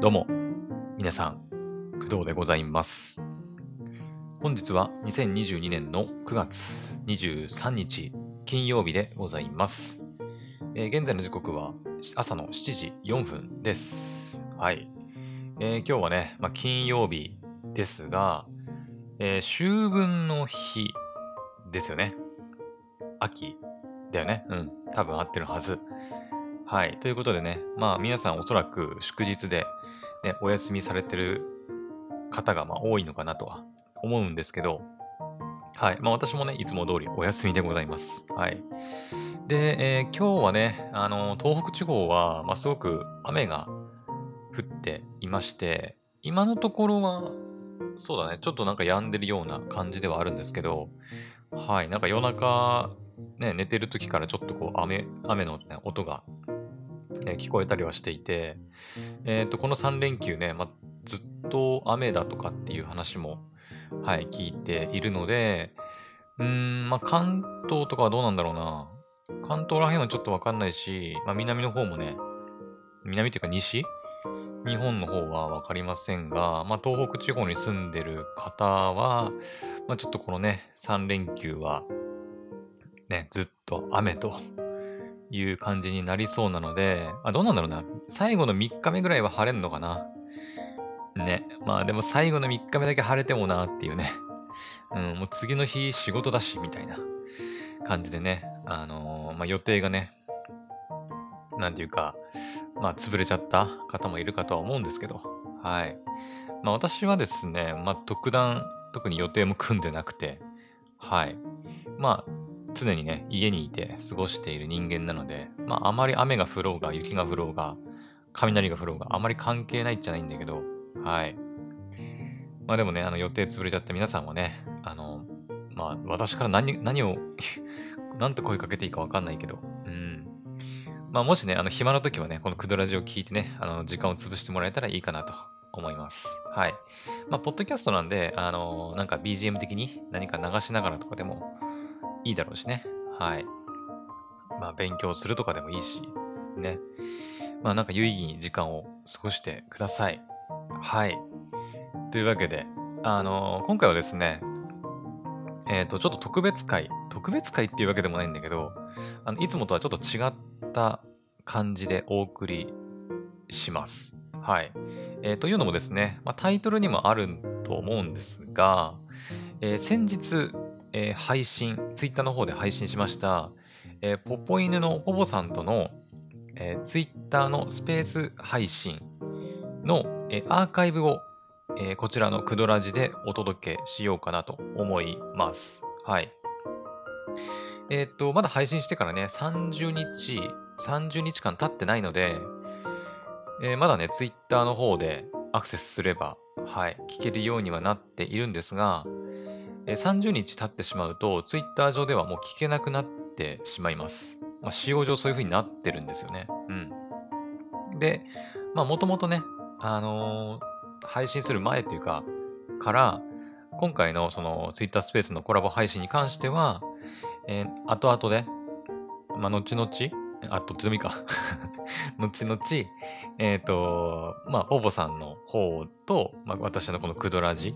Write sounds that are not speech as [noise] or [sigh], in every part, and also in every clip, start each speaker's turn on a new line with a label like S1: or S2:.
S1: どうも、皆さん、工藤でございます。本日は2022年の9月23日、金曜日でございます。えー現在の時刻は朝の7時4分です。はい。えー今日はね、まあ、金曜日ですが、えー秋分の日ですよね。秋だよね。うん。多分合ってるはず。はい。ということでね、まあ皆さんおそらく祝日で、ね、お休みされてる方がまあ多いのかなとは思うんですけど、はい。まあ私もね、いつも通りお休みでございます。はい。で、えー今日はね、あの、東北地方は、まあすごく雨が降っていまして、今のところは、そうだね、ちょっとなんか止んでるような感じではあるんですけど、はい。なんか夜中、ね、寝てる時からちょっとこう雨、雨の、ね、音が、ね聞こえたりはしていて、えっ、と、この3連休ね、まあ、ずっと雨だとかっていう話も、はい、聞いているので、うーん、まあ、関東とかはどうなんだろうな。関東ら辺はちょっとわかんないし、まあ、南の方もね、南というか西日本の方はわかりませんが、まあ、東北地方に住んでる方は、まあ、ちょっとこのね、3連休は、ね、ずっと雨という感じになりそうなので、あ、どうなんだろうな。最後の3日目ぐらいは晴れんのかな。ね。まあでも最後の3日目だけ晴れてもなっていうね。うん、もう次の日仕事だし、みたいな感じでね。あのーまあ予定がね、なんていうか、まあ潰れちゃった方もいるかとは思うんですけど、はい。まあ私はですね、まあ特段、特に予定も組んでなくて、はい。まあ常にね、家にいて過ごしている人間なので、まあ、あまり雨が降ろうが、雪が降ろうが、雷が降ろうが、あまり関係ないっちゃないんだけど、はい。まあでもね、あの予定潰れちゃった皆さんはね、あの、まあ私から何、何を、 [laughs] なんて声かけていいかわかんないけど、うん。まあもしね、あの暇な時はね、このクドラジを聞いてね、あの時間を潰してもらえたらいいかなと思います。はい。まあ、ポッドキャストなんで、あのなんか BGM 的に何か流しながらとかでも、いいだろうしね。はい。まあ、勉強するとかでもいいし、ね。まあ、なんか有意義に時間を過ごしてください。はい。というわけで、あのー今回はですね、えっ、と、ちょっと特別会、特別会っていうわけでもないんだけど、あのいつもとはちょっと違った感じでお送りします。はい。えーというのもですね、まあ、タイトルにもあると思うんですが、えー先日、えー配信、ツイッターの方で配信しました、えーポポ犬のポポさんとの、えーツイッターのスペース配信の、えーアーカイブを、えーこちらのクドラジでお届けしようかなと思います。はい。えーっと、まだ配信してからね、30日、30日間経ってないので、えーまだね、ツイッターの方でアクセスすれば、はい、聞けるようにはなっているんですが、えー30日経ってしまうと、ツイッター上ではもう聞けなくなってしまいます。まあ、使用上そういう風になってるんですよね。うん。で、まあ、もともとね、あのー配信する前というか、から、今回のそのツイッタースペースのコラボ配信に関しては、えー後々で、まあ、後々、あ、どっちでもいいか。 [laughs] 後々、えっ、と、まあ、ポポさんの方と、まあ、私のこのクドラジ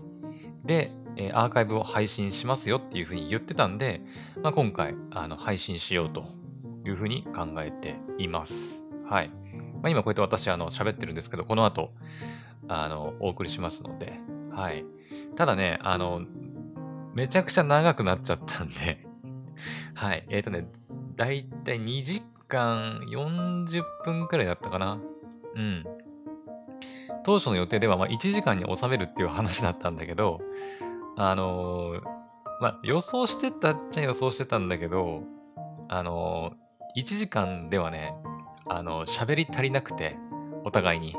S1: で、えーアーカイブを配信しますよっていうふうに言ってたんで、まあ、今回、あの、配信しようというふうに考えています。はい。まあ、今こうやって私、あの、喋ってるんですけど、この後、あの、お送りしますので、はい。ただね、あの、めちゃくちゃ長くなっちゃったんで、 [laughs] はい。えっ、とね、だいたい2時間40分くらいだったかな。うん。当初の予定では、まあ、1時間に収めるっていう話だったんだけど、あのーまあ、予想してたっちゃ予想してたんだけど、あのー、1時間ではね、あのー喋り足りなくて、お互いに。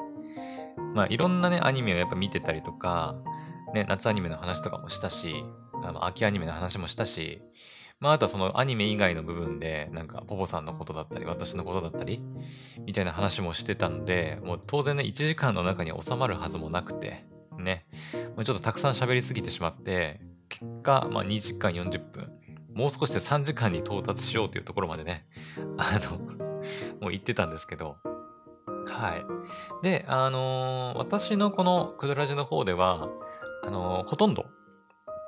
S1: まあ、いろんなね、アニメをやっぱ見てたりとか、ね、夏アニメの話とかもしたし、あの秋アニメの話もしたし、まあ、あとはそのアニメ以外の部分で、なんか、ポポさんのことだったり、私のことだったり、みたいな話もしてたんで、もう当然ね、1時間の中に収まるはずもなくて、ね、もうちょっとたくさん喋りすぎてしまって、結果、まあ、2時間40分、もう少しで3時間 [laughs] に到達しようというところまでね、あの、もう行ってたんですけど、はい。で、あのー私のこのクドラジの方では、あのーほとんど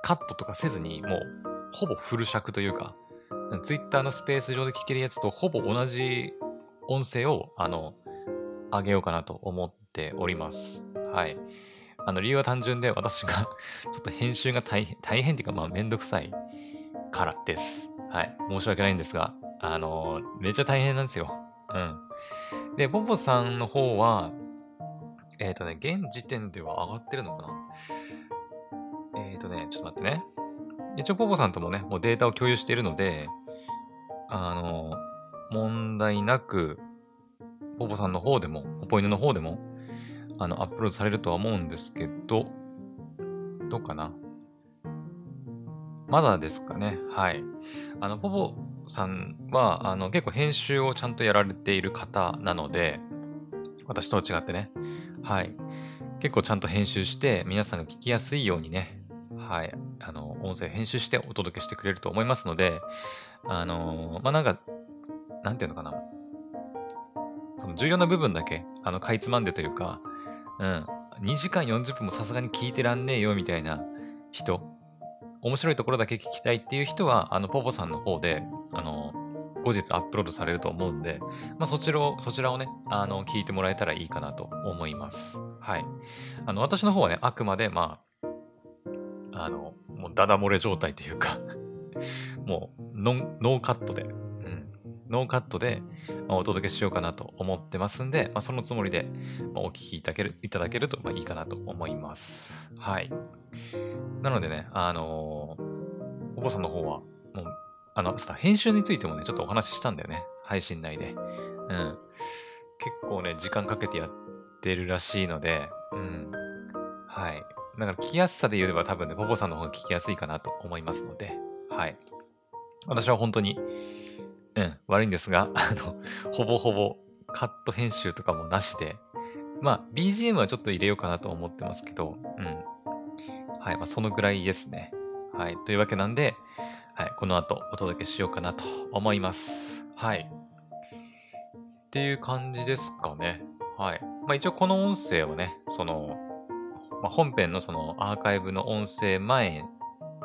S1: カットとかせずに、もう、ほぼフル尺というか、ツイッターのスペース上で聞けるやつとほぼ同じ音声を、あの、上げようかなと思っております。はい。あの、理由は単純で、私が、 [laughs] ちょっと編集が大変、大変っていうか、まあ、めんどくさいからです。はい。申し訳ないんですが、あのーめっちゃ大変なんですよ。うん。で、ボボさんの方は、えっ、とね、現時点では上がってるのかなえっ、とね、ちょっと待ってね。一応、ボボさんともね、もうデータを共有しているので、あの、問題なく、ボボさんの方でも、ポポ犬の方でも、あの、アップロードされるとは思うんですけど、どうかなまだですかね。はい。あの、ポポさんは、あの、結構編集をちゃんとやられている方なので、私とは違ってね。はい。結構ちゃんと編集して、皆さんが聞きやすいようにね、はい。あの、音声編集してお届けしてくれると思いますので、あのーまあ、なんか、なんていうのかな。その重要な部分だけ、あの、かいつまんでというか、うん。2時間40分もさすがに聞いてらんねえよ、みたいな人面白いところだけ聞きたいっていう人は、あの、ポポさんの方で、あの、後日アップロードされると思うんで、まあ、そちらを、そちらをね、あの、聞いてもらえたらいいかなと思います。はい。あの、私の方はね、あくまで、まあ、あの、もう、ダダ漏れ状態というか、 [laughs] もう、ノン、ノーカットで、うん、ノーカットで、まあお届けしようかなと思ってますんで、まあ、そのつもりで、まあ、お聞きいただける、いただけると、まあ、いいかなと思います。はい。なのでね、あのーお坊さんの方は、もう、あの、さ編集についてもね、ちょっとお話ししたんだよね。配信内で。うん。結構ね、時間かけてやってるらしいので、うん。はい。だから聞きやすさで言えば多分ね、ポポさんの方が聞きやすいかなと思いますので、はい。私は本当に、うん、悪いんですが、あの、ほぼほぼカット編集とかもなしで、まあ、BGM はちょっと入れようかなと思ってますけど、うん。はい、まあ、そのぐらいですね。はい、というわけなんで、はい、この後お届けしようかなと思います。はい。っていう感じですかね。はい。まあ、一応この音声をね、その、まあ、本編のそのアーカイブの音声前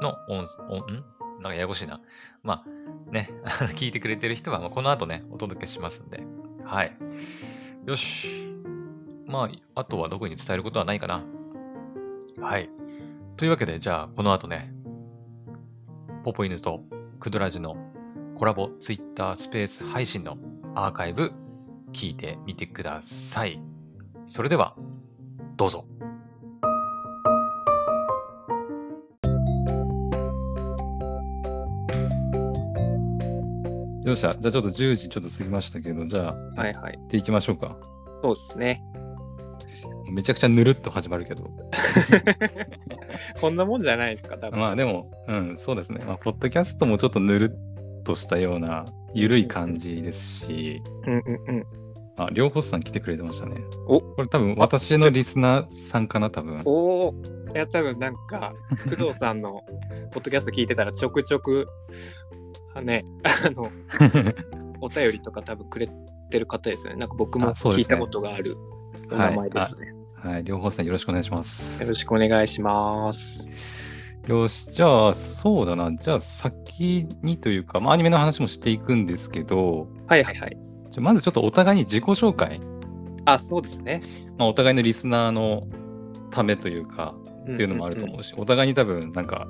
S1: の音声、おんなんかややこしいな。まあ、ね、 [laughs] 聞いてくれてる人は、まあ、この後ね、お届けしますんで。はい。よし。まあ、あとは特に伝えることはないかな。はい。というわけで、じゃあ、この後ね、ポポイヌとクドラジのコラボツイッタースペース配信のアーカイブ、聞いてみてください。それでは、どうぞ。
S2: よっしゃ、じゃあちょっと10時ちょっと過ぎましたけど、じゃあ、
S3: はいはい。
S2: 行っていきましょうか。
S3: そうですね。
S2: めちゃくちゃぬるっと始まるけど。
S3: こんなもんじゃないですか、多分。
S2: まあでも、うん、そうですね。まあ、ポッドキャストもちょっとぬるっとしたような、ゆるい感じですし、
S3: うんうんうん。
S2: あ、両方さん来てくれてましたね。
S3: お
S2: これ多分、私のリスナーさんかな、多分。 [laughs]
S3: おお。いや、多分なんか、工藤さんのポッドキャスト聞いてたら、ちょくちょく、あね、あの、お便りとか多分くれてる方ですよね。なんか僕も
S2: あそう
S3: 聞
S2: で
S3: い
S2: すね
S3: たことがあるお
S2: はい
S3: 名前ですね。
S2: はい、両方さんよろしくお願いします。
S3: よろしくお願いします。
S2: よし、じゃあ、そうだな。じゃあ、先にというか、まあ、アニメの話もしていくんですけど、
S3: はいはいはい。
S2: じゃあまずちょっとお互いに自己紹介。
S3: あ、そうですね。
S2: まあ、お互いのリスナーのためというか、
S3: っ
S2: っていうのもあると思
S3: う
S2: うし、お互いに多分、なんか、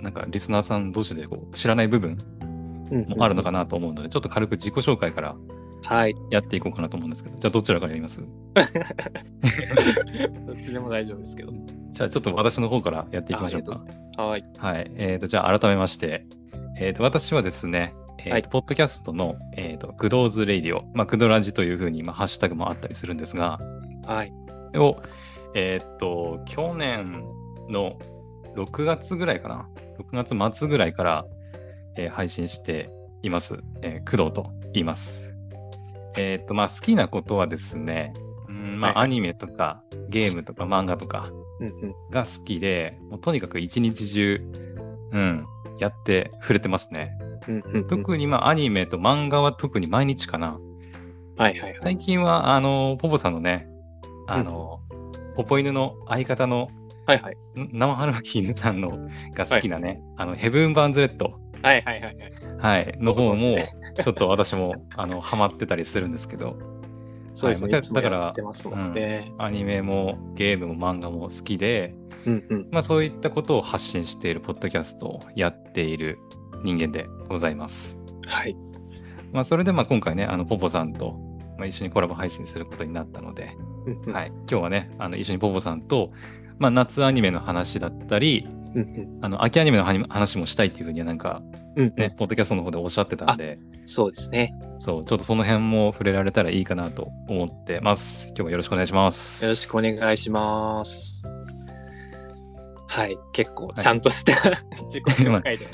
S2: なんかリスナーさん同士でこう知らない部分
S3: んうんうん。
S2: もあるのかなと思うので、ちょっと軽く自己紹介から
S3: はい。
S2: やっていこうかなと思うんですけど、じゃあどちらからやります
S3: どっちでも大丈夫ですけど。
S2: じゃあちょっと私の方からやっていき
S3: あ
S2: ま
S3: あ
S2: し
S3: り
S2: ょ
S3: が
S2: う
S3: と
S2: か
S3: うご。ざいます。はい。
S2: はい。えっ、と、じゃあ改めまして、えっ、と、私はですね、えーと
S3: はい
S2: ポッドキャストの、えっ、と、クドーズレイディオ、まあ、クドラジというふうに、まあ、ハッシュタグもあったりするんですが、
S3: はい。
S2: を、えーっと、去年の6月ぐらいかな、6月末ぐらいから、えー配信しています、えー工藤と言います。えーっと、まあ、好きなことはですね、うんま
S3: はい
S2: あ、アニメとかゲームとか漫画とか
S3: うんうん。
S2: が好きで、もうとにかく一日中、うん、やって触れてますね。
S3: うんうんうん。
S2: 特にまあアニメと漫画は特に毎日かな。
S3: はいはい。
S1: 最近は、あの、ポポさんのね、あの、ポポ犬の相方の
S3: はいはい。
S1: ん生春巻き犬さんのが好きなね、あの、ヘブン・バーンズ・レッド、
S3: はいはいはいはい。
S1: はい、の方
S3: そう
S1: も
S3: です、
S1: ちょっと私も、あの、ハマってたりするんですけど、
S3: そうですね。
S1: はい
S3: いつも
S1: だから
S3: やってますもんね。
S1: アニメもゲームも漫画も好きで、
S3: うんうん。
S1: まあ、そういったことを発信しているポッドキャストをやっている人間でございます。
S3: はい。
S1: まあ、それでまあ今回ね、あのポポさんと、まあ、一緒にコラボ配信することになったので、
S3: うんうん。
S1: はい、今日はね、あの一緒にポポさんと、まあ、夏アニメの話だったり、
S3: うんうん。
S1: あの秋アニメのはに話もしたいっていうふうにはなんか、
S3: うんう
S1: ね
S3: ん。
S1: ポッドキャストの方でおっしゃってたんで、
S3: そうですね。
S1: そう、ちょっとその辺も触れられたらいいかなと思ってます。今日はよろしくお願いします。
S3: よろしくお願いします。はい。結構ちゃん
S1: [laughs]
S3: とした自己紹介で、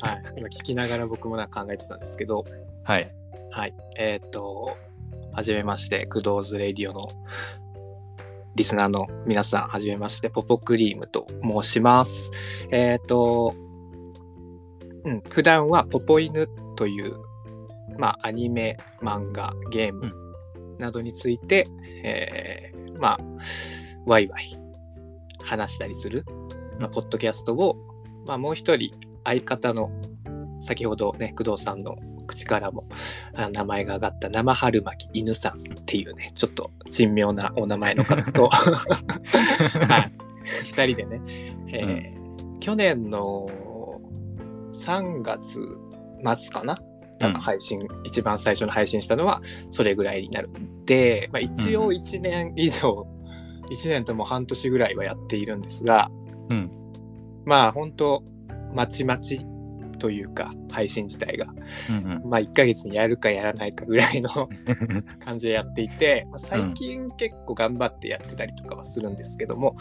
S3: はい、今聞きながら僕もなんか考えてたんですけど、
S1: はい。
S3: はい。えーっ、と、はじめまして、工藤ズレディオのリスナーの皆さん、はじめまして、ポポクリームと申します。えーっ、と、うん、普段はポポ犬という、まあ、アニメ、漫画、ゲー
S1: う
S3: ムなどについて、えーまあ、ワイワイ話したりする、まあ、
S1: うん
S3: ポッドキャストを、まあ、もう一人、相方の、先ほどね、工藤さんの口からもあ名前が上がった生春巻き犬さんっていうねちょっと珍妙なお名前の方
S1: [laughs]
S3: とはい2人でね、えー去年の3月末かなあ
S1: うん
S3: の配信、一番最初の配信したのはそれぐらいになるんで、まあ、一応1年以上、1年とも半年ぐらいはやっているんですが
S1: うん。
S3: まあ本当まちまちというか配信自体が
S1: [laughs] うん
S3: まあ1ヶ月にやるかやらないかぐらいの
S1: うん。
S3: 感じでやっていて、まあ、最近結構頑張ってやってたりとかはするんですけども、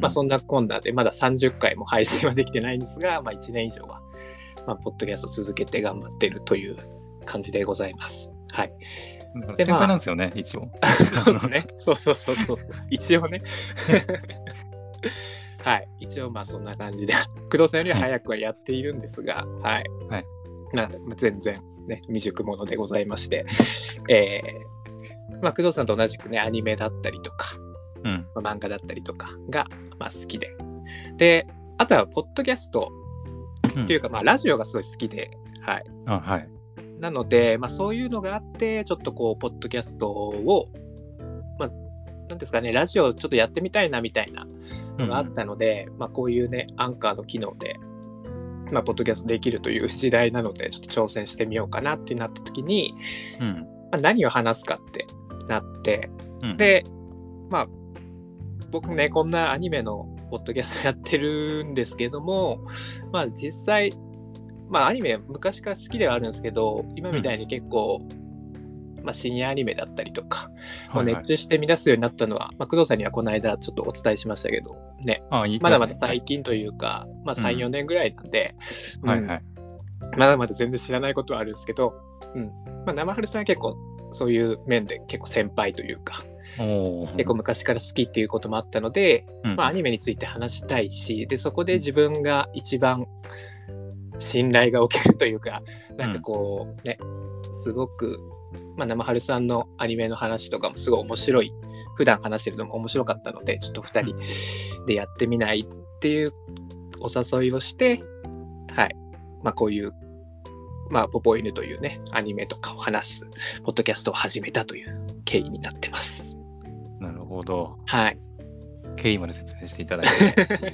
S3: まあそんなこんなでまだ30回も配信はできてないんですが、まあ1年以上は、まあ、ポッドキャスト続けて頑張ってるという感じでございます。はい。
S1: だから
S3: で
S1: 先輩
S3: まあ
S1: なんですよね、一応。
S3: [laughs] そうですね。そうそうそうそうそう。一 [laughs] 応ね。はい。一応まあそんな感じで、工藤さんよりは早くはやっているんですが、はい。
S1: はい
S3: なので全然ね、未熟者でございまして、えーまあ工藤さんと同じくね、アニメだったりとか、
S1: [laughs] うん。
S3: まあ漫画だったりとかが、まあ、好きで。で、あとは、ポッドキャスト
S1: うん
S3: というか、まあ、ラジオがすごい好きで、はい。
S1: あはい。
S3: なので、まあ、そういうのがあって、ちょっとこう、ポッドキャストを、まあ、なんですかね、ラジオちょっとやってみたいなみたいなのがあったので、まあ、こういうね、アンカーの機能で、まあ、ポッドキャストできるという時代なので、ちょっと挑戦してみようかなってなった時に、
S1: うん。
S3: まあ、何を話すかってなって、
S1: うん、
S3: で、まあ、僕ね、こんなアニメのポッドキャストやってるんですけども、まあ実際、まあアニメ昔から好きではあるんですけど、今みたいに結構、まあシニアアニメだったりとか、ま
S1: は
S3: あ
S1: いはい
S3: 熱中して見出すようになったのは、まあ工藤さんにはこの間ちょっとお伝えしましたけど、ね、
S1: あいい
S3: まだまだ
S1: ですね
S3: 最近というか、まあ
S1: うん
S3: 3、4年ぐらいなんで、
S1: は
S3: う
S1: い
S3: ん
S1: はい。
S3: まだまだ全然知らないことはあるんですけど、うん、まあ生春さんは結構そういう面で結構先輩というか、
S1: おー
S3: 結構、昔から好きっていうこともあったので、
S1: うん
S3: まあ、アニメについて話したいしでそこで自分が一番信頼がおけるというかなんかこうねすごく、まあ、生春さんのアニメの話とかもすごい面白い普段話してるのも面白かったのでちょっと2人でやってみないっていうお誘いをしてはいまあこういう。まあ、ポポ犬というね、アニメとかを話す、ポッドキャストを始めたという経緯になってます。
S1: なるほど。
S3: はい。
S1: 経緯まで説明していただ
S3: [laughs]
S1: いて。
S3: すい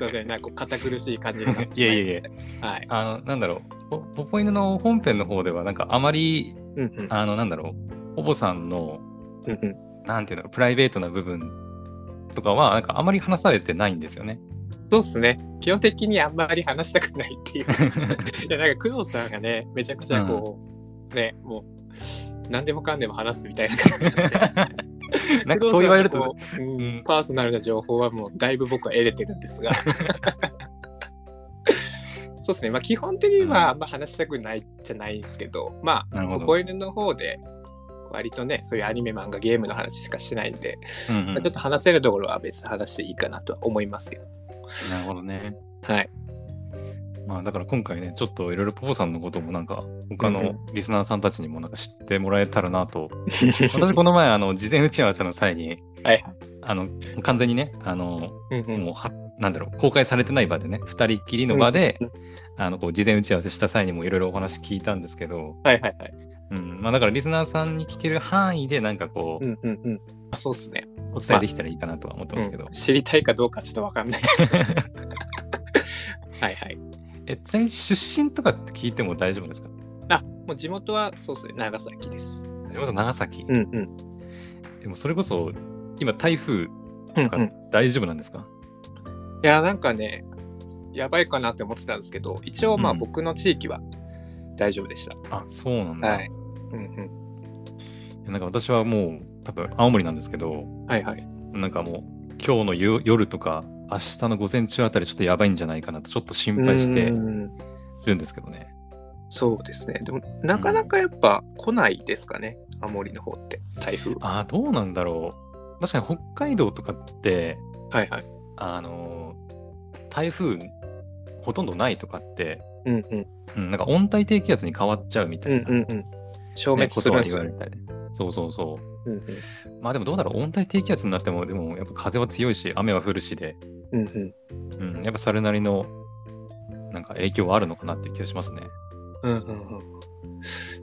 S3: ません、なんかこう堅苦しい感じになってし
S1: い
S3: ま
S1: えい
S3: い
S1: え
S3: ま
S1: い
S3: し
S1: え
S3: た。はい。
S1: あの、なんだろう。ポポポイヌの本編の方では、なんかあまり、
S3: うんうん。
S1: あの、なんだろう。ポポさんの、
S3: うんうん
S1: なんていうの、プライベートな部分とかは、なんかあまり話されてないんですよ
S3: [laughs]
S1: ね。
S3: そうっすね。基本的にあんまり話したくないって
S1: [laughs]
S3: いう。いや、なんか工藤さんがね、めちゃくちゃこう、ね、もう、何でもかんでも話すみたいな感じで。
S1: なんかそう言われる
S3: 工
S1: と、
S3: 藤さんのこう、う
S1: うん
S3: ん、パーソナルな情報はもうだいぶ僕は得れてるんですが。 [laughs] そうですね、まあ、基本的にはあんま話したくないじゃないんですけど、ま
S1: なる
S3: あ、
S1: ほど
S3: ポイヌの方で割とね、そういうアニメ、漫画、ゲームの話しかしてないんで、
S1: うんうん
S3: まあちょっと話せるところは別に話していいかなとは思いますけど。
S1: なるほどね。
S3: はい。
S1: まあだから今回ね、ちょっといろいろポポさんのこともなんか、他
S3: うんう
S1: のリスナーさんたちにもなんか知ってもらえたらな
S3: [laughs]
S1: と。私この前、あの、事前打ち合わせの際に、
S3: [laughs] はい
S1: あの、完全にね、あの、
S3: うんうん
S1: もうは、なんだろう、公開されてない場でね、二人っきりの場で、
S3: うん
S1: あの、こう、事前打ち合わせした際にもいろいろお話聞いたんですけど、
S3: はいはいはい。
S1: うん、まあだからリスナーさんに聞ける範囲で、なんかこう
S3: う、んうんうん。あそうっすね。
S1: お伝えできたらいいかなとは思ってますけど
S3: うん。知りたいかどうかちょっとわかんない。 [laughs] はいはい。
S1: え、ちなみに出身とかって聞いても大丈夫ですか
S3: あもう地元はそうですね、長崎です。
S1: 地元長崎。
S3: うんうん。
S1: でもそれこそ、今台風
S3: うん
S1: とか
S3: うん、い
S1: 大丈夫なんですか、
S3: や、なんかね、やばいかなって思ってたんですけど、一応まあ
S1: うん
S3: 僕の地域は大丈夫でした。
S1: あ、そうなんだ。
S3: はい。うん
S1: なんか私はもう、多分青森なんですけど、
S3: うん。はいはい。
S1: なんかもう、今日の夜夜とか、明日の午前中あたりちょっとやばいんじゃないかなと、ちょっと心配して
S3: うん
S1: るんですけどね。
S3: そうですね。でも、なかなかやっぱ来ないですかね、青森の方って、台風。は
S1: ああ、どうなんだろう。確かに北海道とかって、
S3: いはい。
S1: あのー台風ほとんどないとかって、
S3: うんうん。
S1: うん、なんか温帯低気圧に変わっちゃうみた
S3: うん
S1: いな、
S3: うんうん。消
S1: ね
S3: 滅
S1: こ
S3: す
S1: と
S3: るん
S1: は
S3: です
S1: 言わ
S3: よ
S1: れ
S3: ね。
S1: たり。そうそうそう。
S3: うんうん
S1: まあでもどうだろう、温帯低気圧になっても、でもやっぱ風は強いし、雨は降るしで、
S3: うんうん
S1: うん、やっぱそれなりの、なんか影響はあるのかなっていう気がしますね。
S3: うんうんうん。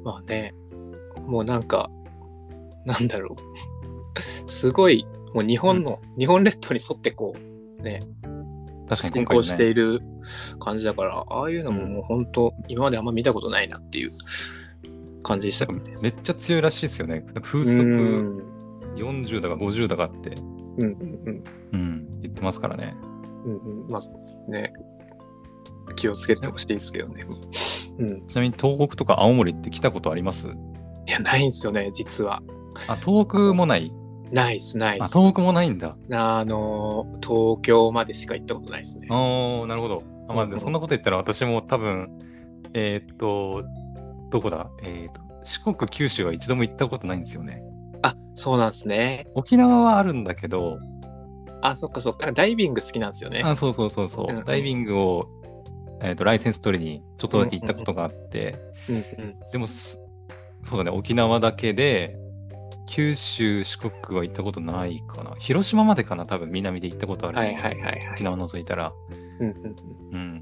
S3: まあね、もうなんか、なんだろう。すごい、もう日本の、日本列島に沿ってこう、ね、
S1: 確かに今回
S3: 進行
S1: の
S3: して
S1: ね、
S3: いる感じだから、ああいうのももう本当、今まであんま見たことないなっていう感じでしたよね。
S1: めっちゃ強いらしいですよね。なんか風
S3: うん
S1: 速40だか50だかって、
S3: うんうんうん。
S1: うん、言ってますからね。
S3: うんうん、まあね、気をつけてほしいですけどね。うん。
S1: ちなみに東北とか青森って来たことあります
S3: いや、ないんですよね、実は。
S1: あ、東北もない。
S3: ナイス、ナイ
S1: あ、
S3: ス。
S1: 東北もないんだ。
S3: あの、東京までしか行ったことないですね。
S1: ああ、なるほど。あまあ、でもそんなこと言ったら私も多分、えーっと、どこだえーっと、四国、九州は一度も行ったことないんですよね。
S3: あ、そうなんですね。
S1: 沖縄はあるんだけど、
S3: あ、そっかそっか。ダイビング好きなんですよね。
S1: あそうそうそうそう、
S3: うんうん
S1: ダイビングを、えーっとライセンス取りにちょっとだけ行ったことがあって、
S3: うんうん。
S1: でもす、そうだね、沖縄だけで、九州、四国は行ったことないかな。広島までかな、多分南で行ったことある。
S3: はいはいはいはい。
S1: 沖縄除いたら。
S3: うんうん
S1: うん。
S3: うん。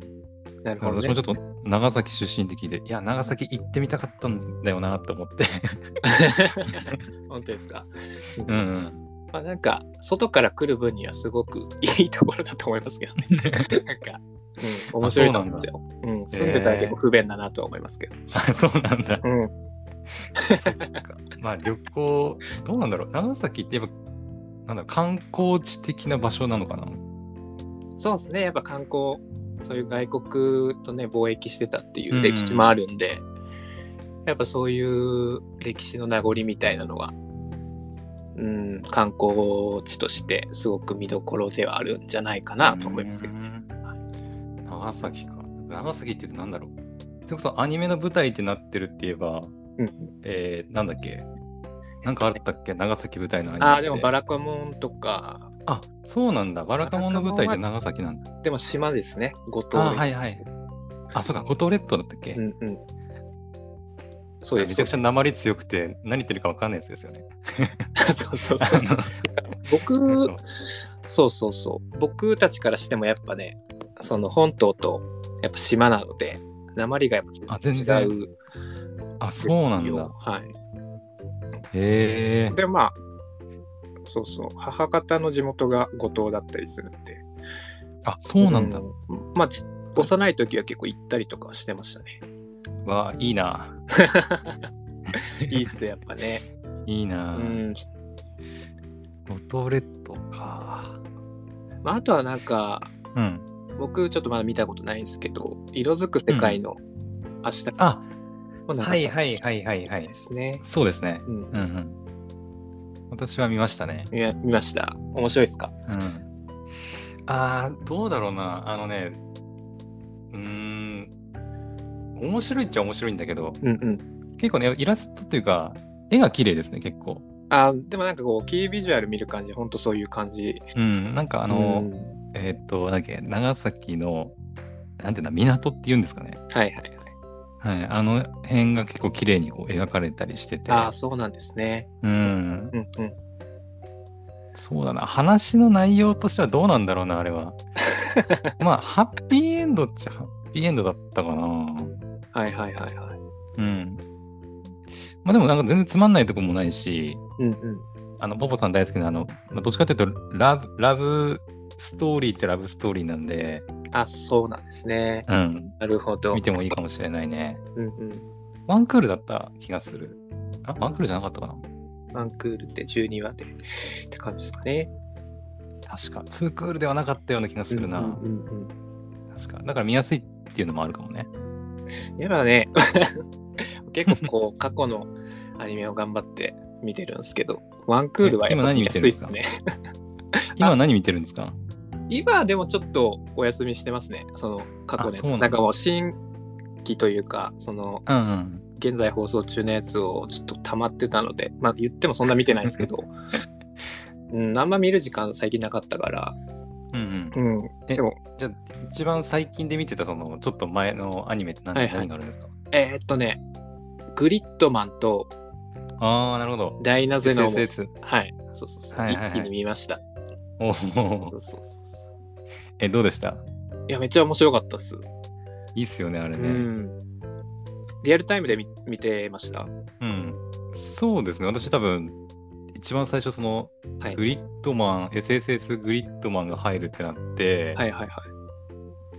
S3: なるほど、
S1: 私
S3: ね。
S1: もちょっと長崎出身って聞いて、いや、長崎行ってみたかったんだよなと思って。 [laughs]
S3: [laughs] 本当ですか。
S1: うん、うん。
S3: まあなんか、外から来る分にはすごくいいところだと思いますけど [laughs] ね。なんか、うん、面白いと思うんですよ。うん。住んでたら結構不便だなとは思いますけど。
S1: あそうなんだ。
S3: うん。
S1: まあ旅行、どうなんだろう。長崎ってやっぱ、なんだろう観光地的な場所なのかな。
S3: そうですね。やっぱ観光、そういう外国とね、貿易してたっていう歴史もあるんで、やっぱそういう歴史の名残みたいなのが、うん、観光地としてすごく見どころではあるんじゃないかなと思いますけど。
S1: うん長崎か。長崎って言うとなんだろう。それこそアニメの舞台ってなってるって言えば、
S3: うん、
S1: えー、なんだっけなんかあったっけ長崎舞台のアニメ
S3: ああ、でもバ
S1: ラ
S3: ラカモンとか、
S1: あ、そうなんだ。バラカモンの舞台って
S3: バラカモン
S1: 長崎なんだ。
S3: でも島ですね、五
S1: あ
S3: 島
S1: ー、はいはい。あ、そうか、五島列島だったっけ、
S3: うんうん。そうで
S1: め
S3: す。
S1: ちゃくちゃ鉛強くて何言ってるか分かんないやつですよね。
S3: そう [laughs] そうそうそう。
S1: [laughs]
S3: 僕、そうそうそう。僕たちからしてもやっぱね、その本島とやっぱ島なので、鉛がやっぱ
S1: あ
S3: 全
S1: 全
S3: 然
S1: 然
S3: 違う。
S1: [laughs] あ、そうなんだ。
S3: はい。
S1: へえ。
S3: で、まあ、そうそう。母方の地元が五島だったりするんで。
S1: あ、そうなんだ。
S3: うんまあ、ち幼い時は結構行ったりとかしてました
S1: [laughs]
S3: ね。
S1: わあ、いいな。
S3: いいっすよ、やっ
S1: [laughs]
S3: ぱね。
S1: いいうな。
S3: ん。
S1: 五島列島か。
S3: まあ、あとはなんか、
S1: うん。
S3: 僕ちょっとまだ見たことないんですけど、色づく世界の明日
S1: あ、
S3: も長
S1: はい
S3: 崎
S1: はいはいはいはい
S3: で。すね。
S1: そうですね。
S3: う
S1: う
S3: ん
S1: んうん。私は見ましたね。
S3: いや見ました。面白いですか
S1: うん。あー、どうだろうな。あのね、うーん、面白いっちゃ面白いんだけど、
S3: うんうん。
S1: 結構ね、イラストっていうか、絵が綺麗ですね、結構。
S3: あでもなんかこう、キービジュアル見る感じ、ほんとそういう感じ。
S1: うん、なんかあ
S3: あ
S1: の、えーっと、なんだっけ、長崎の、なんていうんだ、港って言うんですかね。
S3: はいはいはい。
S1: はい。あの辺が結構綺麗にこう描かれたりしてて。
S3: ああ、そうなんですね。
S1: うん。
S3: うんうん。
S1: そうだな。話の内容としてはどうなんだろうな、あれ [laughs] は。まあ、ハッピーエンドっちゃハッピーエンドだったかな。
S3: はいはいはいは
S1: う
S3: い。
S1: ん。まあでもなんか全然つまんないとこもないし、
S3: うんうん。
S1: あの、ポポさん大好きな、あの、まあ、どっちかっていうと、ラブ、ラブストーリーっちゃラブストーリーなんで、
S3: あ、そうなんですね。
S1: うん、
S3: なるほど。
S1: 見てもいいかもしれないね。
S3: うんうん。
S1: ワンクールだった気がする。あ、ワンクールじゃなかったかな
S3: ワンクールって12話でって感じですかね。
S1: 確か。ツークールではなかったような気がするな。
S3: うんうんうんうん
S1: 確か。だから見やすいっていうのもあるかもね。
S3: やだね。 [laughs] 結構こう、過去のアニメを頑張って見てるんですけど、ワンクールはやっぱ
S1: え今何
S3: 見
S1: 見
S3: や
S1: て
S3: す
S1: る
S3: い
S1: ん
S3: で
S1: です
S3: す
S1: か
S3: ね。
S1: 今何見てるんですか
S3: 今でもちょっとお休みしてますね。その過去のや
S1: あ
S3: つ
S1: そうな
S3: なん
S1: んだ
S3: かもう新規というか、その
S1: うんうん。
S3: 現在放送中のやつをちょっと溜まってたので、まあ言ってもそんな見てないです
S1: [laughs]
S3: けど、うん、あんま見る時間最近なかったから、
S1: うんうん、
S3: うん、
S1: え
S3: でも、
S1: じゃあ一番最近で見てたそのちょっと前のアニメって何,、
S3: はいはい
S1: 何があるんですか
S3: えーっとね、グリッドマンと
S1: ああなるほど。
S3: ダイナゼノンを、
S1: SSS。
S3: はい、そうそうそう、
S1: はいはいはい
S3: 一気に見ました。
S1: おお
S3: そ。うそうそうそう
S1: えどうでした
S3: いや、めっちゃ面白かったっす。
S1: いいっすよねあれ
S3: う
S1: ね、
S3: ん。リアルタイムで見見てました。
S1: うん。そうですね。私多分、一番最初、その、
S3: はい。
S1: グリッドマン、SSS グリッドマンが入るってなって、
S3: はいはいは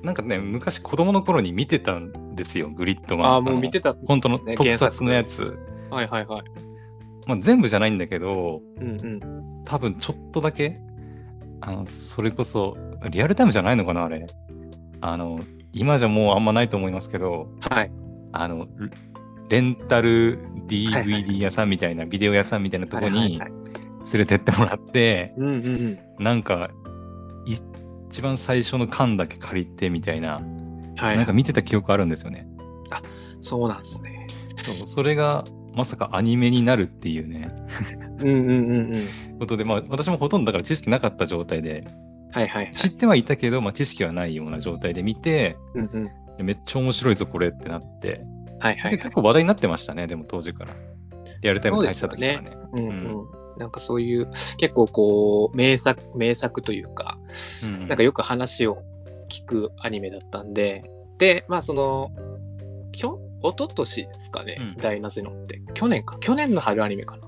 S3: い。
S1: なんかね、昔子供の頃に見てたんですよ、グリッドマン。
S3: ああ、もう
S1: の
S3: 見てた。は
S1: 本当の
S3: ね
S1: 特撮のやつ。
S3: いはいはい。
S1: まあ、全部じゃないんだけど、
S3: うんうん。
S1: 多分ちょっとだけ、あの、それこそ、リアルタイムじゃないのかな、あれ。あの、今じゃもうあんまないと思いますけど、
S3: はい。
S1: あの、レンタル
S3: はいはい
S1: DVD 屋さんみたいな、ビデオ屋さんみたいなとこ
S3: はい
S1: に
S3: はいはい
S1: 連れてってもらって、
S3: うんうんうん。
S1: なんか、い一番最初の缶だけ借りてみたいな、
S3: はい、
S1: なんか見てた記憶あるんですよね。
S3: そうなんですね。
S1: そうそれがまさかアニメになるっていうね、
S3: うんうんうんうん。
S1: ことで、まあ私もほとんどだから知識なかった状態で、
S3: はいはいはい。
S1: 知ってはいたけど、まあ知識はないような状態で見て、
S3: うんうん。
S1: いやめっちゃ面白いぞこれってなって、
S3: はいはい
S1: で
S3: はい
S1: 結。構話題になってましたね、でも当時から。リアルタイムで入ってた時から
S3: そ
S1: ね。
S3: ううんうん。なんかそういう、結構こう、名作、名作というか、
S1: うん
S3: なんかよく話を聞くアニメだったんで、で、まあその、きょ、一昨年ですかね、
S1: うん
S3: ダイナゼノンって。去年か。去年の春アニメかな。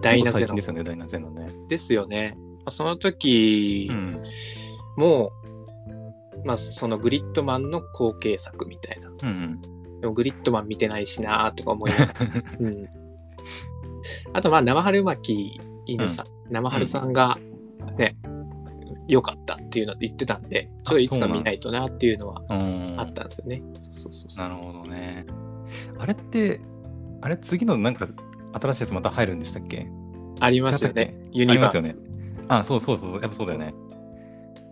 S3: ダイナゼ
S1: 最近
S3: ノン
S1: で。すよね、ダイナゼノンね。
S3: ですよね。まあその時、
S1: うん
S3: もう、まあそのグリッドマンの後継作みたいな。
S1: うん
S3: でもグリッドマン見てないしなーとか思いながら
S1: [laughs]
S3: うん、あとまあ生春巻犬さん、生春さんがね良、かったっていうの言ってたんでちょっといつか見ないとなっていうのは
S1: うん
S3: [laughs] あったんですよね。そうそうそうそ
S1: な
S3: う
S1: るほどね。あれって、あれ次のなんか新しいやつまた入るんでしたっけ
S3: ありますよ
S1: だ
S3: ね
S1: っ。
S3: ユニバース
S1: ありますよあそうそうそう、やっぱそうだよね。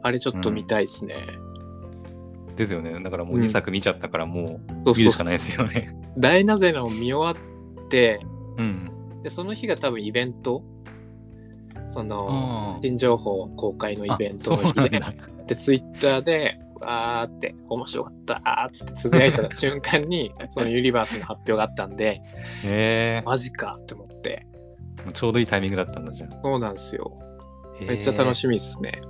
S3: あれちょっと見たいですね。
S1: ですよね。だからもう
S3: うん
S1: 2作見ちゃったからも
S3: そう
S1: う見る
S3: そう
S1: しか
S3: そう。
S1: ないですよね。 [laughs]
S3: 大なぜのを見終わって
S1: うん。
S3: でその日が多分イベントその
S1: あー
S3: 新情報公開のイベント
S1: あ
S3: の日
S1: そうなん
S3: で
S1: だ。
S3: で、ツイッターで、わーって、面白かったーっつってつぶやいた瞬間
S1: [laughs]
S3: に、そのユニバースの発表があったんで、
S1: へえ
S3: マジかって思って。
S1: ちょうどいいタイミングだったんだじゃん。
S3: そうなんですよ。めっちゃ楽しみですね。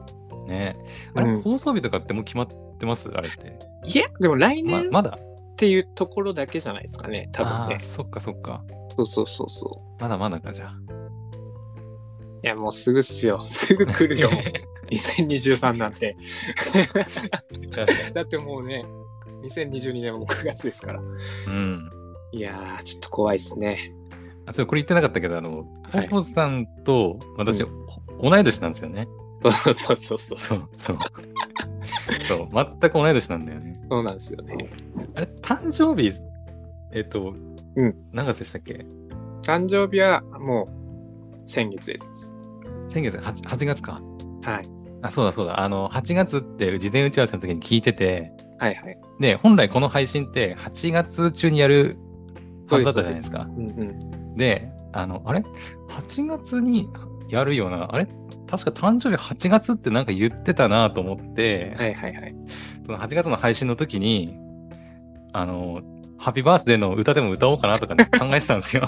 S1: み。ねあれ、
S3: うん
S1: 放送日とかってもう決まってますあれって。
S3: いや、でも来
S1: ま
S3: 年っ
S1: まだ
S3: ていうところだけじゃないですかね、多分
S1: あー
S3: ね。
S1: そっかそっか。
S3: そうそうそうそ
S1: まだまだかじゃあ。。
S3: う。いや、もうすぐっすよ。すぐ来るよ
S1: [laughs]
S3: [laughs] 2023なんて。
S1: 確かに
S3: だってもうね、2022年はもう9月ですから。
S1: うん。
S3: いやー、ちょっと怖いですね。 [laughs]
S1: あ、そう、これ言ってなかったけど、あの、ポ
S3: はい
S1: ポさんと私、
S3: う
S1: 同い年なんですよね。
S3: そうそうそうそ
S1: そ
S3: う。そう
S1: そう。そう、全く同い年なんだよね。
S3: うなんですよね。
S1: あれ、誕生日、えっと、
S3: うん
S1: 何月でしたっけ
S3: 誕生日はもう先月です。
S1: 先月 8, 8月か。
S3: はい。
S1: あ、そうだそうだ。あの、8月って事前打ち合わせの時に聞いてて、
S3: はいはい。
S1: で、本来この配信って8月中にやるはずだったじゃないです
S3: う
S1: か。
S3: んうん。
S1: で、あの、あれ ?8 月にやるような、あれ確か誕生日8月ってなんか言ってたなと思って、
S3: はいは
S1: [laughs]
S3: いはい。
S1: その8月の配信の時に、あの、ハッピーバースデーの歌でも歌おうかなと
S3: [laughs]
S1: かね、考えてたんですよ。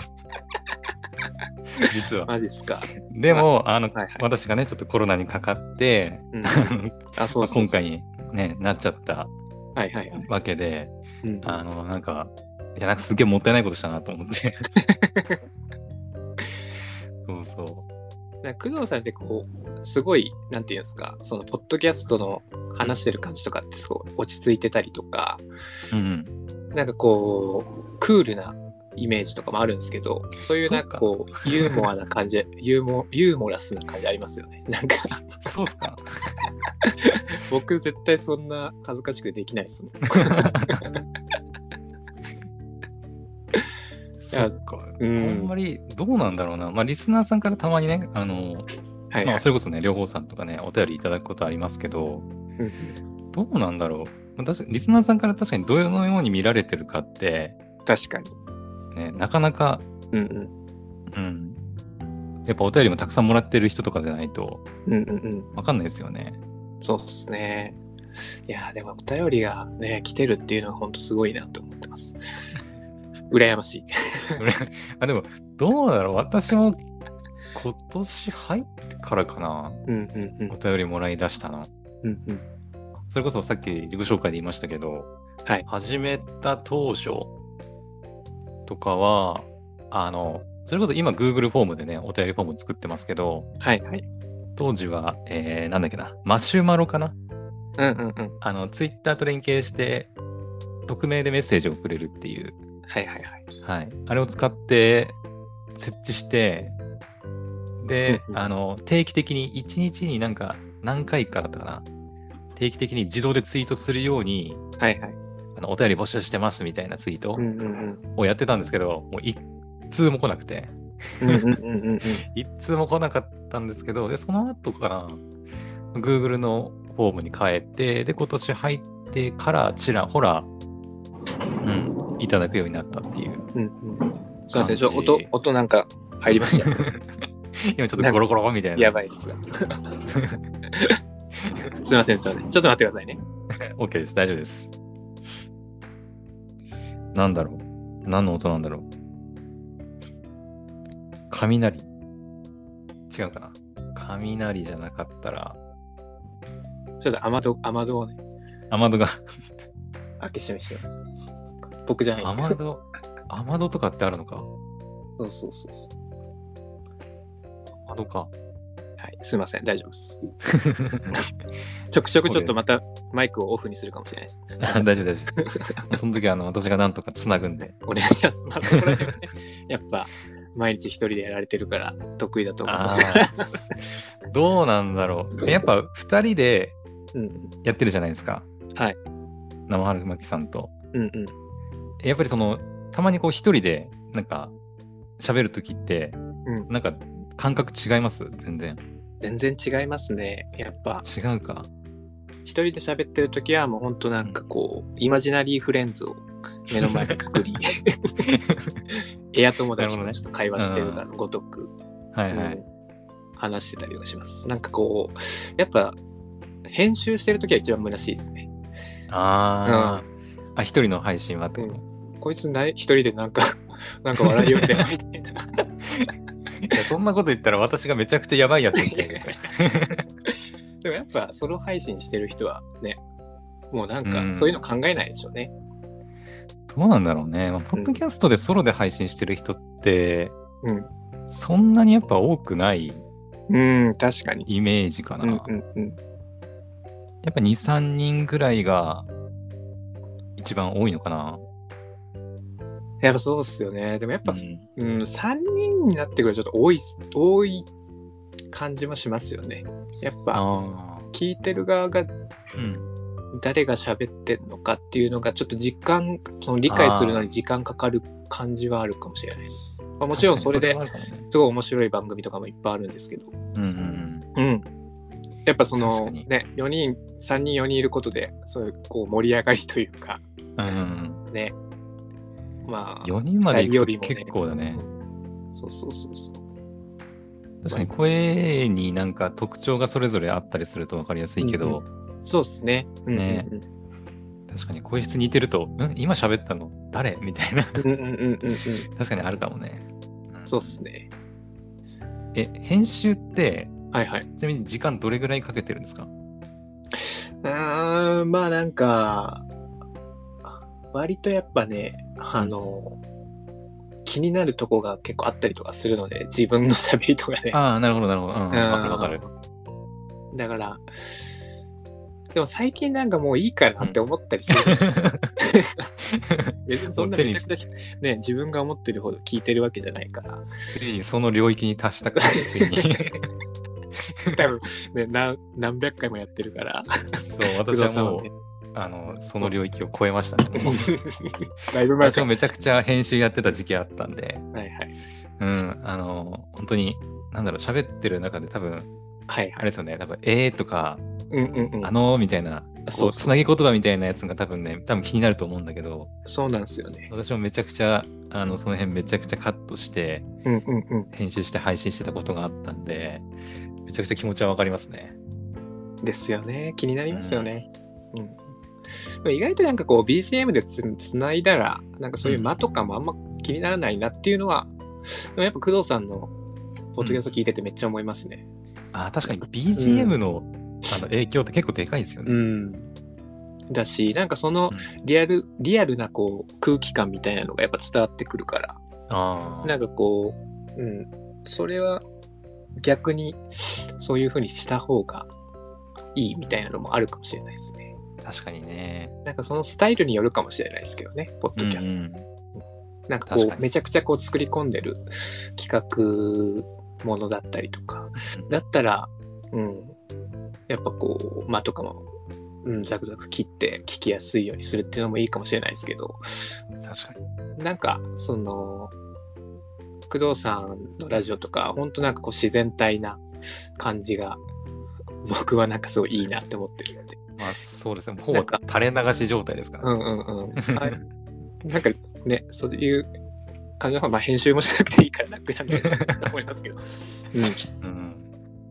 S1: 実は。
S3: マジっすか。
S1: でも、あの、
S3: はいはい
S1: 私がね、ちょっとコロナにかかって、 [laughs]
S3: うん、
S1: あの
S3: あ、そう
S1: ま
S3: そ
S1: あ
S3: う
S1: 今
S3: そう
S1: 回に、ね、なっちゃった
S3: はいはいはい。
S1: わけで、
S3: うん、
S1: あの、なんか、いや、なんかすげえもったいないことしたなと思
S3: [laughs]
S1: って。そうそ
S3: なんか工藤さんってこう、すごい、なんていうんですか、その、ポッドキャストの話してる感じとかって、すごい落ち着いてたりとか、
S1: う。うん
S3: なんかこう、クールなイメージとかもあるんですけど、そういうなんかこう、ユーモアな感じ、ユーモ、ユーモラスな感じありますよね。なんか、
S1: うん。そうっすか。
S3: 僕絶対そんな恥ずかしくでき [laughs] ないですもん。
S1: [laughs] そっか。
S3: う
S1: あん
S3: ん。
S1: ま
S3: は
S1: りどうなんだろうな、まあ、リスナーさんからたまにね、あの
S3: い
S1: ま
S3: は
S1: あ、
S3: い。
S1: それこそね、両方さんとかね、お便りいただくことありますけど、
S3: うん
S1: どうなんだろう、まあ確かリスナーさんから確かにどのように見られてるかって、
S3: 確かに。
S1: ね、なかなか、
S3: うんうん。
S1: うん、やっぱお便りもたくさんもらってる人とかじゃないと
S3: うんうんうん。
S1: 分かんないですよね。
S3: そうですね。いやー、でもお便りがね、来てるっていうのは本当すごいなと思っ
S1: [laughs]
S3: てます。羨ましい。
S1: あでも、どうだろう、私も今年入ってからかな、
S3: うんうんう
S1: お
S3: ん。
S1: 便りもらい出したの。
S3: うんうん。
S1: それこそさっき自己紹介で言いましたけど、
S3: はい
S1: 始めた当初とかは、あの、それこそ今 Google フォームでね、お便りフォーム作ってますけど、
S3: はいはい。
S1: 当時は、えー、なんだっけな、マシュマロかな
S3: うんうんうん。
S1: あの、Twitter と連携して、匿名でメッセージを送れるっていう、
S3: はいはいはい。
S1: はい。あれを使って、設置して、で
S3: う、んうん
S1: あの、定期的に1日になんか何回かだったかな、定期的に自動でツイートするように、
S3: はいはい。
S1: あのお便り募集してますみたいなツイート
S3: うんうんうん。
S1: をやってたんですけど、もう一通も来なくて、
S3: うんうんうんうんうん。
S1: 一通も来なかったんですけど、で、その後かな、Google のフォームに変えて、で、今年入ってからちらほら、うん、いただくようになったっていう。
S3: うんうん。すいません、ちょ音、音なんか入りました。
S1: [laughs] 今ちょっとゴロゴロみたいな。
S3: やばいです
S1: [laughs]
S3: が。すいません、すいません。ちょっと待ってくださいね。
S1: OK です。大丈夫です。なんだろう何の音なんだろう雷。違うかな雷じゃなかったら、
S3: ちょっと雨戸、雨戸をね、
S1: 雨戸が、
S3: 開け閉めしてます。僕じゃないで
S1: [laughs]
S3: す
S1: 雨戸、雨戸とかってあるのか
S3: そうそうそうそう。
S1: 雨戸か。
S3: はい、すいません、大丈夫です。ちょくちょくちょっとまたマイクをオフにするかもしれないです。
S1: [laughs] 大丈夫、大丈夫です。その時はあの私がなんとかつなぐんで。
S3: お願いします。まあ、そこら辺はね、やっぱ、毎日一人でやられてるから得意だと思い
S1: あ
S3: ます。
S1: ー [laughs] どうなんだろう。やっぱ2人で
S3: うん、
S1: やってるじゃないですか。
S3: はい。
S1: 生春巻さんと。
S3: うん、うん。
S1: やっぱりそのたまにこう一人でなんか喋る時って、
S3: うん
S1: なんか感覚違います全然
S3: 全然違いますね。やっぱ、
S1: 違う [laughs] か
S3: 一人で喋ってる時はもう本当なんかこう、イマジナリーフレンズを目の前に作り、エア友達とちょっと会話してるからごとく、
S1: はいはい、
S3: うん話してたりはします。なんかこう、やっぱ、編集してる時は一番虚しいですね。
S1: あー、あ一人の配信はってこと、
S3: こいつない一人でなんか、 [laughs] なんか笑いよってないみたい [laughs] な。
S1: いやそんなこと言ったら私がめちゃくちゃやばいやつみたい
S3: [laughs]
S1: ですね
S3: でもやっぱソロ配信してる人はね、もうなん
S1: う
S3: か
S1: ん
S3: そういうの考えないでしょうね。
S1: どうなんだろうね、まあ、ポッドキャストでソロで配信してる人って
S3: うん。
S1: そんなにやっぱ多くない
S3: うん、確かに。
S1: イメージかな、
S3: うん
S1: やっ
S3: うんうん。
S1: ぱ23人ぐらいが一番多いのかな、
S3: やっぱそうっすよね。でもやっぱ
S1: うん
S3: うん、3人になってくるとちょっと多いっす、多い感じもしますよね。やっぱ、
S1: あ
S3: 聞いてる側が
S1: ーうん
S3: 誰が喋ってんのかっていうのが、ちょっと時間、その理解するのに時間かかる感じはあるかもしれないです。まあ、もちろんそれで
S1: 確かにそれはあるかもね
S3: すごい面白い番組とかもいっぱいあるんですけど、
S1: うんうん
S3: うん。やっぱそ
S1: 確
S3: の
S1: かに
S3: ね、4人、3人、4人いることで、そういうこう盛り上がりというか、
S1: うんうんうん
S3: ね、まあ、
S1: 4人まで
S3: 二人よ
S1: 行
S3: り
S1: くと
S3: もね
S1: 結構だね。
S3: うんそうそうそうそう。
S1: 確かに声になんか特徴がそれぞれあったりすると分かりやすいけど、
S3: そうですね。うんうん
S1: ね確かに声質似てると、ん今喋ったの誰みたいな、
S3: うん。うんうんうんうんうん。
S1: 確かにあるかもね。
S3: そうですね。
S1: え、編集って、
S3: はいはい。
S1: ちなみに時間どれぐらいかけてるんですか
S3: うーん、まあなんか、割とやっぱね、あの、気になるとこが結構あったりとかするので、自分の喋りとかね。
S1: ああ、なるほど、なるほど。うん、わかるわかる。
S3: だから、でも最近なんかもういいかなって思ったりする。
S1: [laughs]
S3: 別にそんなめちゃくちゃ、ね、自分が思ってるほど聞いてるわけじゃない
S1: [laughs]
S3: から。
S1: ついにその領域に達したから、つい
S3: [laughs]
S1: に。
S3: 多分ね、な何百回もやってるから。
S1: そう、
S3: 工
S1: 私
S3: 藤
S1: は
S3: さん
S1: も
S3: は
S1: う
S3: ね、
S1: あの、その領域を超えましたね。もう
S3: [laughs] だいぶ前
S1: 私
S3: か
S1: も
S3: ら。
S1: めちゃくちゃ編集やってた時期あったんで、
S3: はいはい。
S1: うん、あの、本当に、なんだろう、喋ってる中で多分、
S3: はい
S1: あ
S3: は
S1: れ
S3: い。
S1: ですよね、多分、えーとか、
S3: うんうんうん。
S1: あのーみたいな、
S3: そ
S1: こ
S3: う
S1: う、
S3: そう
S1: つなぎ言葉みたいなやつが多分ね、多分気になると思うんだけど、
S3: そうなんですよね。
S1: 私もめちゃくちゃ、あの、その辺めちゃくちゃカットして、
S3: うんうんうん。
S1: 編集して配信してたことがあったんで、めちゃくちゃ気持ちはわかりますね。
S3: ですよね気になりますよね、うんでも意外となんかこう BGM でつつないだらなんかそういう間とかもあんま気にならないなっていうのは、でもやっぱ工藤さんのポッドキャスト聞いててめっちゃ思いますね
S1: あー確かに BGM の,、あの影響って結構でかいですよ
S3: う
S1: ね。
S3: ん、だしなんかそのリアルリアルなこう空気感みたいなのがやっぱ伝わってくるから
S1: ああ
S3: なんかこう、うん、それは逆にそういう風にした方がいいみたいなのもあるかもしれないですね
S1: 確かにね。
S3: なんかそのスタイルによるかもしれないですけどね、ポッドキャスト。
S1: うんうん
S3: なんかこ
S1: 確
S3: う
S1: かに
S3: めちゃくちゃこう作り込んでる企画ものだったりとか、だったら、うん、やっぱこう、間とかも、うん、ザクザク切って聞きやすいようにするっていうのもいいかもしれないですけど、
S1: 確かに。
S3: なんかその、工藤さんのラジオとか、ほんとなんかこう自然体な感じが、僕はなんかすごいいいなって思ってるんで。
S1: まあそうですね。ほ
S3: な
S1: ぼ
S3: んか
S1: 垂れ流し状態ですから。
S3: うんうんうん。あなんかね、そういう感じの方が、まあ、編集もしなくていいから楽なんだよなと思いますけど。うん。は
S1: うん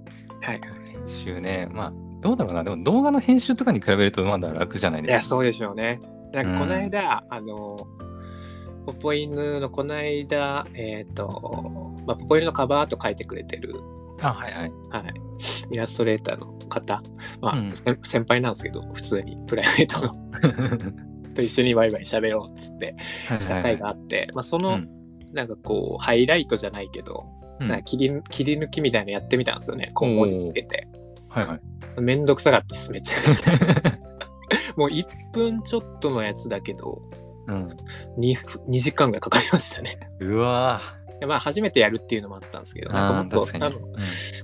S3: い。
S1: 編集ね。まあどうだろうな。でも動画の編集とかに比べるとまだ楽じゃない
S3: い
S1: で
S3: や、
S1: す
S3: そうでしょうね。なんかこの間、あの、ポポイヌのこの間、えっ、と、まあ、ポポイヌのカバーと書いてくれてる、
S1: か。あはいはい。
S3: はい、イラストレーターの方、まあ、
S1: うん
S3: 先先輩なんですけど、普通にプライベートのと一緒にワイワイ喋ろうっつって [laughs] した回があって、まあ、そ
S1: う
S3: の、
S1: ん
S3: なんかこう、ハイライトじゃないけど、
S1: うん
S3: なんか切り切り抜きみたいなのやってみたんですよね、こう文字つけて。
S1: はい
S3: [laughs]
S1: はい。
S3: めんどくさかったです、めちゃくちゃ。 [laughs] もう1分ちょっとのやつだけど、
S1: うん、
S3: 2, 2時間がかかりましたね。 [laughs]
S1: うわー
S3: でまあ、初めてやるっていうのもあったんですけど、なんかもっ
S1: あ
S3: と
S1: ー確
S3: 多
S1: かに
S3: 分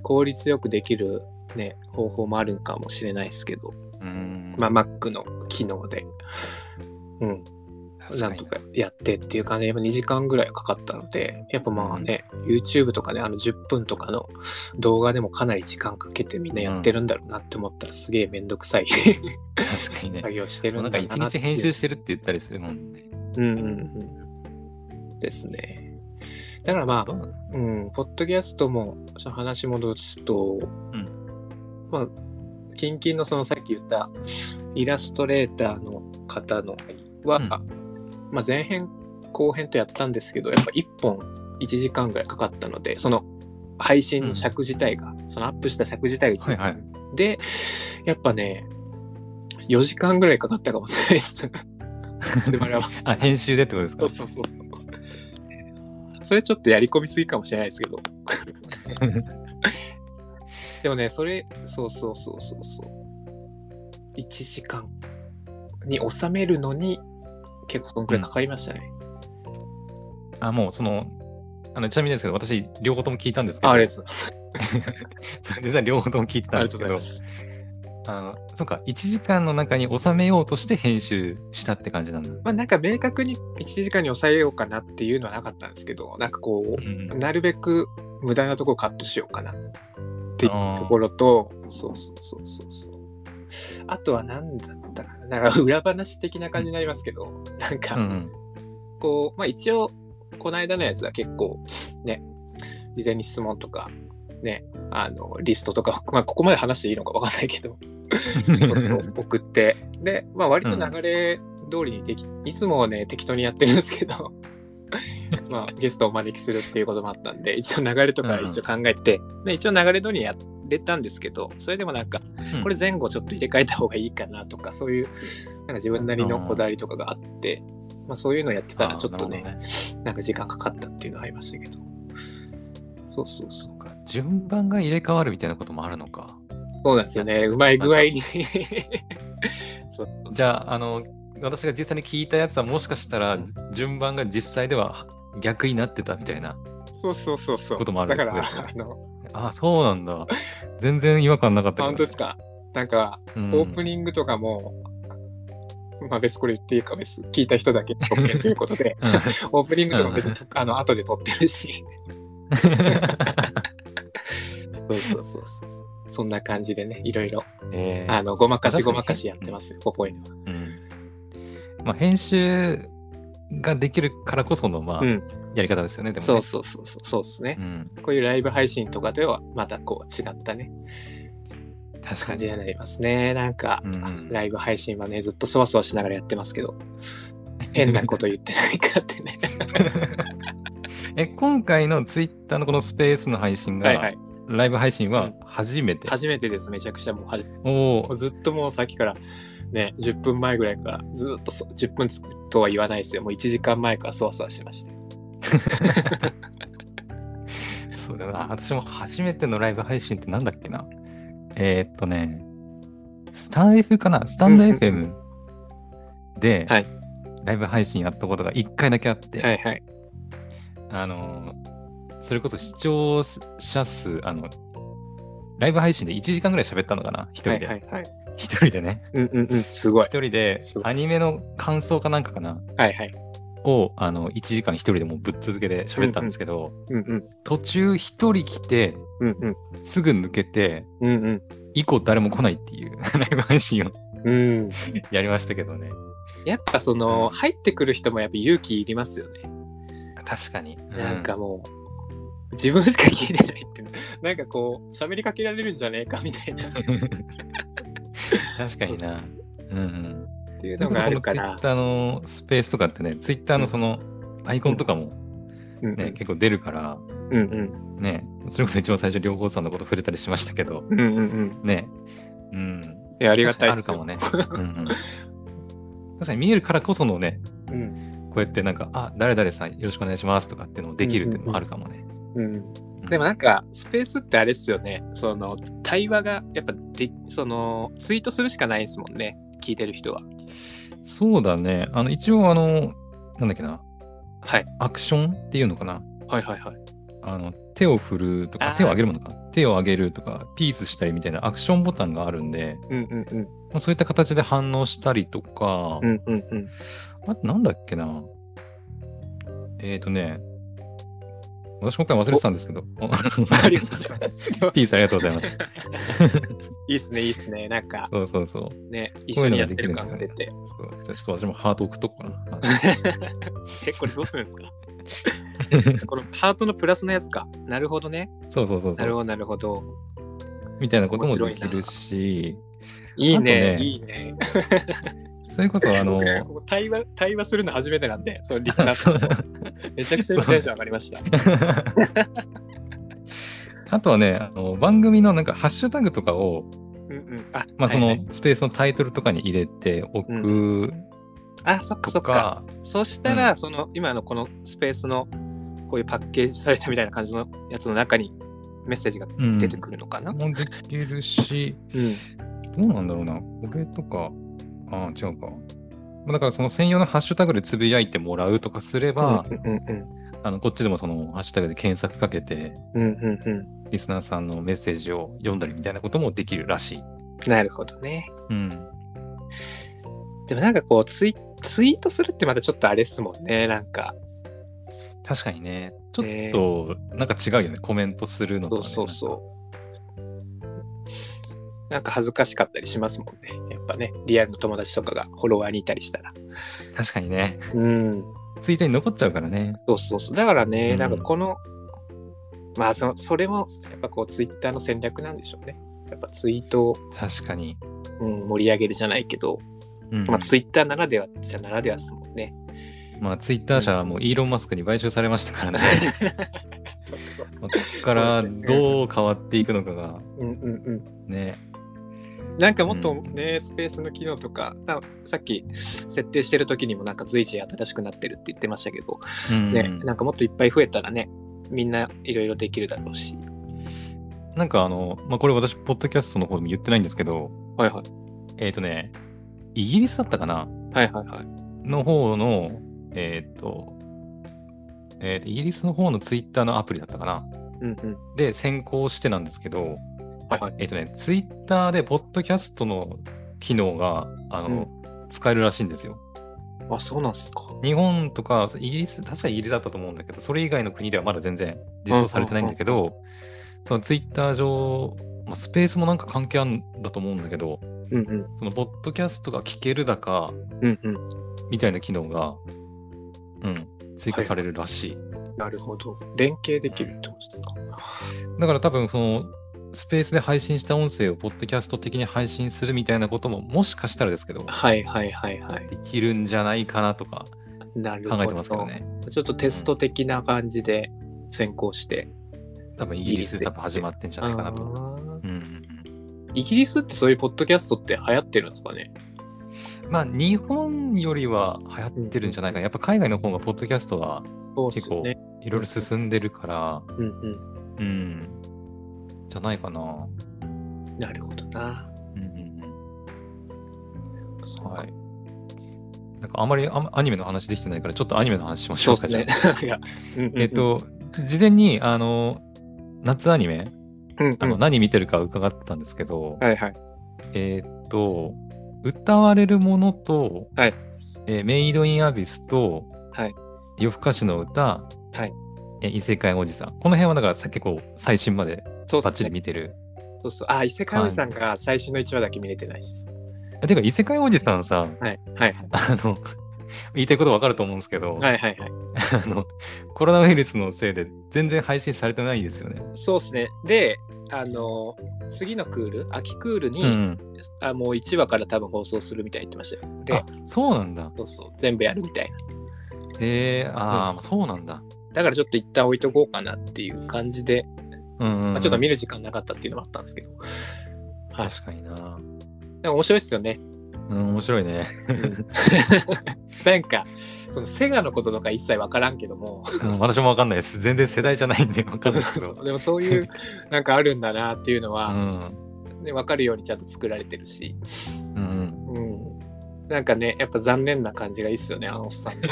S3: 効率よくできる、ね、方法もあるんかもしれないですけど、
S1: うん
S3: まあ、Mac の機能で、うん、
S1: 確
S3: な
S1: か
S3: ん
S1: に
S3: とかやってっていう感じで、2時間ぐらいはかかったので、やっぱまあね、YouTube とかね、あの10分とかの動画でもかなり時間かけてみんなやってるんだろうなって思ったら、すげえめんどくさい
S1: 確かにね。
S3: [laughs] 作業してる
S1: なんんか
S3: だなっ
S1: 一
S3: ていう。
S1: 日編集してるって言ったりするもんね。
S3: うんうんうん。ですね。だからま
S1: ど
S3: あ
S1: う、なの
S3: うん、ポッドキャストも、ちょっと話戻すと、まあ、キンキンのそのさっき言ったイラストレーターの方のは、
S1: うん
S3: まあ前編後編とやったんですけど、やっぱ1本1時間ぐらいかかったので、その配信尺自体が、そのアップした尺自体が1時間、
S1: はいは
S3: で、やっぱね、4時間ぐらいかかったかもしれない
S1: [laughs]
S3: です。でもあれは
S1: あ、編集でってことです
S3: そ
S1: か
S3: うそうそうそう。それちょっとやり込みすぎかもしれない [laughs] ですけど。でもね、それ、そうそうそうそうそう。1時間に収めるのに、結構そのくらいかかりましたね。
S1: あ、もうその、あのちなみにですけど、私、両方とも聞いたんですけど、
S3: あありがとうございます。
S1: それ実は両方とも聞いてた
S3: [laughs] あ
S1: ん
S3: り
S1: で
S3: がと
S1: す
S3: う
S1: け
S3: ござ
S1: ど、
S3: いま
S1: あ
S3: す。
S1: のそうか、1時間の中に収めようとして編集したって感じなんだ。
S3: まあなんか明確に1時間に抑えようかなっていうのはなかったんですけど、なんかこ
S1: う
S3: う、
S1: ん
S3: なるべく無駄なとこカットしようかなっていうところと、そうそうそうそうそう。あとは何だったかな。なんか裏話的な感じになりますけど、なん
S1: うんう
S3: か [laughs]
S1: ん
S3: こう、まあ一応、この間のやつは結構ね、事前に質問とかね、あの、リストとか、まあ、ここまで話していいのかわかんないけど、
S1: [laughs]
S3: 送って、で、まあ、割と流れ通りにでき、いつもね、適当にやってるんです
S1: [laughs]
S3: けど、まあ、ゲストをお招きするっていうこともあったんで、一応流れとか一応考えて、で一応流れ通りにやれたんですけど、それでもなんか、
S1: うん
S3: これ前後ちょっと入れ替えた方がいいかなとか、そういう、なんか自分なりのこだわりとかがあって、まあ、そういうのやってたらちょっとね
S1: あーなるほど
S3: なんか時間かかったっていうのはありましたけど。そうそうそう。
S1: ね順番が入れ替わるみたいなこともあるのか。
S3: そうなんですよね。うまい具合に。
S1: じゃあ、あの、私が実際に聞いたやつは、もしかしたら順番が実際では逆になってたみたいな。
S3: [laughs] そうそうそうそう。
S1: こともある
S3: だから、
S1: ですね
S3: あの、
S1: あ、そうなんだ。全然違和感なかったけど
S3: 本当ですか。なんか、
S1: うん
S3: オープニングとかも、まあ別これ言っていいか別、聞いた人だけ OK ということ [laughs] で、
S1: うん
S3: オープニングとかも別に、あの、後で撮ってるし。そうそうそうそう。そんな感じでね、いろいろ、
S1: [laughs] えー
S3: あの、ごまかしごまかしやってますよ、ここには。
S1: うんまあ、編集ができるからこその、まあ
S3: うん、
S1: やり方ですよね、でもね、
S3: そうそうそうそう、そうですね
S1: う。ん、
S3: こういうライブ配信とかでは、またこう違ったね、
S1: 確か
S3: 感
S1: に。
S3: じになりますね。なんか、
S1: うんうん
S3: ライブ配信はね、ずっとそわそわしながらやってますけど、変なこと言って [laughs] ないかってね。
S1: [laughs] え今回のツイッターのこのスペースの配信が、
S3: はいはい。
S1: ライブ配信
S3: う
S1: は
S3: ん
S1: 初めて。
S3: 初めてです、めちゃくちゃもうはじ、も
S1: お
S3: う
S1: ー
S3: ずっともうさっきから、ね、10分前ぐらいから、ずっとそ10分つとは言わないですよ。もう1時間前からそわそわしてました。
S1: そうだな。私も初めてのライブ配信ってなんだっけな。えーっとね、スタン F かなスタンド
S3: うんうん
S1: FM で、
S3: はい
S1: ライブ配信やったことが1回だけあって、
S3: はいはい。
S1: あのそれこそ視聴者数あのライブ配信で1時間ぐらい喋ったのかな一
S3: は
S1: 人で、
S3: いはいはい。
S1: 一人でね
S3: うんうんうん、すごい。
S1: 一人です
S3: ごい
S1: アニメの感想かなんかかな
S3: はいはい。
S1: をあの1時間一人でもうぶっ続けで喋ったんですけど、
S3: うんうん。
S1: 途中一人来て
S3: うんうん。
S1: すぐ抜けて
S3: うんうん。
S1: 以降誰も来ないっていう [laughs] ライブ配信を
S3: うん、
S1: やりましたけどね
S3: やっぱその入ってくる人もやっぱ勇気いりますよね。
S1: 確かに、う
S3: なんかもう、自分しか聞いてないっていう、なんかこう、喋りかけられるんじゃねえかみたいな。
S1: 確かにな
S3: そうそう
S1: うんうん
S3: そうっていう
S1: で
S3: の
S1: も
S3: があ
S1: こ
S3: る
S1: のツ
S3: か
S1: イ [laughs]
S3: ら
S1: ッ。ターのスペースとかってねツイッターのそのアイコンとかも
S3: うん
S1: ね、結構出るから、
S3: うん
S1: ね、それこそ一番最初、両方さんのこと触れたりしましたけど、
S3: うんうんうんうん。
S1: ね、うん。
S3: いや、ありがたい
S1: あ
S3: で
S1: る
S3: す
S1: か
S3: よ
S1: も。ね。うんうん確かに見えるからこそのね、
S3: うん
S1: こうやってなんか、あ、誰々さんよろしくお願いしますとかっていうのもできるっていうのもあるかもね。
S3: うん、
S1: うん
S3: でもなんかスペースってあれですよねその対話がやっぱでそのツイートするしかないですもんね聞いてる人は
S1: そうだね。あの、一応、あの、なんだっけな、
S3: はい
S1: アクションっていうのかな。
S3: はいはいはい
S1: あの、手を振ると
S3: あ
S1: か、
S3: ー
S1: 手を上げるものか、手を上げるとか、ピースしたりみたいなアクションボタンがあるんで、
S3: うんうんうん
S1: まあ、そういった形で反応したりとか、
S3: うんうんうん
S1: あとなんだっけなえーとね、私今回忘れてたんですけど。お
S3: ありがとうございます
S1: [laughs] ピースありがとうございます。
S3: [laughs] いいっすねいいっすねなんか
S1: そうそうそう。
S3: ね一
S1: こうい
S3: 緒
S1: うの
S3: にや
S1: が
S3: っ
S1: でき
S3: て
S1: る
S3: る
S1: んですよ
S3: 感が
S1: ね
S3: 出て
S1: そうじゃあちょっと私もハート送っとこうかな。
S3: [laughs] えこれどうするんですか [laughs] このハートのプラスのやつかなるほどね
S1: そうそうそう
S3: な
S1: そ
S3: るほ
S1: う。
S3: どなるほど
S1: みたいなこともできるし、
S3: いい
S1: あ
S3: ね
S1: とね
S3: いいね
S1: それこそあの
S3: 僕、ねここ対話対話するの初めてなんでそのリスナーさんとめちゃくちゃテンション上がりま [laughs] した
S1: [laughs] あとはね、あの番組のなんかハッシュタグとかを、
S3: うんうんあ
S1: まあ、そ
S3: はい
S1: の
S3: はい
S1: スペースのタイトルとかに入れておく
S3: あそっかそ
S1: と
S3: っか
S1: か、
S3: そしたら、その今のこのスペースのこういうパッケージされたみたいな感じのやつの中にメッセージが
S1: うん
S3: 出てくるのかな、
S1: もできるし、
S3: うん
S1: どうなんだろうな、これとか、ああ、違うか。まあだからその専用のハッシュタグでつぶやいてもらうとかすれば、
S3: うんうんうん
S1: あのこっちでもそのハッシュタグで検索かけて、
S3: うんうんう
S1: リスナーさんのメッセージを読んだりみたいなこともできるらしい。
S3: んなるほどね
S1: うん。
S3: でもなんかこうツイツイートするってまたちょっとあれっすもんねなんか
S1: 確かにね、ちょっとなんか違うよね、コメントするの
S3: そ
S1: と
S3: う
S1: か、ね。
S3: そうそうなんか恥ずかしかったりしますもんねやっぱねリアルの友達とかがフォロワーにいたりしたら
S1: う。確かにね、
S3: うん
S1: ツイートに残っちゃうからね。
S3: そうそうそうだからね、
S1: うん
S3: なんかこのまあそのそれもやっぱこうツイッターの戦略なんでしょうねやっぱツイートを、
S1: 確かに。
S3: うん、盛り上げるじゃないけど、
S1: うん
S3: まあ、ツイッターならではじゃならではですもん [laughs] ね
S1: まあ、ツイッター社はもうイーロン・マスクに買収されましたからね。
S3: そうそう
S1: まあここからどう変わっていくのかが
S3: うんうんうん
S1: ね。
S3: なんかもっと
S1: うん
S3: ね、スペースの機能とかささっき設定してる時にもなんか随時新しくなってるって言ってましたけど、
S1: うん
S3: ねなんかもっといっぱい増えたらねみんないろいろできるだろうし
S1: なんかあの、まあ、これ私、ポッドキャストの方でも言ってないんですけど、
S3: はいはい
S1: えっ、とね、イギリスだったかな
S3: はいはいはい
S1: の方の、えっ、と、えーとイギリスの方のツイッターのアプリだったかな
S3: うんうん
S1: で、先行してなんですけど、
S3: はいはい
S1: えっ、とね、ツイッターでポッドキャストの機能が、あの、使えるらしいんですよ。
S3: あそうなんですか
S1: 日本とか、イギリス、確かイギリスだったと思うんだけど、それ以外の国ではまだ全然実装されてないんだけど、そのツイッター上、まあ、スペースもなんか関係あるんだと思うんだけど、
S3: うんうん
S1: そのポッドキャストが聞けるだか
S3: うんうん
S1: みたいな機能が、うん、追加されるらしい。
S3: なるほど連携できるってことですか
S1: だから多分そのスペースで配信した音声をポッドキャスト的に配信するみたいなことももしかしたらですけど、
S3: はいはいはいはい
S1: できるんじゃないかなとか
S3: なるほど
S1: 考えてますけどね。
S3: ちょっとテスト的な感じで先行して。
S1: 多分イギリスで多分始まってんじゃないかなと。うん
S3: あ
S1: う
S3: ー
S1: んうん
S3: イギリスってそういうポッドキャストって流行ってるんですかね
S1: まあ日本よりは流行ってるんじゃないかな。やっぱ海外の方がポッドキャストは
S3: そうで
S1: 結
S3: すよ
S1: 構
S3: ね。
S1: いろいろ進んでるから、
S3: うん
S1: うん、じゃないかな。
S3: うん。なるほどな。
S1: うんうんうん
S3: そうか
S1: はい。なんかあまりあアニメの話できてないから、ちょっとアニメの話しまし
S3: そ
S1: ょ
S3: う
S1: う
S3: です
S1: か
S3: ね
S1: じゃあ。
S3: [laughs] いやうんうんうん
S1: えっ、と、事前に、あの、夏アニメ、
S3: うんうん
S1: あの何見てるか伺ってたんですけど、
S3: はいはい。
S1: えっと、歌われるものと、
S3: はい
S1: えーメイドインアビスと、
S3: はい
S1: 夜更かしの歌、
S3: はい
S1: えー異世界おじさん。この辺はだからさっきこう最新まで
S3: そう
S1: バ
S3: で
S1: ッチ
S3: す
S1: リ
S3: ね。
S1: 見てる。
S3: そうそう。あ、伊勢海さんが最新の一話だけ見れてないです。
S1: あてか異世界おじさんさ、
S3: はいはいはい。
S1: あの、 [laughs] 言いたいことわかると思うんですけど、
S3: はいはいはい。
S1: [laughs] あの、コロナウイルスのせいで全然配信されてないですよね。
S3: そうですね。で、あの、次のクール、秋クールに、
S1: ん。
S3: あもう1話から多分放送するみたいに言ってましたよ。で
S1: あ、、そうなんだ。
S3: そうそう。全部やるみたいな。
S1: へえああ、そうなんだ。
S3: だからちょっと一旦置いとこうかなっていう感じで、
S1: うんうんうん、
S3: まあ、ちょっと見る時間なかったっていうのもあったんですけど、はい
S1: 確かにな。
S3: なんか面白いですよね。
S1: うん、面白いね。
S3: なんかそのセガのこととか一切分からんけども
S1: うん私もわかんないです。全然世代じゃないんでわかんないですけ
S3: そ
S1: ど。
S3: う [laughs] でもそう
S1: [laughs]
S3: いうなんかあるんだなっていうの
S1: う
S3: は、
S1: ん。
S3: ね、分かるようにちゃんと作られてるし、
S1: うん。
S3: うん、なんかねやっぱ残念な感じがいいっすよねあのおっさんの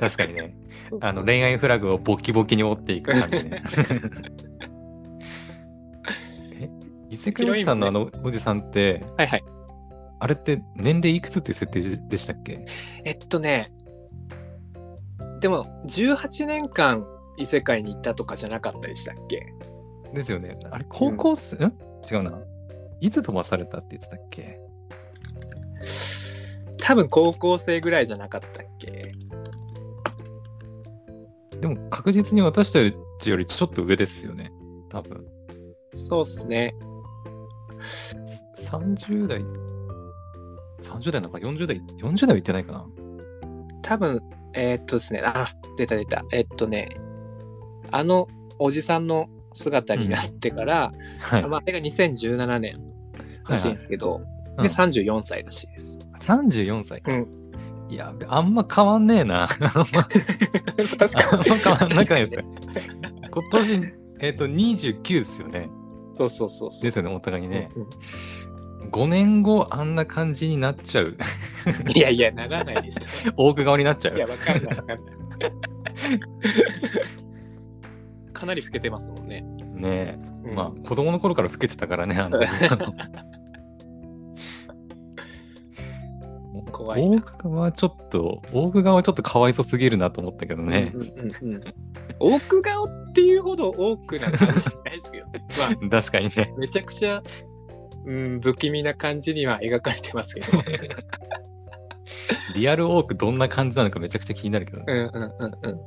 S1: 確かにね。 [laughs] あの、恋愛フラグをボキボキに折っていく感じ [laughs] ね。え伊勢黒さんのあのおじさんって、
S3: はいはい
S1: あれって年齢いくつっていう設定でしたっけ
S3: えっとねでも18年間異世界に行ったとかじゃなかったでしたっけ
S1: ですよね。あれ、高校生、ん違うな。いつ飛ばされたって言ってたっけ
S3: 多分高校生ぐらいじゃなかったっけ
S1: でも確実に私たちよりちょっと上ですよね。多分。
S3: そうっすね
S1: 30代、30代なのか40代、40代はいってないかな。
S3: 多分えーっとですねあ出た出たえっとねあのおじさんの姿になってから、
S1: はい。
S3: まあ、あれが2017年らしいんですけど、
S1: はい
S3: で34歳らしい
S1: [laughs]
S3: です、
S1: 34歳。
S3: う
S1: いや、あんま変わんねえな。 [laughs] あんま
S3: 確
S1: あ
S3: か
S1: んま
S3: に
S1: 変わんなくないです
S3: ね
S1: か。今年、えっ、と、29ですよね。
S3: そうそうそうそう
S1: ですよね、お互いにね。
S3: うんうん
S1: 5年後、あんな感じになっちゃう。 [laughs]
S3: いやいやならないでしょ
S1: 大奥顔になっちゃう
S3: い。やわかんないわかんないかなり老けてますもんね、
S1: ね
S3: う
S1: え。
S3: ん
S1: まあ、子供の頃から老けてたからね、あ
S3: [laughs]
S1: の [laughs]
S3: 怖い
S1: 大
S3: な
S1: 奥顔はちょっと、大奥顔はちょっとかわいそすぎるなと思ったけどね
S3: う。んうんうんうん、多く顔っていうほど多くな感じじゃないですけどね、 [laughs] まあ、
S1: 確かにね。
S3: めちゃくちゃ、うん、不気味な感じには描かれてますけ [laughs] ど、
S1: リアルオークどんな感じなのかめちゃくちゃ気になるけどね。
S3: うんうんうんうん、
S1: 確かにな。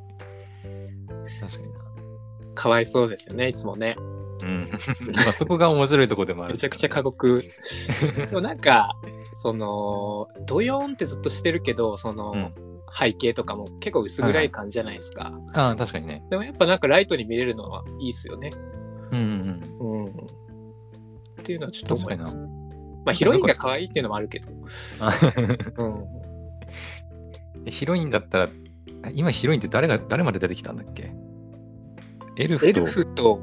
S3: かわいそうですよねいつもね
S1: うん。 [laughs] まあそこが面白いとこでもある、
S3: めちゃくちゃ過 [laughs] 酷でもなんかそのドヨーンってずっとしてるけどその、
S1: うん
S3: 背景とかも結構薄暗い感じじゃないですか、
S1: ああ、確かにね。
S3: でもやっぱなんかライトに見れるのはいいっすよね
S1: うんうんうん。
S3: うんっていうのはちょっと
S1: 確
S3: 思
S1: か
S3: い
S1: にな
S3: ます。まあヒロインが可愛いっていうのもあるけど、うん、
S1: [laughs] ヒロインだったら、あ今ヒロインって誰が、誰まで出てきたんだっけエルフ
S3: エ
S1: と
S3: ル、フと、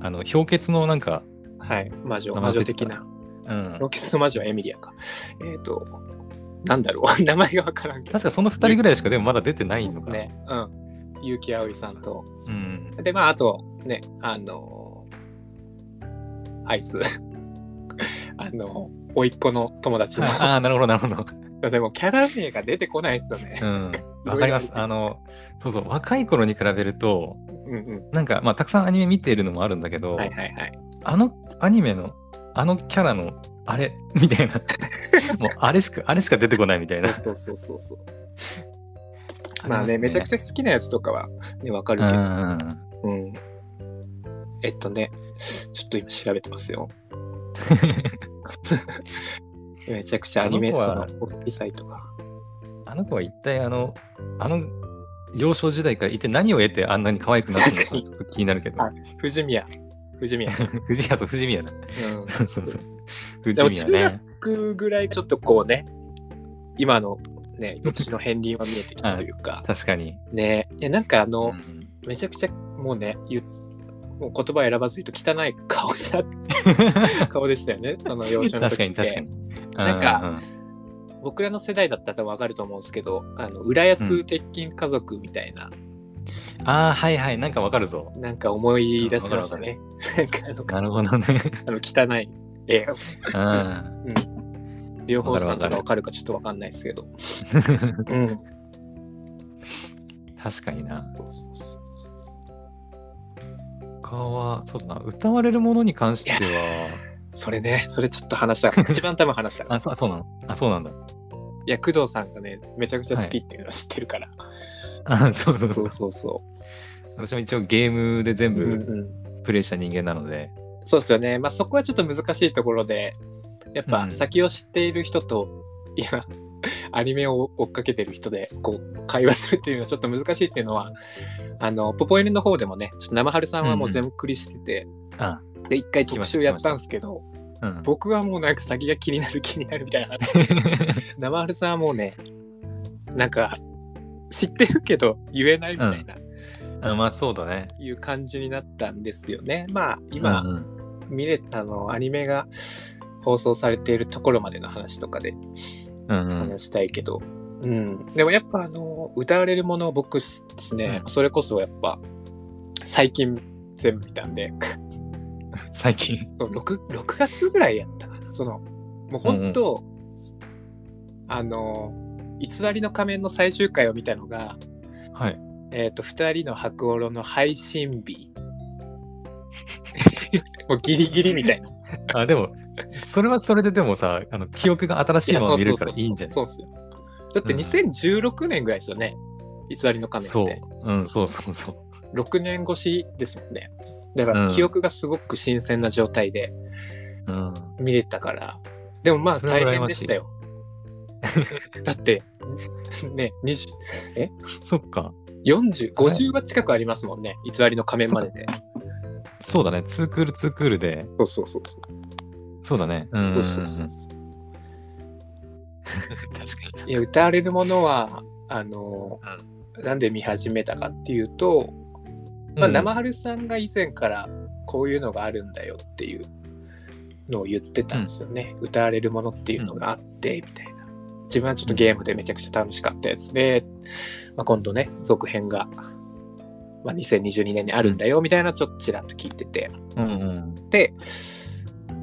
S1: あの、氷結のなんか、
S3: はい、魔女、
S1: 名前
S3: 魔
S1: 忘
S3: 女
S1: れて
S3: 的
S1: た
S3: な。
S1: うん
S3: ロ。ケスの魔女はエミリアか。えっ、と、なんだろう、 [laughs] 名前がわからんけど。
S1: 確かその二人ぐらいしかでもまだ出てない
S3: そう
S1: の
S3: で
S1: か。
S3: すね。うん。結城葵さんと。
S1: うん。
S3: で、まあ、あと、ね、あのーアイス。 [laughs] あのー、甥っ子の友達の。
S1: あ [laughs] あ、なるほど、なるほど。
S3: [laughs] でも、キャラ名が出てこないですよね
S1: う。ん。わかりま
S3: いろいろありすぎ
S1: す。
S3: [laughs] て
S1: あの、そうそう、若い頃に比べると、
S3: うんう
S1: なんか、まあ、たくさんアニメ見ているのもあるんだけど、
S3: ん。はいはいはい。
S1: あのアニメの、あのキャラの、あれみ
S3: [laughs]
S1: たいな。もう、あれしか、あれしか出てこないみたいな。
S3: そうそうそうそう。まあね、めちゃく
S1: ち
S3: ちゃ好きなやつとかはね、わかるけど。
S1: ゃ。うん。
S3: うん。えっとね、ちょっと今調べてま
S1: [laughs]
S3: すよ。めちゃくちゃアニメ、
S1: あの
S3: そ
S1: 子は
S3: の、公式サイトが。
S1: あの子は一体あの、あの幼少時代から一体何を得てあんなに可愛くなったのか
S3: 確かに
S1: ちょっと気になるけど
S3: あ。藤宮。
S1: [laughs]
S3: 藤宮。
S1: 藤谷と藤宮だ。
S3: うん。
S1: そうそうそう。藤
S3: でも
S1: 宮
S3: 中
S1: ね。
S3: 学ぐらい、ちょっとこうね、今のね、予期の片鱗は見えてきたという
S1: [laughs]
S3: か、
S1: 確かに。
S3: ね、いや、なんかあ
S1: う
S3: の、
S1: ん
S3: めちゃくちゃ、もうね、言もう言葉選ばず言うと汚い顔じゃ
S1: [laughs]
S3: 顔でしたよね、その幼少の時
S1: 確
S3: っ
S1: か
S3: て
S1: に確かに。
S3: なんか
S1: うんうん
S3: 僕らの世代だったら多分わかると思うんですけど、あの浦安鉄筋家族みたいな、
S1: うん、ああ、はいはい、なんかわかるぞ。
S3: なんか思い出しましたね。なんかあ
S1: な
S3: の
S1: るほどね。
S3: あの汚い絵を
S1: うん。
S3: 両方さんとかわかるかちょっとわかんないです [laughs] けど。うん。
S1: 確かにな。
S3: そうそうそう
S1: 他は、そうだな、歌われるものに関しては、
S3: それね、それちょっと話したか [laughs] った。一番多分話したか
S1: あ、
S3: った。
S1: そうそうなのあ、そうなんだ。
S3: いや、工藤さんがね、めちゃくちゃ好きっていうのは知ってるから。
S1: あそうそうそ
S3: そうう。そうそう。
S1: 私も一応ゲームで全
S3: うん
S1: 部
S3: うん、
S1: プレイした人間なので、
S3: そうですよね。まあそこはちょっと難しいところで、やっ
S1: う
S3: ぱ
S1: ん
S3: 先を知っている人と、今、 [laughs] アニメを追っかけてる人でこう会話するっていうのはちょっと難しいっていうのはあのポポエルの方でもねちょっと生春さんはもう全部クリしてて、
S1: あ
S3: で一回特集やったんですけど
S1: うん。
S3: 僕はもうなんか先が気になる気になるみ [laughs] たいな話生春さんはもうねなんか知ってるけど言えないみたいな、
S1: あまあそうだね。
S3: いう感じになったんですよねまあ今、
S1: うんうん
S3: 見れたのアニメが放送されているところまでの話とかで
S1: うんうん
S3: 話したいけど、うんでもやっぱあの歌われるもの僕ですね、それこそやっぱ最近全部見たんで [laughs]
S1: 最近。
S3: そう 6, 6月ぐらいやったかなそのもう本当、あの「偽りの仮面」の最終回を見たのが、
S1: はい。
S3: えっと2人の白オロの配信日 [laughs] もうギリギリみたいな
S1: あ、でも、それはそれででもさ、あの記憶が新しいものを見れるからいいんじゃない
S3: そうそうそうそうそうっすよだって
S1: うん
S3: 2016年ぐらいですよね、偽りの仮面
S1: そう
S3: って。
S1: うん、そうそうそう。
S3: 6年越しですもんねだから
S1: うん
S3: 記憶がすごく新鮮な状態で
S1: うん。
S3: 見れたから、でもまあ
S1: それは
S3: 大
S1: 羨
S3: 変
S1: ま
S3: で
S1: し
S3: し
S1: い [laughs]
S3: たよだってね20え
S1: そっか。
S3: 4050は近くありますもんね偽りの仮面までで
S1: そうだね。ツークールツークールで、
S3: そうそうそうそう
S1: そうだね。うんうんう
S3: そ
S1: ん。
S3: うそうそう
S1: 確
S3: そう
S1: か
S3: いや歌われるものはあの、なんで見始めたかっていうと、
S1: に。
S3: まあ、
S1: うん
S3: 生春さんが以前からこういうのがあるんだよっていうのを言ってたんですよね、歌われるものっていうのがあってみたいな自分はちょっとゲームでめちゃくちゃ楽しかったやつで、まあ、今度ね続編が、まあ、2022年にあるんだよみたいなちょっとちらっと聞いてて
S1: うんうん。
S3: で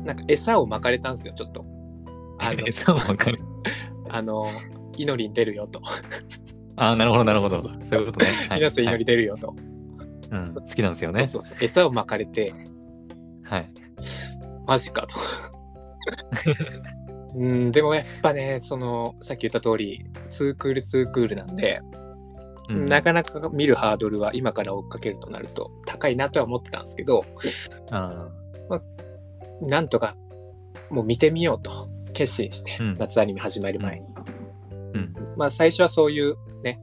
S3: なんか餌をまかれたんですよちょっと
S1: [laughs]
S3: あの
S1: 餌を分かる。
S3: あの祈りに出るよと、
S1: あーなるほど、なるほど。そ
S3: そ
S1: うう
S3: そう
S1: いうことね。はい
S3: [laughs] 皆さん祈り出るよと、
S1: はいうん。好きなんですよね。
S3: そうそうそう餌をまかれて
S1: はい。
S3: マジかと。うん、でもやっぱね、その、さっき言った通り、ツークールツークールなんで、
S1: うん
S3: なかなか見るハードルは今から追っかけるとなると高いなとは思ってたんですけど、
S1: あ
S3: なんとかもう見てみようと決心して、
S4: うん
S3: 夏アニメ始まる前に。
S4: うん
S3: まあ最初はそういうね、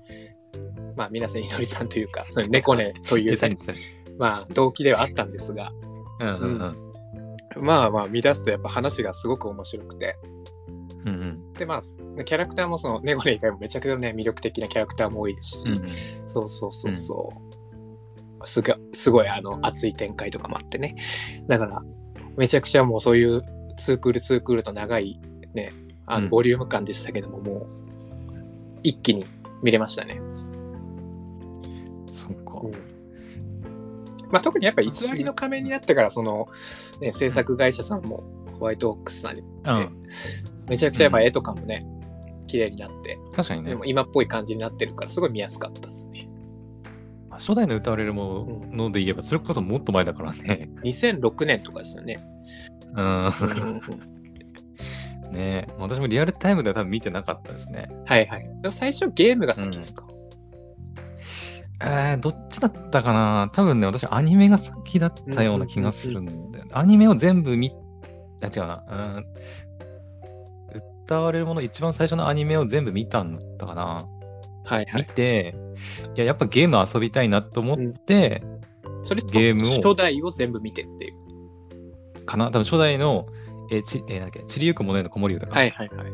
S3: まあ皆さん祈りさんというか、そういう猫ねと
S1: ー
S4: [laughs]
S3: い
S1: え
S3: う、
S1: さにさに
S3: まあ動機ではあったんですが、
S1: うんうんうん
S3: まあまあ見出すとやっぱ話がすごく面白くて、
S1: うんうん
S3: でまあキャラクターもその猫ね以外もめちゃくちゃね魅力的なキャラクターも多いですし、
S1: うん
S3: そうそうそうそう。すごすごいあの熱い展開とかもあってね。だから、めちゃくちゃもうそういうツークールツークールと長いね、あ
S1: う
S3: の
S1: ん
S3: ボリューム感でしたけども、もう一気に見れましたね。
S1: そうか
S3: うんまあ、特にやっぱ偽りの仮面になってから、その、ね、制作会社さんもホワイトオックスさんに、
S1: うん
S3: めちゃくちゃやっぱ絵とかもね、綺麗になって、
S1: 確かにね
S3: でも今っぽい感じになってるから、すごい見やすかったですね。
S1: 初代の歌われるもので言えばそれこそもっと前だからね [laughs]
S3: 2006年とかですよね。
S1: うん
S3: うんうんうん
S1: ね私もリアルタイムでは多分見てなかったですね
S3: はいはい。でも最初ゲームが先ですか、
S1: えー、どっちだったかな多分ね、私、アニメが先だったような気がするんだよね。アニメを全部見、あ、違うな。うん。歌われるもの、一番最初のアニメを全部見たんだったかな。
S3: はいは
S1: 見
S3: い。
S1: て、いや、やっぱゲーム遊びたいなと思って、
S3: それ
S1: ゲームを
S3: 初代を全部見てっていう。
S1: かな多分初代の、えーち、えーなんだっけ、散りゆくものへの子守歌か、
S3: はいはいはい。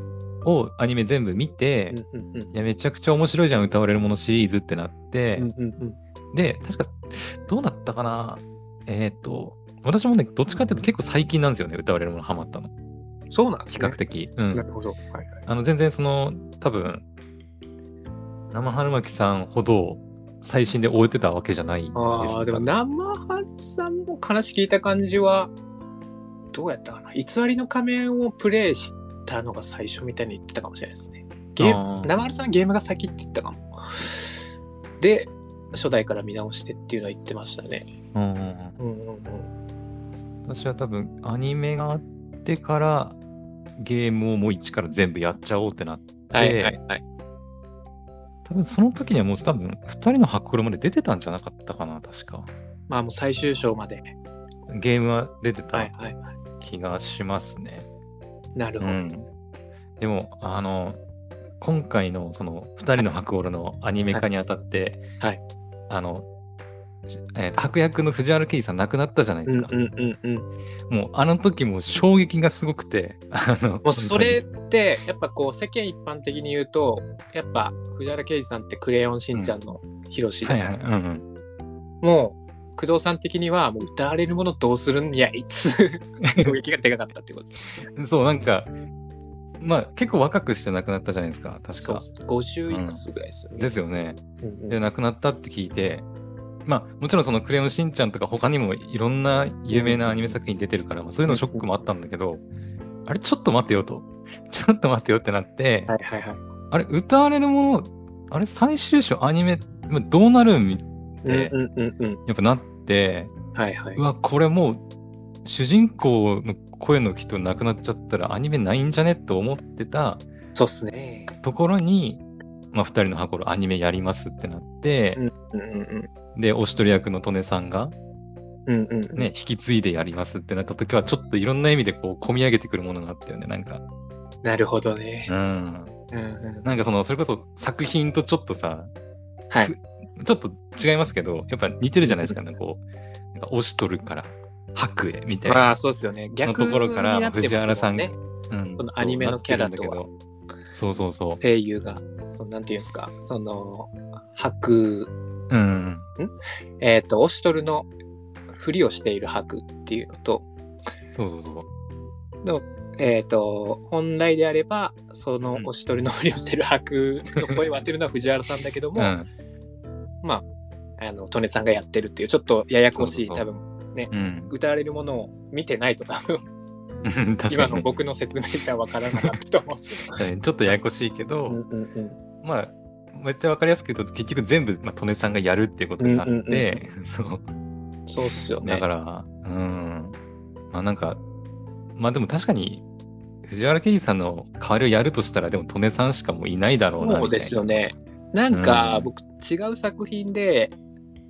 S1: をアニメ全部見て、
S3: う
S1: い
S3: んうんうん。
S1: や、めちゃくちゃ面白いじゃん、歌われるものシリーズってなって、
S3: うんうんうん、
S1: で、確か、どうなったかなえっ、と、私もね、どっちかっていうと結構最近なんですよね、歌われるものハマったの。
S3: そうなんです
S1: 比
S3: ね
S1: 較。的。う。
S3: なんるほど。はいはい、
S1: あの、全然その、多分、生春巻さんほど最新で終えてたわけじゃないです
S3: ああ、でも生春さんも話聞いた感じは、どうやったかな偽りの仮面をプレイしたのが最初みたいに言ってたかもしれないですね。ゲー
S1: あ
S3: ム
S1: ー
S3: 生春さんゲームが先って言ったかも。で、初代から見直してっていうのは言ってましたね。
S1: うんうんうん
S3: うんうんうん。
S1: 私は多分、アニメがあってから、ゲームをもう一から全部やっちゃおうってなって、
S3: はいはいはい。
S1: 多分その時にはもう多分、2人の白黒まで出てたんじゃなかったかな、確か。
S3: まあもう最終章まで。
S1: ゲームは出て
S3: はい
S1: た
S3: はいはい。
S1: 気がしますね。
S3: なるほ
S1: う
S3: ど。
S1: ん、でもあの今回のその2人の白オロのアニメ化にあたって、
S3: はい
S1: あの、しえーと白役の藤原圭司さん亡くなったじゃないで
S3: う
S1: す
S3: ん
S1: か、
S3: うんうんうん。も
S1: もうあの時もう衝撃がすごくてあの
S3: うそれってやっぱこう世間一般的に言うとやっぱ藤原啓治さんって「クレヨンしんちゃん」のヒロシ
S1: 本当にはいはいうんうん
S3: もう工藤さん的にはもう歌われるものどうするんやい [laughs] つ衝撃がでかかったってことです。
S1: そうなんかまあ結構若くして亡くなったじゃないですか確
S3: そう
S1: か
S3: っす50いくつぐらいですよね。
S1: ですよね
S3: うんうん
S1: で亡くなったって聞いてまあもちろんその「クレヨンしんちゃん」とか他にもいろんな有名なアニメ作品出てるから、まあ、そういうのショックもあったんだけど、あれちょっと待ってよと [laughs] ちょっと待ってよってなって、
S3: はいはいはい。
S1: あれ歌われるものあれ最終章アニメまあどうなるんで
S3: うんうんうんうん。
S1: やっぱなって。
S3: はいはいう
S1: わこれもう主人公の声の人亡くなっちゃったらアニメないんじゃねと思ってた
S3: そうっすね。
S1: ところに、まあ、2人の箱のアニメやりますってなって、
S3: うんうんうん。
S1: でおしとり役の利根さんが
S3: うんうんうん、
S1: ね、引き継いでやりますってなった時はちょっといろんな意味でこう込み上げてくるものがあったよねなんか
S3: なるほどね
S1: う。ん
S3: うんうん、
S1: なんかそのそれこそ作品とちょっとさ
S3: はい。
S1: ちょっと違いますけどやっぱ似てるじゃないですかねこうなんか押しとるから白衣みたいな、
S3: まあそうですよね。逆
S1: のところから
S3: になってますも
S1: 藤原さん
S3: ね。
S1: うん
S3: このアニメのキャラとは
S1: そうなってるんだけどそうそうそ
S3: 声優がそのなんていうんですかその白
S1: ううん
S3: えっ、とオシトルのふりをしている白っていうのと,、
S1: そうそうそう
S3: えー、と本来であればその
S1: うん
S3: オシトルのふりをしている白の声を当てるのは藤原さんだけど
S1: う
S3: も、
S1: ん
S3: まああの利根さんがやってるっていうちょっとややこしい
S1: そうそうそ
S3: 多分
S1: うん
S3: 歌われるものを見てないと多分
S1: 確かに
S3: [laughs] 今の僕の説明じゃわからなかったと思うんですけど。
S1: うんちょっとややこしいけど、
S3: うんうんうん
S1: まあめっちゃわかりやすく言うと結局全部、まあ、利根さんがやるっていうことになって、
S3: うんう
S1: [laughs]
S3: ん
S1: そう
S3: そうっすよね。
S1: だから、うん。まあなんか、まあでも確かに、藤原刑事さんの代わりをやるとしたら、でも、利根さんしかもういないだろうなみたいな。
S3: そうですよね。なん
S1: う
S3: か
S1: ん
S3: 僕違う作品で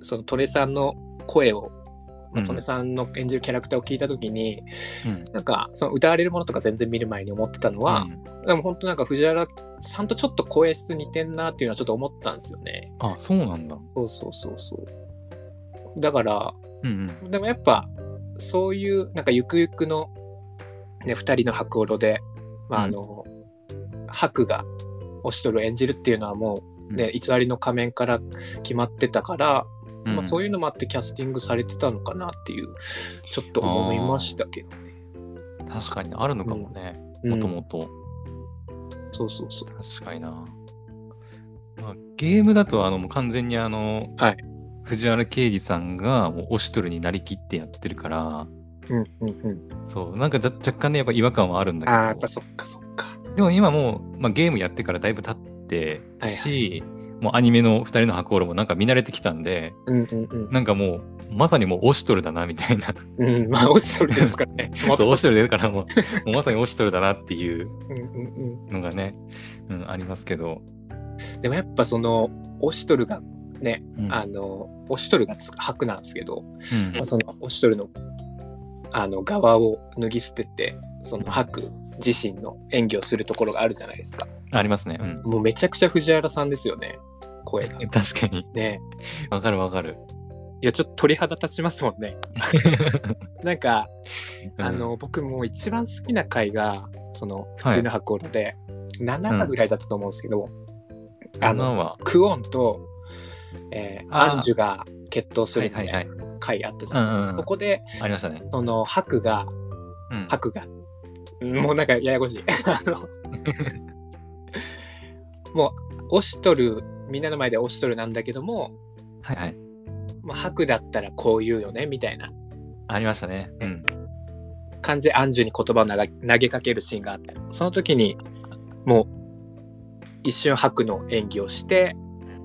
S3: そのトレさんの声を、まあ
S1: うん
S3: トレさんの演じるキャラクターを聞いた時に、
S1: うん
S3: なんかその歌われるものとか全然見る前に思ってたのは、でも本当なんか藤原さんとちょっと声質似てんなっていうのはちょっと思ったんですよね。
S1: あ、そうなんだ。
S3: そうそうそうそう。だから
S1: うん
S3: でもやっぱそういうなんかゆくゆくの、ね、2人の白ロで、まあ、あの、白がオシトルを演じるっていうのはもう、ね、偽りの仮面から決まってたから、
S1: うん。
S3: まあ、そう
S1: い
S3: いうのもあってキャスティングされてたのかなっていうちょっと思いましたけどね。
S1: うん。確かにあるのかもね。
S3: う
S1: も
S3: ん
S1: ともと。
S3: そうそうそう。
S1: 確かにな。まあ、ゲームだとあのもう完全にあの、
S3: はい
S1: 藤原啓治さんがもうオシトルになりきってやってるから、
S3: うんうんうん、
S1: そう、なんかざ若干ね、やっぱ違和感はあるんだけど。
S3: ああやっぱそっかそっか。
S1: でも今もう、まあ、ゲームやってからだいぶ経ってし、もうアニメの2人の箱ロもなんか見慣れてきたんで、
S3: うんうんうん。
S1: なんかもう、まさにもうオシトルだなみたいな。
S3: うん、まあオシトルですからね。
S1: [laughs] そう、オシトルだからもう、もうまさにオシトルだなっていう
S3: うんうん
S1: のがね、うん、ありますけど。
S3: うん、でもやっぱそのオシトルがね
S1: うん
S3: あのオシトルがつ白なんですけど、
S1: うん
S3: まあ、そのオシトルのあの側を脱ぎ捨ててその白自身の演技をするところがあるじゃないですか
S1: ありますね。うん。
S3: もうめちゃくちゃ藤原さんですよね声が
S1: 確かに。
S3: ね
S1: わかるわかる。
S3: いやちょっと鳥肌立ちますも
S1: [laughs]
S3: んねなんか、
S1: うん
S3: あ、の僕もう一番好きな回がその
S1: はい
S3: 冬の箱ので、7話ぐらいだったと思うんですけど、あ
S1: あ
S3: の
S1: のは、
S3: クオンと、えー
S1: あー
S3: アンジュが決闘す
S1: は
S3: る
S1: い
S3: み
S1: は
S3: た
S1: い
S3: い
S1: は。
S3: ない回あったじ
S1: う
S3: ゃん、
S1: んうんうん
S3: そこで
S1: ありましたね。
S3: その白が
S1: うん。
S3: 白がもうなんかややこ
S1: [laughs]
S3: しいあのもうオシトルみんなの前でオシトルなんだけども、
S1: はいはい。
S3: まあ、白だったらこう言うよねみたいな
S1: ありましたね。うん。
S3: 感じでアンジュに言葉を投げ投げかけるシーンがあってその時にもう一瞬白の演技をして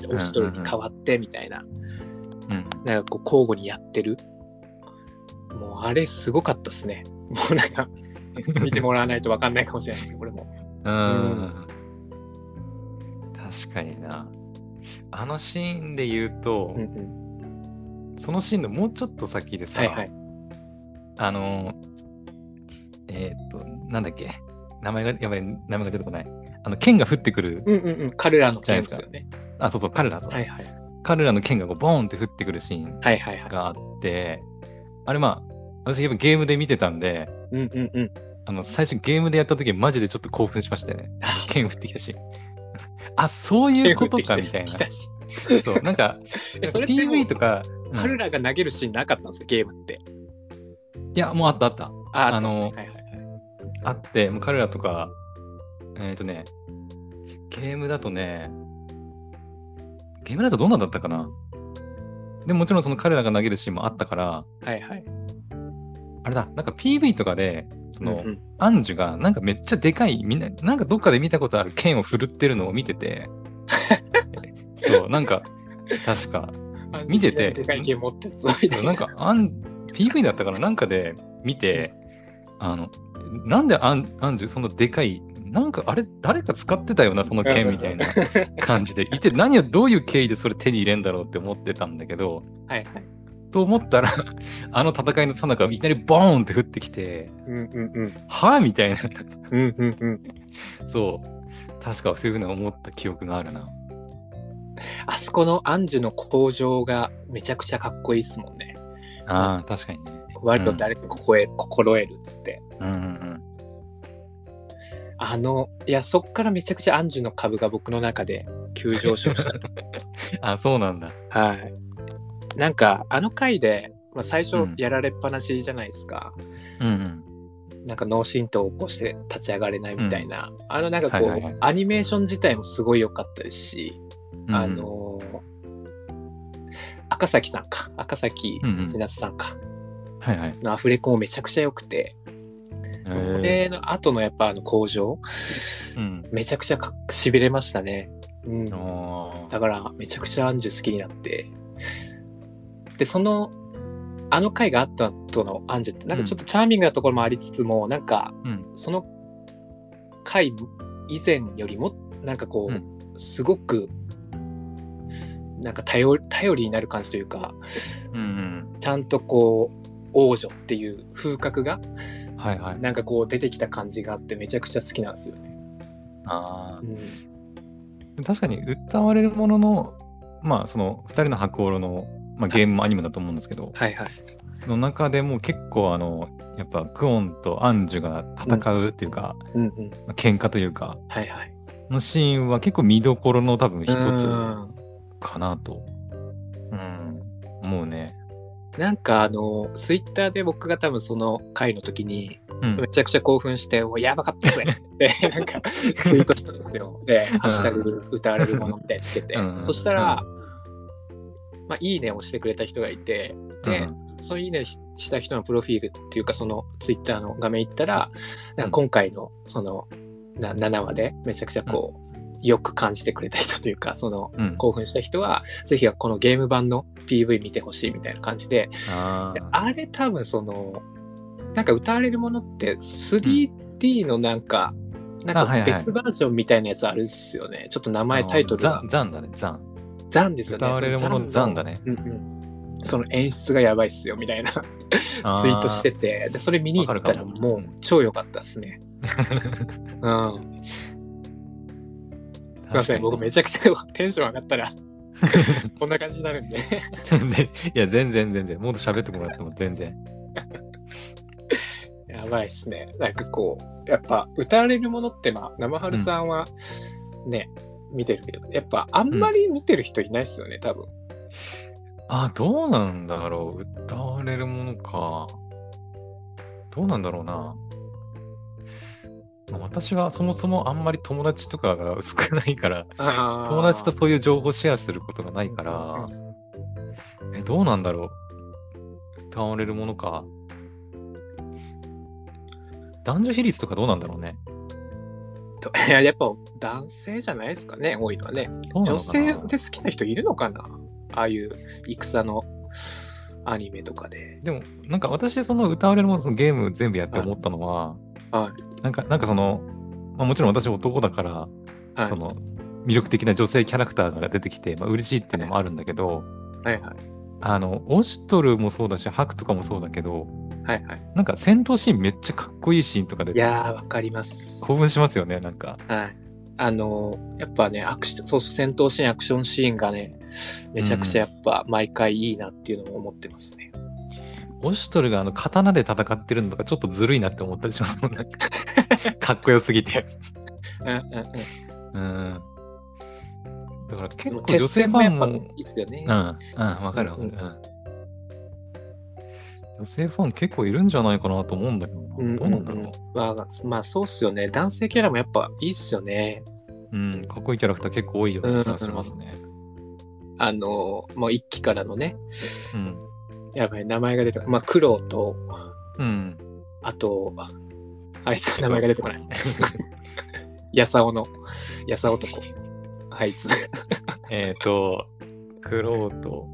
S3: オシトルに変わってみたいな、
S1: うん。
S3: なんかこう交互にやってるもうあれすごかったっすね [laughs] もうなんか見てもらわないと分かんないかもしれないですけど俺も。
S1: うん。確かにな。あのシーンで言うと
S3: うん、うん、
S1: そのシーンのもうちょっと先でさ、
S3: はいはい。
S1: あの、えーっと、なんだっけ、名前が、やばい、名前が出てこない。あの、剣が降ってくる、
S3: うんうんうん、彼らの件ですよね。
S1: あ、そうそう、彼ら、そう
S3: はいはい。
S1: 彼らの剣がこうボーンって降ってくるシーン
S3: はいはいはい。
S1: があって、あれまあ、私やっぱゲームで見てたんで、
S3: うんうんうん。
S1: あの、最初ゲームでやった時マジでちょっと興奮しましたよね。剣降ってきたし。 [laughs] あ、そういうことかみたいな
S3: 来。たし
S1: そう、なんか、
S3: え [laughs] それってもう
S1: PV とか、うん
S3: 彼らが投げるシーンなかったんですか、ゲームって。
S1: いや、もうあったあった。
S3: あ
S1: あの
S3: ったんですねはいはいはい
S1: あって、もう彼らとか、えっ、とね、ゲームだとね、ゲームだとどんなんだったかなでももちろんその彼らが投げるシーンもあったから、
S3: はいはい。
S1: あれだ、なんか PV とかで、その、
S3: うんうん
S1: アンジュがなんかめっちゃでかい、みんな、なんかどっかで見たことある剣を振るってるのを見て
S3: [laughs]
S1: て、そう、なんか、確か、見てて
S3: でかいゲーム持って [laughs] ついて
S1: なんかアン PV だったからなんかで見てあのなんでアンアンジュそのでかいなんかあれ誰か使ってたよなその剣みたいな感じでいて何をどういう経緯でそれ手に入れんだろうって思ってたんだけど
S3: はいはい。
S1: と思ったら [laughs] あの戦いのさなかいきなりボーンって降ってきて
S3: うんうんうん。
S1: はあみたいな
S3: うんうんうん。
S1: そう確かそういうふうに思った記憶があるな
S3: あそこのアンジュの工場がめちゃくちゃかっこいいっすもんね。
S1: あー確かにね
S3: 割と誰もここへ心得るっつって。
S1: うんうん
S3: あの、いや、そっからめちゃくちゃアンジュの株が僕の中で急上昇した
S1: [laughs]
S3: と。
S1: うんあそうなんだ
S3: はい。なんか、あの回で、まあ、最
S1: う
S3: 初
S1: ん
S3: やられっぱなしじゃないですか。
S1: うんうん
S3: なんか脳震盪を起こして立ち上がれないみたいな。あの、なんかこう、
S1: はいはいはい
S3: アニメーション自体もすごい良かったですし、
S1: うん
S3: あのー赤崎さんか赤崎
S1: うんうん
S3: 千夏さんか
S1: はいはい
S3: のアフレコもめちゃくちゃ良くて、それの後のやっぱあの工場
S1: えーうん
S3: めちゃくちゃかしびれましたね、うん、
S1: あー
S3: だからめちゃくちゃアンジュ好きになってでそのあの回があった後のアンジュってなんかちょっとチャーミングなところもありつつも、なんか
S1: うん
S3: その回以前よりもなんかこう、
S1: うん
S3: すごくなんか頼り頼りになる感じというか
S1: うん
S3: ちゃんとこう王女っていう風格が
S1: うん。はいはい。
S3: なんかこう出てきた感じがあってめちゃくちゃ好きなんですよね。
S1: あ
S3: うん
S1: あ。確かに、歌われるものの、まあ、その、二人の白狼の、まあ、ゲームもアニメだと思うんですけど、
S3: はいはい。
S1: の中でも結構、あの、やっぱ、クオンとアンジュが戦うっていうか、
S3: うんうん。
S1: まあ喧嘩というか、
S3: はいはい。
S1: のシーンは結構見どころの多分一つ
S3: うん
S1: かなと。うん。思うね。
S3: なんかあの、ツイッターで僕が多分その回の時に、
S1: うん
S3: め。ちゃくちゃ興奮して、おやばかったぜ [laughs] って、なんか、ツイートしたんですよ。で、ハッシュタグ歌われるものみたいにつけて
S1: う。ん
S3: そしたら、まあ、いいねをしてくれた人がいて、で、そのいいねしした人のプロフィールっていうか、そのツイッターの画面行ったら、なんか今回の、その、な7話で、めちゃくちゃこう、よく感じてくれた人というか、その、
S1: うん、うん。
S3: 興奮した人は、ぜひこのゲーム版の PV 見てほしいみたいな感じで、
S1: あ
S3: で
S1: ー
S3: あれ多分そのなんか歌われるものって 3D のなんか、な
S1: あ
S3: ん
S1: はい
S3: か
S1: はい
S3: 別バージョンみたいなやつあるっすよね、ちょっと名前タイトル
S1: ザ
S3: が
S1: ンザンだね、ザン。
S3: ザンですよね
S1: 歌われるもののザンだね。
S3: そのザンのうんうんその演出がやばいっすよみたいなツイートしててでそれ見に行ったら
S1: わかるか
S3: も
S1: も
S3: う超良かったっすね
S1: あ [laughs] ー。
S3: うんすいま
S1: 確か
S3: せん
S1: に
S3: 僕めちゃくちゃテンション上
S1: [laughs]
S3: がったらこんな感じになるんで
S1: でいや、全然全然。もっと喋ってもらっても全然。
S3: やばいっすね。なんかこう、やっぱ歌われるものって、まあ、生春さんはね、見てるけど、やっぱあんまり見てる人いないっすよね、多分。
S1: あ、どうなんだろう。歌われるものか。どうなんだろうな。まあ私はそもそもあんまり友達とかが [laughs] 少ないから、友
S3: 友
S1: 達とそういう情報シェアすることがないから、え、どうなんだろう。歌われるものか。男女比率とかどうなんだろうね。
S3: と [laughs] いややっぱ男性じゃないですかね、多いのはね。
S1: そうなのか
S3: 女
S1: な
S3: 性で好きな人いるのかなああいう戦のアニメとかで。
S1: でも、なんか私、その歌われるもの、そのゲーム全部やって思ったのは、
S3: は
S1: なんか、なんかその、まあ、もちろん私男だから、
S3: はい
S1: その、魅力的な女性キャラクターが出てきて、まあ、嬉しいっていうのもあるんだけど、
S3: はいはい。
S1: あの、オシトルもそうだし、ハクとかもそうだけど、
S3: はいはい。
S1: なんか戦闘シーンめっちゃかっこいいシーンとか
S3: い
S1: で
S3: やー、わかります。
S1: 興奮しますよね、なんか。
S3: はい。あのーやっぱね、アクション、そうそう、戦闘シーン、アクションシーンがね、めちゃくちゃやっぱ毎回いいなっていうのも思ってますね。
S1: オシトルがあの刀で戦ってるのとかちょっとずるいなって思ったりしますもん、
S3: [laughs]
S1: なんか。かっこよすぎて。
S3: うんうんうん。
S1: うん。だから結
S3: でも
S1: 構女性ファンも
S3: 鉄拳やっぱいいっすよね。
S1: うん、うん、わかるわかる、
S3: うん
S1: うん女性ファン結構いるんじゃないかなと思うんだけどな、
S3: うん
S1: どうなんだろう、
S3: まあ、まあ、そうっすよね。男性キャラもやっぱいいっすよね。
S1: うんかっこいいキャラクター結構多いような気がしますね。
S3: あのーもう一期からのね、
S1: うん。
S3: やばい、名前が出てこない。まあ、苦労と、
S1: うん。
S3: あと、あいつの名前が出てこ
S1: [laughs]
S3: ない。 [laughs] やさおの、やさ男。あいつ。
S1: えっと、クローと、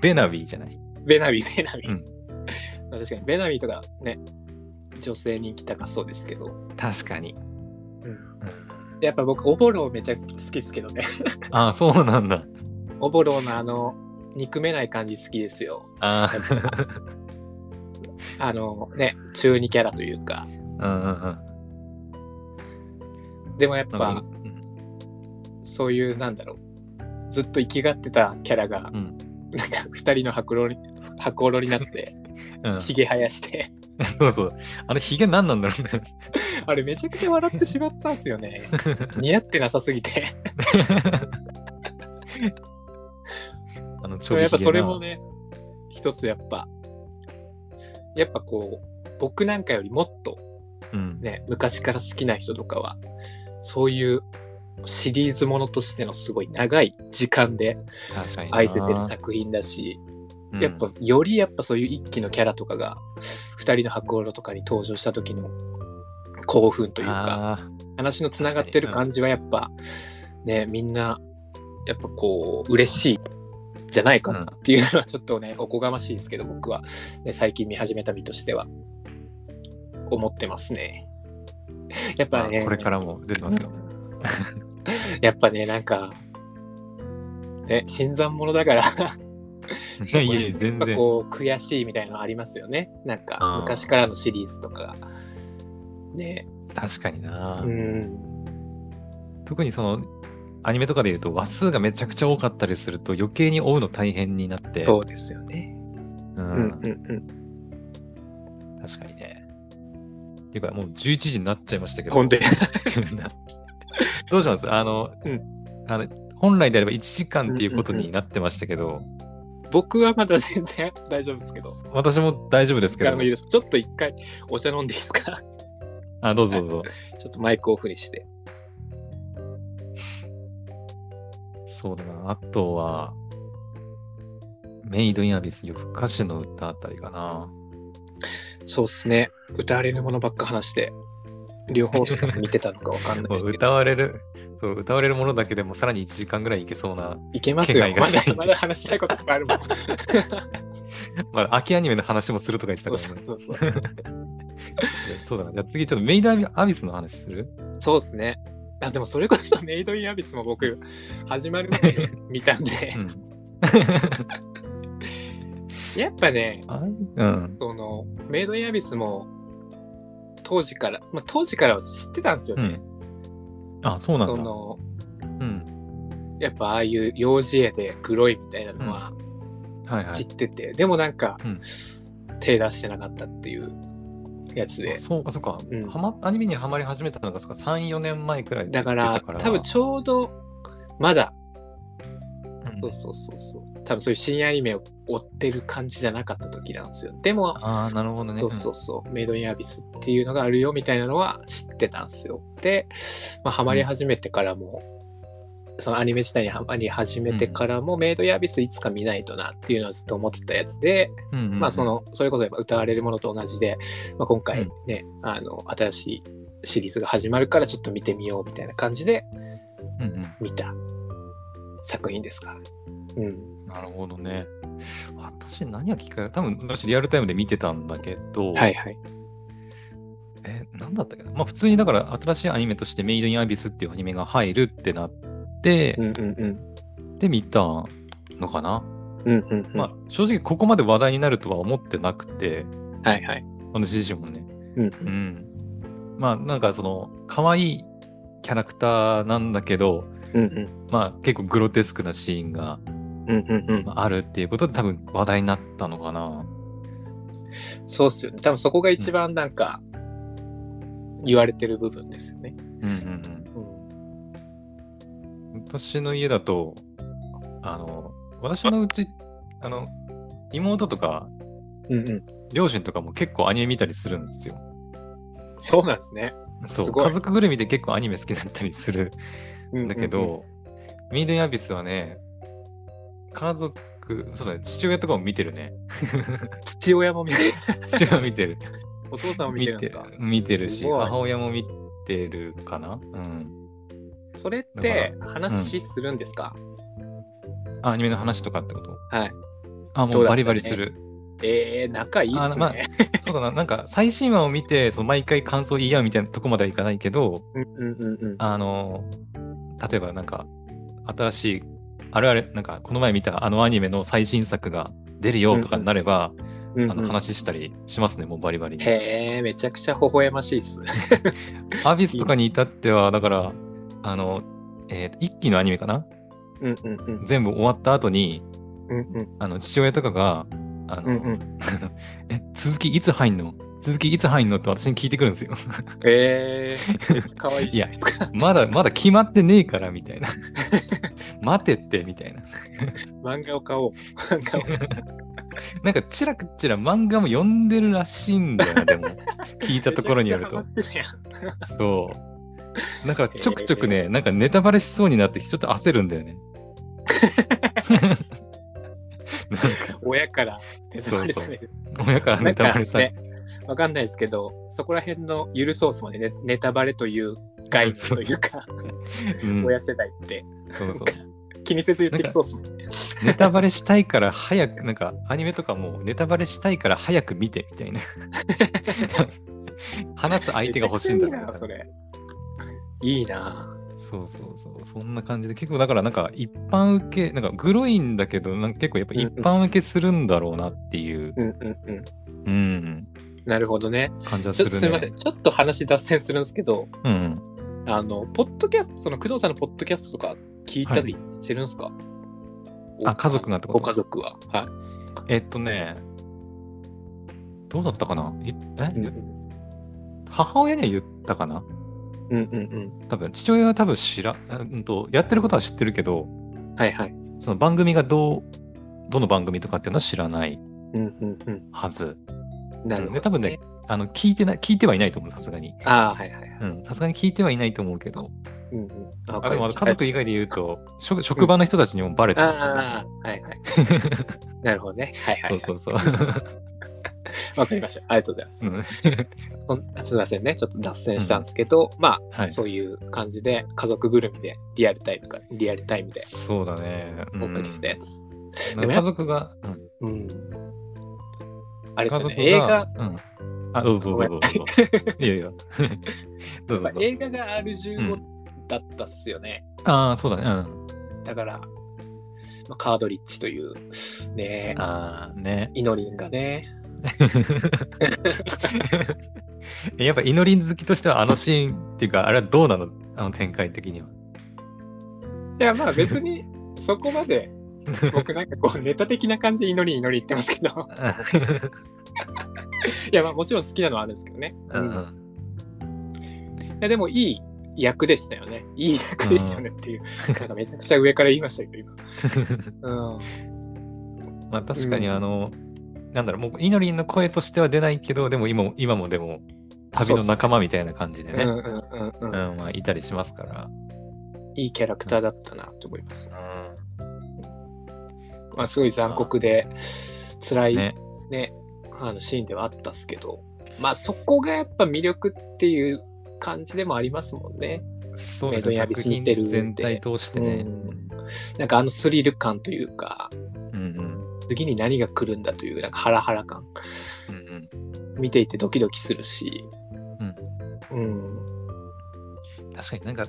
S1: ベナビーじゃない。
S3: ベナビ、ベナビ。
S1: うん
S3: まあ確かに、ベナビとかね、女性人気高そうですけど。
S1: 確かに。
S3: でやっぱ僕、オボローめちゃ好きですけどね。 [laughs]
S1: ああ、そうなんだ。
S3: オボローのあの、憎めない感じ好きですよ。
S1: ああ、
S3: あのね、中二キャラというか。
S1: うんうんうん。
S3: でもやっ
S1: なんか
S3: ぱ、そういう、なんだろう。ずっと生きがってたキャラが、
S1: うん
S3: なんか二人の白狼に白狼になって、
S1: うん、うん
S3: ひげ生やして、
S1: [laughs] そうそう。あれ、ヒゲ何なんだろうね。 [laughs]
S3: あれめちゃくちゃ笑ってしまったんすよね。似合ってなさすぎて。
S1: あの、ち
S3: で
S1: ょ
S3: も
S1: び
S3: やっぱ
S1: ひげな
S3: それもね、一つやっぱ、やっぱこう、僕なんかよりもっと
S1: うん。
S3: ね、昔から好きな人とかは、そういうシリーズものとしてのすごい長い時間で
S1: 確かにな。
S3: 愛せてる作品だし、
S1: うん
S3: やっぱよりやっぱそういう一期のキャラとかが、二人の白狼とかに登場した時の興奮というか、
S1: あー
S3: 話のつながってる感じはやっぱ、ね、みんな、やっぱこう、嬉しい。じゃないかなっていうのはちょっとね、おこがましいですけど僕は、ね、最近見始めた身としては思ってますね。やっぱね、
S1: これからも出てますよ。
S3: やっぱね、なんか、ね、新参者だから、
S1: [laughs] いやいや、全
S3: やっぱ
S1: 然。
S3: こう悔しいみたいなのありますよね。なん
S1: あ
S3: か
S1: ー
S3: 昔からのシリーズとかが。ね
S1: 確かにな、
S3: うん。
S1: 特にその、アニメとかで言うと話数がめちゃくちゃ多かったりすると余計に追うの大変になって。
S3: そうですよね。
S1: う
S3: うんんうんうん。
S1: 確かにね。っていうか、もう11時になっちゃいましたけど。
S3: 本当に
S1: [laughs] どうしますあの、
S3: うん
S1: あの、本来であれば1時間っていうことになってましたけど、
S3: 僕はまだ全然 [laughs] 大丈夫ですけど、
S1: 私も大丈夫ですけ
S3: あ
S1: ど
S3: の、許すちょっと一回お茶飲んでいいですか [laughs] ち
S1: あ、どうぞどうぞ。
S3: ょっとマイクオフにして。
S1: そうだな。あとは、メイド・イン・アビス、夜更かしの歌あたりかな。
S3: そうっすね。歌われるものばっか話して、両方しか見てたのかわかんない
S1: も
S3: で
S1: う
S3: すけど。
S1: 歌われる、そう、歌われるものだけでもさらに1時間ぐらいいけそうな、 [laughs]
S3: いけ [laughs] ますよ。
S1: 気配
S3: ま
S1: がしな
S3: だ
S1: い
S3: まだ話したいこといっぱいあるもん。
S1: まあ、秋アニメの話もするとか言ってた
S3: [laughs] そ
S1: か
S3: う
S1: ら
S3: そう
S1: ね。
S3: そうそう。
S1: そうだな。じゃあ次、ちょっとメイド・アビスの話する
S3: そうですね。あでもそれこそメイドインアビスも僕始まる前に見たんで
S1: うん。
S3: やっぱね
S1: あうん。
S3: そのメイドインアビスも当時から、まあ、当時からは知ってたんですよ
S1: う
S3: ね、
S1: ん。あ、そうなんだ。
S3: その
S1: うん。
S3: やっぱああいう幼児絵で黒いみたいなのは
S1: はいは
S3: 知っ
S1: い。
S3: てて、でもなんか、
S1: うん
S3: 手出してなかったっていうやつで
S1: あそうか、そうか、
S3: うん
S1: はま。アニメにはまり始めたのが、そうか、3、4年前くらい
S3: だから多分ちょうどまだそうそうそうそう多分そういう新アニメを追ってる感じじゃなかった時なんですよでも
S1: ああー、なるほどね。
S3: そうそうそう、メイドインアビスっていうのがあるよみたいなのは知ってたんですよ。で、まあ、ハマり始めてからも、そのアニメ自体にハマり始めてからも、メイドインアビスいつか見ないとなっていうのはずっと思ってたやつで、
S1: うん。うんうんうん
S3: まあそ、の、それこそやっぱ歌われるものと同じで、まあ、今回ね、あの、新しいシリーズが始まるからちょっと見てみようみたいな感じで
S1: うんうん。
S3: 見た作品ですから。うん。
S1: なるほどね。私、何がきっかけ多分、私、リアルタイムで見てたんだけど、
S3: はいはい。
S1: え、なんだったっけなまあ、普通に、だから、新しいアニメとして、メイド・イン・アビスっていうアニメが入るってなって
S3: う、んうんうん。
S1: で、見たのかな。
S3: うんうん、うん。
S1: まあ、正直、ここまで話題になるとは思ってなくて、
S3: はいはい。
S1: 私自身もね。
S3: うんうん
S1: うん。まあ、なんか、その、可愛いキャラクターなんだけど、
S3: うんうん。
S1: まあ、結構グロテスクなシーンが
S3: うんうんうん。
S1: まああるっていうことで、多分、話題になったのかな。
S3: そうっすよね。多分そこが一番なんか、言われてる部分ですよね。
S1: うんうんうん。
S3: うん。
S1: 私の家だと、あの、私のうち、あの、妹とか、
S3: うんうん。
S1: 両親とかも結構アニメ見たりするんですよ。
S3: そうなんですね。
S1: そ
S3: す
S1: う、
S3: ごい
S1: 家族ぐるみで結構アニメ好きだったりする
S3: うん
S1: んだけど、、メイドインアビスはね、家族、そうだね、父親とかも見てる
S3: [laughs]
S1: ね。
S3: 父親も見てる。
S1: 父親見てる。
S3: お父さんも見
S1: 見
S3: てるんで
S1: て
S3: すか
S1: [laughs] 見てるし、
S3: すごい
S1: 母親も見てるかな。うん。
S3: それっ
S1: だ
S3: て
S1: か
S3: 話するんですか、
S1: あアニメの話とかってこと
S3: はい。
S1: あ、も
S3: ど
S1: う
S3: うだっ
S1: バ
S3: たね
S1: リバリする。
S3: えー、仲いいっ
S1: あ
S3: す
S1: の
S3: ね。
S1: まあそうだな、なんか最新話を見て、その毎回感想言い合うみたいなとこまではいかないけど、
S3: うんうんうんうん。
S1: あの、例えばなんか、新しい、あれあれ、なんかこの前見たあのアニメの最新作が出るよとかになれば、
S3: うん
S1: あ
S3: う
S1: の
S3: ん、
S1: 話したりしますね、もうバリバリ。
S3: へえ、めちゃくちゃ微笑ましいっす。
S1: アビスとかに至っては、だから、あの、えー一期のアニメかな
S3: うんうんうん。
S1: 全部終わった後に、
S3: うんうん
S1: あの父親とかが、あの
S3: うんうん。
S1: え、続きいつ入んの続きいつ入んのって私に聞いてくるんですよ。 [laughs]
S3: えー、めっちゃ可愛いじゃないですか。
S1: まだまだ決まってねえからみたい
S3: [laughs]
S1: な。待てってみたいな。
S3: 漫画を買おう。漫画を。
S1: なんかチラクチラ漫画も読んでるらしいんだよな、で
S3: [laughs]
S1: も。聞いたところによると。
S3: めちゃくちゃハ
S1: そう。だからちょくちょくね、なんかネタバレしそうになってきてちょっと焦るんだ
S3: [laughs]
S1: よね。なん
S3: マってるやん親から手触れされる。
S1: か親から
S3: な
S1: ネ
S3: んか
S1: タバレさ
S3: ね、わかんないですけど、そこら辺のゆるソースもね、ネネタバレという概念というか、 [laughs]
S1: うん、
S3: 親世代って
S1: そうそう
S3: 気にせず言ってきそうっすもんね。
S1: ネタバレしたいから早
S3: [laughs]
S1: く、なんかアニメとかもネタバレしたいから早く見てみた
S3: [laughs]
S1: いな。話す相手が欲しいんだ
S3: めちゃ
S1: ろう
S3: くちゃいいな、
S1: な
S3: それ。いいな。
S1: そうそうそう、そんな感じで、結構だからなんか一般受け、なんかグロいんだけど、なんか結構やっぱ一般受けするんだろうなっていう、
S3: うんうんうん。
S1: うん、
S3: なるほどね。
S1: 感じはす
S3: ち
S1: る
S3: ょ
S1: ね。
S3: っとすみません。ちょっと話脱線するんですけど、
S1: うんうん。
S3: あの、ポッドキャスト、その工藤さんのポッドキャストとか聞いたりしてるんですか、
S1: あ、家族がってこ
S3: ご
S1: と
S3: 家族は。はい。
S1: えっとね、どうだったかなええ
S3: うん
S1: 母親には言ったかな
S3: うんうん
S1: 多分、父親は多分知ら、うんと、やってることは知ってるけど、
S3: うん。はいはい。
S1: その番組がどう、どの番組とかっていうのは知らない
S3: うんうんうん。
S1: はず。
S3: なるほど、
S1: で多分ね。あの、聞いてな、聞いてはいないと思う、さすがに。
S3: ああ、はいはいはい。
S1: うん、さすがに聞いてはいないと思うけど。
S3: うんうん。
S1: あ、でもあの家族以
S3: 外
S1: 外で言うと、職職場の人たちにもバレてますよね
S3: ああ、はい
S1: [laughs]
S3: はい。なるほどね。はいはい、
S1: そ
S3: は
S1: う
S3: い。
S1: そうそう。
S3: わかりました。ありがとうございます。
S1: うん
S3: そんすみませんね。ちょっと脱線したんですけど、ま
S1: [laughs]
S3: あ、
S1: はい。
S3: そういう感じで、家族ぐるみで、リアルタイムか、リアルタイムで
S1: そうだね。うん
S3: お送りしたやつ。
S1: なんか家族が、うん
S3: うん。あれ
S1: 家
S3: です
S1: 族が
S3: よね。映画、
S1: うん、あ、どうぞどうぞどうぞ。 [laughs] いやいや。どうぞ
S3: や
S1: ど
S3: っ
S1: う
S3: ぱ
S1: ぞ。
S3: 映画が
S1: う
S3: R15 だったっすよね。
S1: ああ、そうだね。うん。
S3: だから、まあ、カードリッジという、ね、
S1: ああ、ね。
S3: イノリンがね。
S1: やっぱ祈り好きとしてはあのシーンっていうか、あれはどうなのあの展開的には。
S3: いや、まあ
S1: [laughs]
S3: 別に、そこまで、僕なんかこう、ネタ的な感じで祈り祈り言ってますけど、いや、まあもちろん好きなのはあるんですけどね。
S1: [laughs] う
S3: い
S1: ん
S3: や、でもいい役でしたよね。いい役でしたよねっていう、なんかめちゃくちゃ上から言いましたけど、今。うん。
S1: まあ確かにあの、なんだろう、もう祈りの声としては出ないけど、でも今も今もでも、旅の仲間みたいな感じで
S3: うん
S1: ね、
S3: うんうん
S1: う
S3: うん。
S1: んまあ、いたりしますから。
S3: いいキャラクターだったなと思います。
S1: うん
S3: まあすごい残酷で、辛い
S1: ね、
S3: ね、あのシーンではあったっすけど、まあそこがやっぱ魅力っていう感じでもありますもんね。
S1: そう
S3: メ
S1: です
S3: イド
S1: ね、
S3: に浴び
S1: 作
S3: すぎてる
S1: 品
S3: んで
S1: 全体通して
S3: う
S1: ね。
S3: んなんかあのスリル感というか、
S1: うんうん
S3: 次に何が来るんだという、なんかハラハラ感。
S1: うん
S3: 見ていてドキドキするし。うん。
S1: うん確かになんか、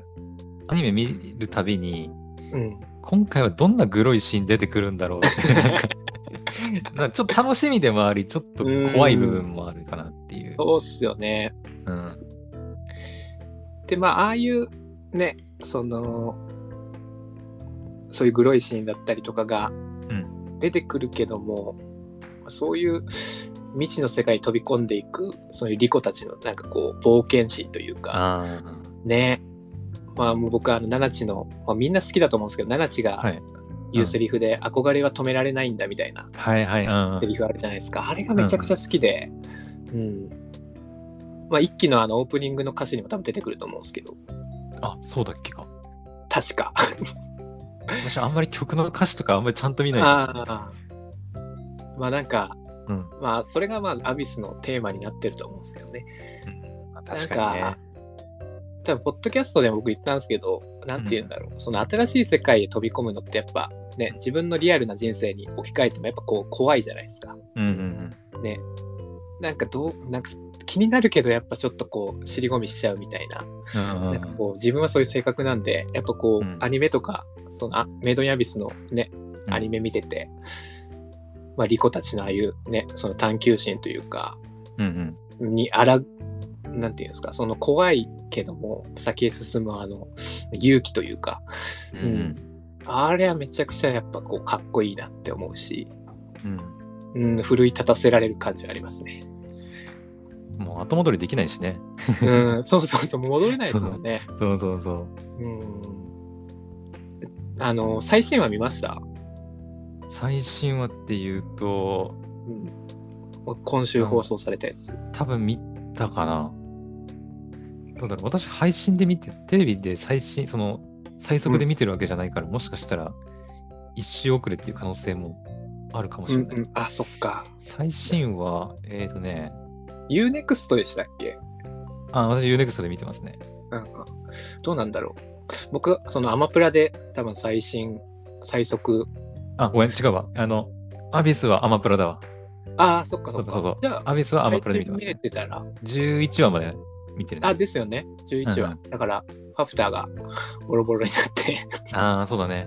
S1: アニメ見るたびに、
S3: うん。
S1: 今回はどんなグロいシーン出てくるんだろうって
S3: [laughs]
S1: なんかなんかちょっと楽しみでもあり、ちょっと怖い部分もあるかなっていう。
S3: そうっすよね。
S1: うん
S3: で、まあ、ああいう、ね、その、そういうグロいシーンだったりとかが
S1: ん
S3: 出てくるけども、そういう未知の世界に飛び込んでいく、そういうリコたちのなんかこう、冒険心というか、
S1: あ
S3: ね。まあ、もう僕はあの、ナナチの、まあ、みんな好きだと思うんですけど、ナナチ
S1: あは
S3: が
S1: い。
S3: 言うセリフで、憧れは止められないんだみたいな
S1: はいはい。うん
S3: セリフあるじゃないですか。あれがめちゃくちゃ好きで、うん。まあ、一期のあのオープニングの歌詞にも多分出てくると思うんですけど、
S1: あ、そうだっけか。
S3: 確か。
S1: 私あんまり曲の歌詞とかあんまりちゃんと見ない。
S3: あーまあ、なんか、
S1: うん
S3: まあ、それがまあ、アビスのテーマになってると思うんですけどね。
S1: うん
S3: なん
S1: 確かにね
S3: か。、多分ポッドキャストでも僕言ったんですけど、なんて言うんだろう。その新しい世界へ飛び込むのってやっぱ、ね、自分のリアルな人生に置き換えてもやっぱこう怖いじゃないですか。
S1: うんうん
S3: ね。なんかどう、なんか気になるけどやっぱちょっとこう尻込みしちゃうみたいな
S1: うん。うんう
S3: なん
S1: ん
S3: かこう自分はそういう性格なんでやっぱこう、
S1: うん
S3: アニメとかそのあメイド・イン・アビスのね
S1: うん
S3: アニメ見てて、まあ、リコたちのああいうねその探求心というか
S1: うんうん
S3: にあらなんていうんですかその怖いけども先へ進むあの勇気というか
S1: うん
S3: あれはめちゃくちゃやっぱこうかっこいいなって思うし、
S1: うん
S3: うん、奮い立たせられる感じはありま
S1: [laughs]
S3: すね。
S1: うんもう後戻りできないしね。
S3: うん、そうそうそう戻れないですもんね。
S1: そうそうそう。
S3: うんあの最新話見ました
S1: 最新話っていうと、
S3: うん、今週放送されたやつ。
S1: 多分見たかな。どうだろう私、配信で見て、テレビで最新、その、最速で見てるわけじゃないから、もしかしたら、一周遅れっていう可能性もあるかもし
S3: う
S1: れ
S3: ん
S1: ない。
S3: うん、あ、そっか。
S1: 最新話、えっ、とね、
S3: UNEXT でしたっけ、
S1: あ、私、UNEXT で見てますね。
S3: うんうん、どうなんだろう。僕、そのアマプラで多分最新、最速。
S1: あ、ごめん、違うわ。あの、アビスはアマプラだわ。
S3: ああ、そっかそっか。
S1: そうそうそう
S3: じゃあ、
S1: アビスはアマプラで見て
S3: 最
S1: ま
S3: 近
S1: す
S3: 見れ
S1: ね。
S3: てたら。
S1: 11話まで見てるね。
S3: あ、ですよね。11話。
S1: うん
S3: だから、ファフターがボロボロになって
S1: ああ、そうだね。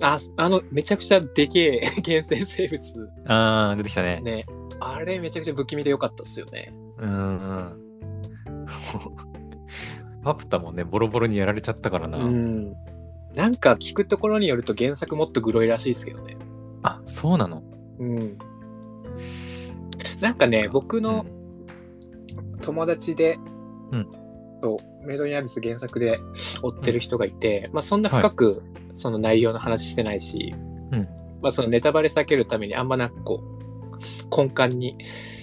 S3: ああのめちゃくちゃでけえ原生生物
S1: ああ、出てきたね。
S3: ねあれめちゃくちゃ不気味で良かったっすよね
S1: うんうん。パプタもね、ボロボロにやられちゃったからな。
S3: うんなんか聞くところによると原作もっとグロいらしいですけどね
S1: あ、そうなの。
S3: うんなんかね僕の友達で、
S1: うん
S3: そうメイドインアビス原作で追ってる人がいて、まあ、そんな深くその内容の話してないし、
S1: うん
S3: まあ、そのネタバレ避けるためにあんまなんかこう根幹に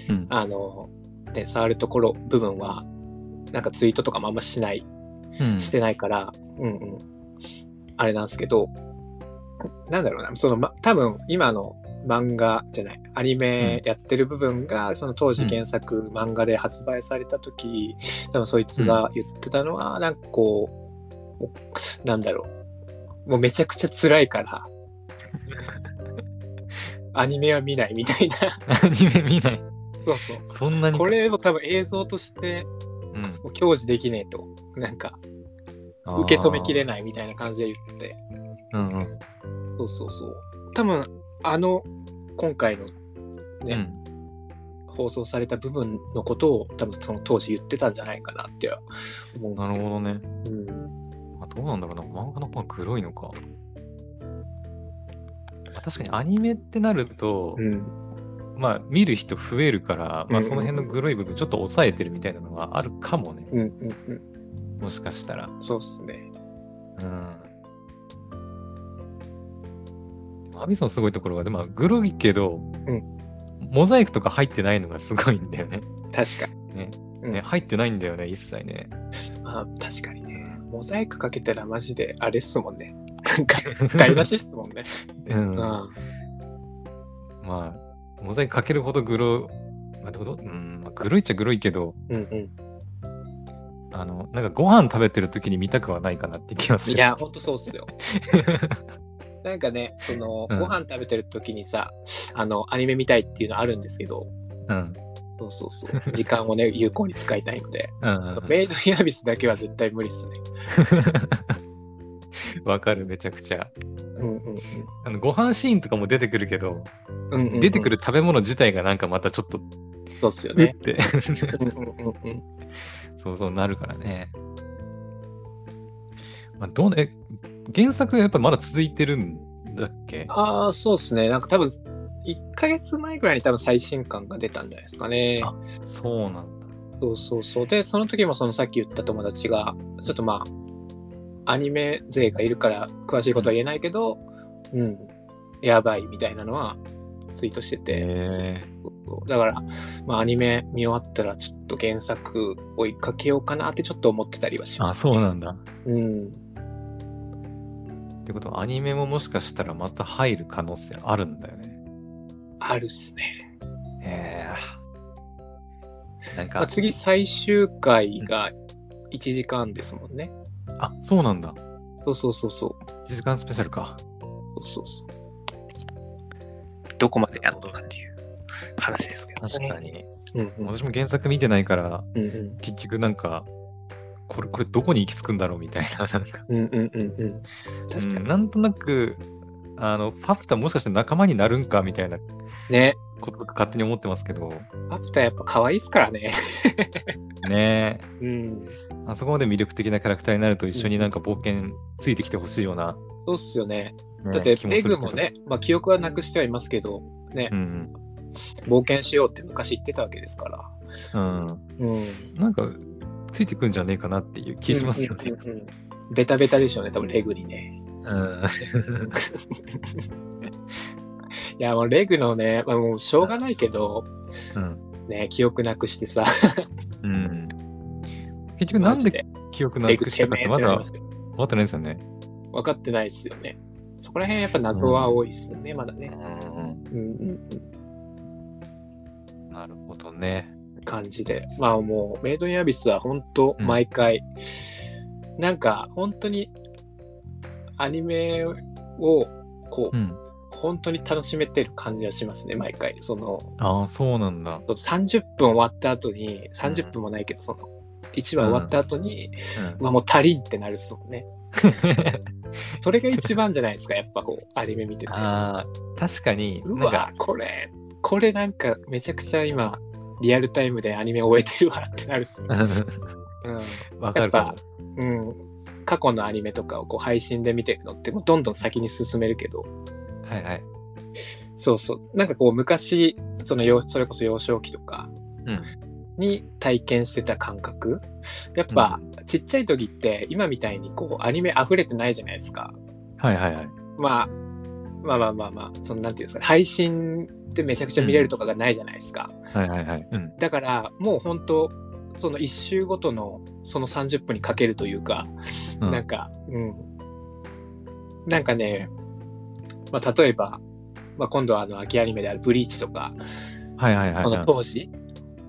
S1: うん
S3: あの、ね、触るところ部分はなんかツイートとかもあんましない
S1: うん、うん
S3: してないから、うんうん、あれなんですけど、なんだろうな、その、ま、多分今の漫画じゃない、アニメやってる部分が、その当時原作、漫画で発売された時、多分そいつが言ってたのは、なんかこう、おなんだろう、もうめちゃくちゃ辛い [laughs] から、アニメは見ないみたいな。
S1: アニメ見ない。
S3: そうそう。
S1: そんなにか
S3: こ、れも多分映像として
S1: うん
S3: もう享受できねえと、なんか受け止めきれ
S1: い。
S3: ないみたいな感じで言ってて。
S1: うんうん
S3: そうそうそう。多分あの今回の
S1: う
S3: ね、
S1: ん。
S3: 放送された部分のことを多分その当時言ってたんじゃないかなって思うんで
S1: な
S3: すけ
S1: る
S3: ど。
S1: ほどね。
S3: うん
S1: あどうなんだろうな、漫画の方が黒いのか。あ確かにアニメってなると、
S3: うん
S1: まあ見る人増えるから、ま
S3: うんうん
S1: あ、その辺の黒い部分ちょっと抑えてるみたいなのはあるかもね、
S3: うんうんうん
S1: もしかしたら。
S3: そうですね。
S1: うん。でもアビソンすごいところは、でもグロいけど、
S3: うん
S1: モザイクとか入ってないのがすごいんだよね。
S3: 確かに。うん
S1: ね入ってないんだよね、一切ね。
S3: まあ確かにね。モザイクかけたらマジであれっすもんね。なんか台無しっすもんね。
S1: うん、
S3: うん
S1: まあ、モザイクかけるほどグロ、まあ、どううん、まあ、グロいっちゃグロいけど、
S3: うんうん。
S1: あの、なんかご飯食べてる時に見たくはないかなって気がする。
S3: いや、ほんとそうっすよ。なんかね、その、
S1: うん
S3: ご飯食べてる時にさ、あの、アニメ見たいっていうのあるんですけど、
S1: うん。
S3: そうそうそう。時間をね、有効に使いたいので。
S1: うんうんうん。
S3: メイドインアビスだけは絶対無理っすね。
S1: わかる、めちゃくちゃ。
S3: うんうん
S1: あの、ご飯シーンとかも出てくるけど、
S3: うんうんうんうん。
S1: 出てくる食べ物自体がなんかまたちょっと、
S3: そうっすよ
S1: うっ
S3: ね。
S1: て、
S3: うんうんうんうん。
S1: [laughs] そうそうなるからね。まあ、どうね、え原作やっぱまだ続いてるんだっけ
S3: ああ、そうっすね。なんか多分、1ヶ月前ぐらいに多分最新刊が出たんじゃないですかね。
S1: あそうなんだ。
S3: そうそうそう。で、その時もそのさっき言った友達が、ちょっとまあ、アニメ勢がいるから詳しいことは言えないけど、うん、やばいみたいなのはツイートしてて。
S1: へ
S3: そうだから、まあ、アニメ見終わったらちょっと原作追いかけようかなってちょっと思ってたりはし
S1: ー、
S3: ま
S1: あ、
S3: す。
S1: そうなんだ。
S3: うん、
S1: ってことは、アニメももしかしたらまた入る可能性あるんだよね。
S3: あるっすね。
S1: へえ。なん
S3: まあ、
S1: か、
S3: 次最終回が1時間ですもんね。
S1: あ、そうなんだ。
S3: そうそうそうそう。
S1: 1時間スペシャルか。
S3: そうそうそうどこまでやるのかっていう話ですけど、ね。
S1: 確か。に。
S3: うんうん
S1: 私も原作見てないから、
S3: うん
S1: 結局なんか、これ、これどこに行き着くんだろうみたいな。 [laughs] なんか
S3: うんうんうんうん。確か
S1: うん
S3: に
S1: なんとなく、あの、パプタもしかして仲間になるんかみたいな
S3: ね。
S1: こととか勝手に思ってますけど、
S3: アプターやっぱ可愛いっすからね。
S1: ねえ
S3: うん。
S1: あそこまで魅力的なキャラクターになると一緒になんか冒険ついてきてほしいような、
S3: そうっすよね。
S1: ね
S3: だって
S1: 気
S3: レ
S1: す
S3: グ
S1: るけど
S3: もね、まあ記憶はなくしてはいますけど、ね
S1: う、ん
S3: 冒険しようって昔言ってたわけですから。
S1: うん、うん、
S3: うん。
S1: なんかついてくんじゃねえかなっていう気しますよね。
S3: うんうんうんうんベタベタでしょうね、多分レグにね。
S1: うん
S3: いや、もうレグのね、まあ、もうしょうがないけど、
S1: うん
S3: ね、記憶なくしてさ、
S1: うん結局なん
S3: マジ
S1: で記憶な
S3: レ
S1: く
S3: グ
S1: してたかっ
S3: めえ
S1: て
S3: っ
S1: ま
S3: てな
S1: だ
S3: り
S1: 分か
S3: ますよ
S1: ってないですよね。
S3: 分かってないですよね。そこら辺やっぱ謎は多いっすよね、まだね。
S1: う
S3: うんうん
S1: ん、
S3: うん
S1: なるほどね。
S3: 感じで。まあもう、メイドインアビスは本当毎回、なんか本当にアニメをこう、
S1: うん、
S3: 本当に楽しめてる感じはしますね、毎回。その、 [laughs]
S1: ああそうなんだ。
S3: そう30分終わった後に30分もないけど、その1話終わった後に、うわもう足りんってなるっすもんねそれが一番じゃないですかやっぱこうアニメ見てて
S1: あー確かに、
S3: う
S1: なんか
S3: わ、これこれなんかめちゃくちゃ今リアルタイムでアニメ終えてるわってなるっすね、 [laughs] うん
S1: わかるか
S3: や
S1: も
S3: っ。うん、過去のアニメとかをこう配信で見てるのってもうどんどん先に進めるけど
S1: はいはい。
S3: そうそうなんかこう昔そのよそれこそ幼少期とか
S1: うん
S3: に体験してた感覚やっぱちっちゃい時って今みたいにこうアニメ溢れてないじゃないですか、
S1: はいはいはい。
S3: まあ、まあまあまあまあそのなんていうんですかね配信でめちゃくちゃ見れるとかがないじゃないですか、
S1: はいはいはい。うん。
S3: だからもう本当その1周ごとのその30分にかけるというか、
S1: うん
S3: なんかうんなんかね、まあ、例えば、まあ、今度はあの秋アニメである「ブリーチ」とか
S1: はいはいはい。
S3: この当時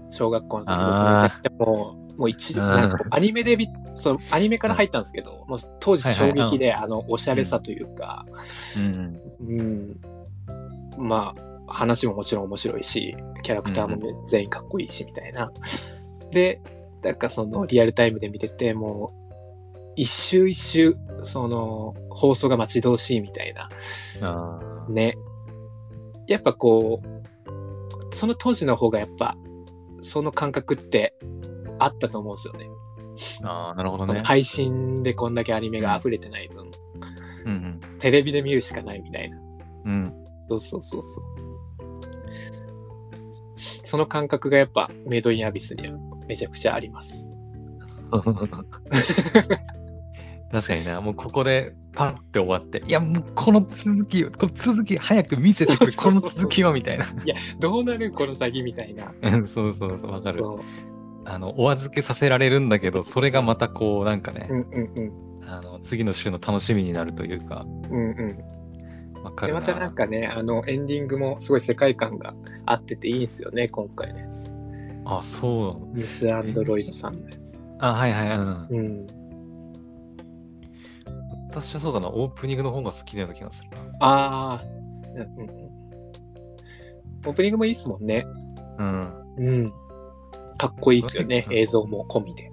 S3: 小学校の時僕
S1: あー
S3: めちゃくちゃもうもう
S1: う
S3: 一
S1: ん
S3: なんかこうアニメでびそのアニメから入ったんですけど、もう当時衝撃で、あのおしゃれさというか、
S1: うん
S3: うん、まあ話ももちろん面白いしキャラクターもね、全員かっこいいしみたいな。でなんかそのリアルタイムで見ててもう一周一周その放送が待ち遠しいみたいな
S1: あー
S3: ねやっぱこうその当時の方がやっぱその感覚ってあったと思うんですよね。
S1: あー、なるほど
S3: この
S1: ね。
S3: 配信でこんだけアニメが溢れてない分、
S1: うん
S3: テレビで見るしかないみたいな。
S1: うん。
S3: [laughs]
S1: うん。
S3: そうそうそうそう。その感覚がやっぱメイドインアビスにはめちゃくちゃあります。
S1: 確かにな、もうここでパンって終わって、いや、もうこの続きを、この続き早く見せてくれ、
S3: そ
S1: こ
S3: うそうそう
S1: の続きをみたいな。
S3: どうなるこの先みたいな。
S1: うんそうそうそう、わかる。
S3: そう
S1: あの、お預けさせられるんだけど、それがまたこう、なんかね
S3: う、んうん
S1: あの次の週の楽しみになるというか、
S3: うん。うんうん。
S1: わか
S3: で
S1: るな。
S3: またなんかね、あのエンディングもすごい世界観があってていいんですよね、今回のやつ。
S1: あ、そう。
S3: ミス・アンドロイドさんのやつ。
S1: あ、はいはい、うん。
S3: うん。
S1: 私はそうだな、オープニングの方が好きなような気がする
S3: ああ。うんうんうんオープニングもいいですもんね。
S1: な。うん。
S3: うん。かっこいいですよね
S1: う、ん
S3: 映像も込みで。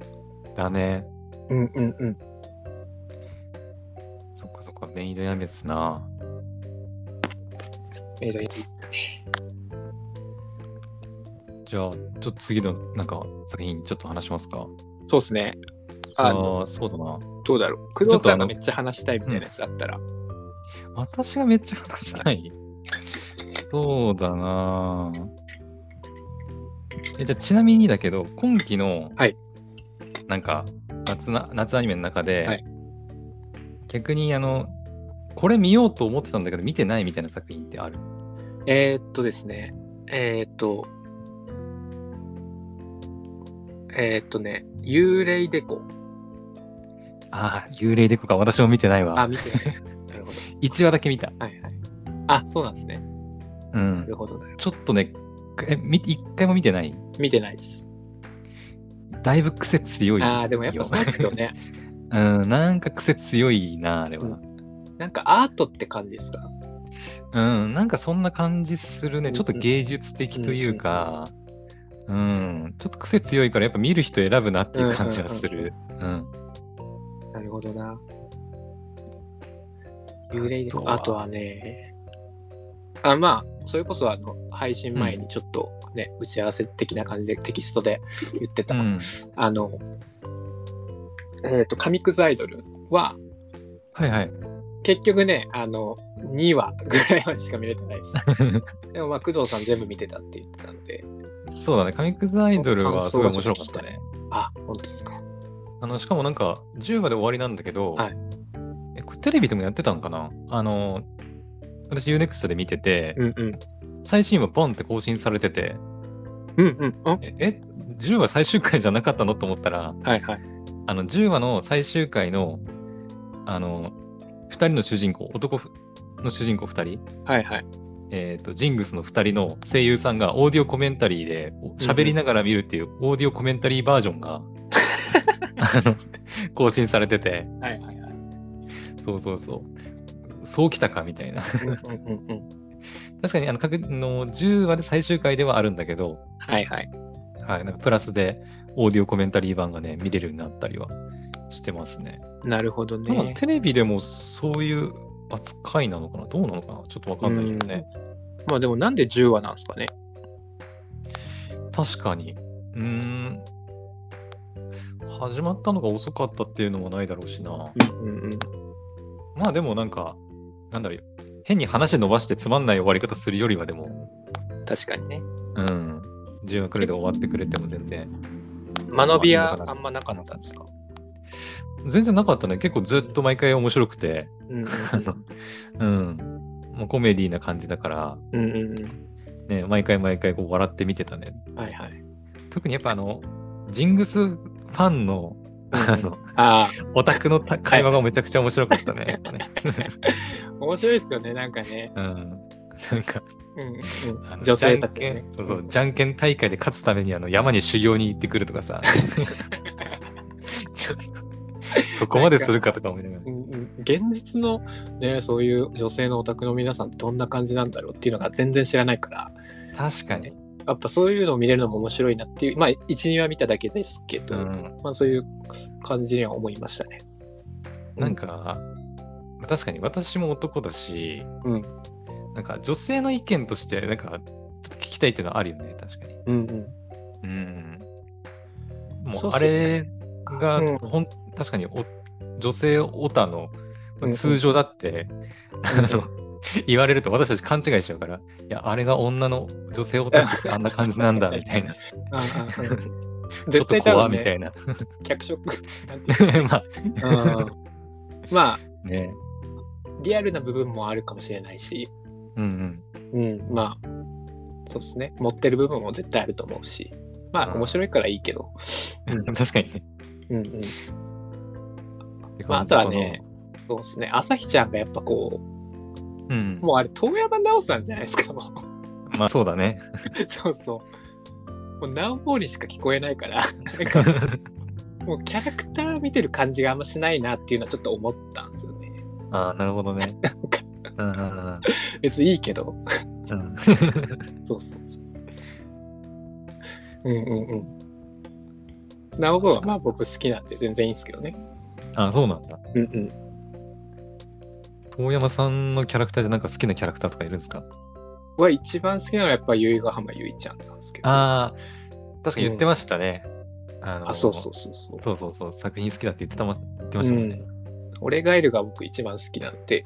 S1: だね。
S3: うんうんうん。
S1: そっかそっか、メイドやめつな。
S3: メイドインアビス。
S1: じゃあ、ちょっと次のなんか作品ちょっと話しますか。
S3: そうですね。
S1: あ
S3: あ
S1: あ、そうだな。
S3: どうだろう工藤さんがめっちゃ話したいみたいなやつあったら。
S1: 私がめっちゃ話したい。そうだなぁえ、じゃあちなみにだけど、今期の、
S3: はい
S1: なんか夏な、夏アニメの中で、
S3: はい
S1: 逆にあの、これ見ようと思ってたんだけど、見てないみたいな作品ってある
S3: えー、っとですね。えー、っと。えー、っとね、幽霊デコ。
S1: ああ、幽霊でこか、私も見てない
S3: あ、
S1: わ。
S3: 見て [laughs] ない。なるほど。
S1: 1話だけ見た。
S3: はいはい。あ、そうなんですね。
S1: う。
S3: なんるほど、ね。
S1: ちょっとね、え、み一回も見てない。
S3: 見てないです。
S1: だいぶ癖強いよ。
S3: ああ、でもやっぱそうですよね。 [laughs]
S1: うん、なんか癖強いな、あれは。
S3: うんなんかアートって感じですか。
S1: うん、なんかそんな感じする
S3: う
S1: ね。
S3: ん
S1: ちょっと芸術的というか、うん、ちょっと癖強いから、やっぱ見る人選ぶなっていう感じはする。うん。
S3: なるほどな。幽霊デコ。あ
S1: あ
S3: と
S1: と
S3: はね。あ、まあ、それこそあの配信前にちょっとね、打ち合わせ的な感じでテキストで言って
S1: う
S3: た。
S1: ん。
S3: あの、えっ、と、神くずアイドルは、
S1: はいはい。 [laughs]
S3: 結局ね、あの、2話ぐらいまでしか見れてない [laughs] です。でも、まあ、工藤さん全部見てたって言ってたので、
S1: そうだね。神くずアイドルはすごい面白かったね。
S3: あ、本当ですか。
S1: あの、しかもなんか、10話で終わりなんだけど、
S3: はい
S1: え、これテレビでもやってたのかなあの、私 UNEXT で見てて、
S3: うんうん。
S1: 最新話ポンって更新されてて、
S3: うんうん。あ
S1: え、え10話最終回じゃなかったのと思ったら、
S3: はいはい。
S1: あの10話の最終回のあの2人の主人公男ふの主人公2人、
S3: はいはい。
S1: えー、とジングスの2人の声優さんがオーディオコメンタリーでお喋りながら見るっていうオーディオコメンタリーバージョンがあの更新されてて
S3: はいはいはい。
S1: そうそうそうそうきたかみたいな
S3: うんうんうんうん。
S1: 確かにあの各の10話で最終回ではあるんだけど、
S3: はいはい。
S1: はい、なんかプラスでオーディオコメンタリー版がね、見れるようになったりはしてますね。
S3: なるほどね。
S1: まだテレビでもそういう扱いなのかなどうなのかなちょっとわかんないよね。
S3: まあでもなんで10話なんですかね。
S1: 確かに。うーん。始まったのが遅かったっていうのもないだろうしな。
S3: うんうんうん。
S1: まあでもなんか、なんだろう。変に話伸ばしてつまんない終わり方するよりはでも、
S3: 確かにね。
S1: うん。10話くらいで終わってくれても全然。
S3: 間延びはあんまなかったんですか。
S1: 全然なかったね。結構ずっと毎回面白くて。
S3: [laughs] うんうん
S1: あのうん。もうコメディーな感じだから、
S3: うんうんうん
S1: ね、毎回毎回こう笑って見てたね。
S3: うん。はいはい。
S1: 特にやっぱあの、ジングスファンの、あの、
S3: あ
S1: オタクのた会話がめちゃくちゃ面白か
S3: [laughs]
S1: ったね。やっぱね
S3: あ、面白いですよね、なんかね。
S1: うん。なんか、
S3: うん
S1: あ
S3: う
S1: の
S3: ん、女性たちが
S1: じゃん。け
S3: ね
S1: んそうそう、じゃんけん大会で勝つためにあの山に修行に行ってくると
S3: [laughs]
S1: かさ。ちょっとそこまでするかとか思いながら。
S3: うんうん現実の、ね、そういう女性のお宅の皆さんってどんな感じなんだろうっていうのが全然知らないから
S1: 確かに。
S3: やっぱそういうのを見れるのも面白いなっていうまあ12話見ただけですけ
S1: う
S3: ど、
S1: ん。
S3: まあ、そういう感じには思いましたね。
S1: なんか、確かに私も男だし、
S3: うん
S1: なんか女性の意見として、なんか、ちょっと聞きたいっていうのはあるよね、確かに。
S3: うんうん
S1: うん。も
S3: そう
S1: う、
S3: っ
S1: あ
S3: すよ
S1: れ
S3: ね
S1: が、
S3: うん
S1: ほん確かにお女性オタの
S3: うんうん
S1: 通常だって、あの [laughs] 言われると私たち勘違いしちゃうから、いや、あれが女の女性オタってあんな感じ
S3: [laughs]
S1: なんだみたいな、ち
S3: あああ [laughs] あ
S1: ょっ
S3: 絶
S1: と
S3: 対多
S1: 怖
S3: 分、
S1: みた
S3: ね、
S1: いな。
S3: 脚色なんてい
S1: [laughs]
S3: う
S1: まあ
S3: か、うん、 [laughs] まあ
S1: ね、
S3: リアルな部分もあるかもしれないし、
S1: うん
S3: うん、まあそうですね持ってる部分も絶対あると思うしまあ面白いからいいけど、
S1: うん。 [laughs] 確かにね。
S3: うんうん、まああとはねそうですね朝日ちゃんがやっぱこ
S1: この、うん
S3: う、もうあれ遠山奈緒さんじゃないですかもう [laughs]
S1: まあそうだね。 [laughs]
S3: そうそうもう何方にしか聞こえないからなんかもうキャラクター見てる感じがあんましないなっていうのはちょっと思ったんですよね
S1: ああ、なるほどね。うんうんうん
S3: 別にいいけど
S1: うん
S3: そうそうそううんうんうん奈緒君はまあ僕好きなんで全然いいんですけどね
S1: あそうなんだ。
S3: うんうん
S1: 遠山さんのキャラクターでなんか好きなキャラクターとかいるんですか
S3: 僕は一番好きなのはやっぱ由比ヶ浜ゆいちゃんなんですけど
S1: ああ、確か言ってましたね。あの
S3: あそうそうそうそう
S1: そうそうそう、作品好きだって言ってたま言ってましたもんね。
S3: うん、俺ガエルが僕一番好きなんで、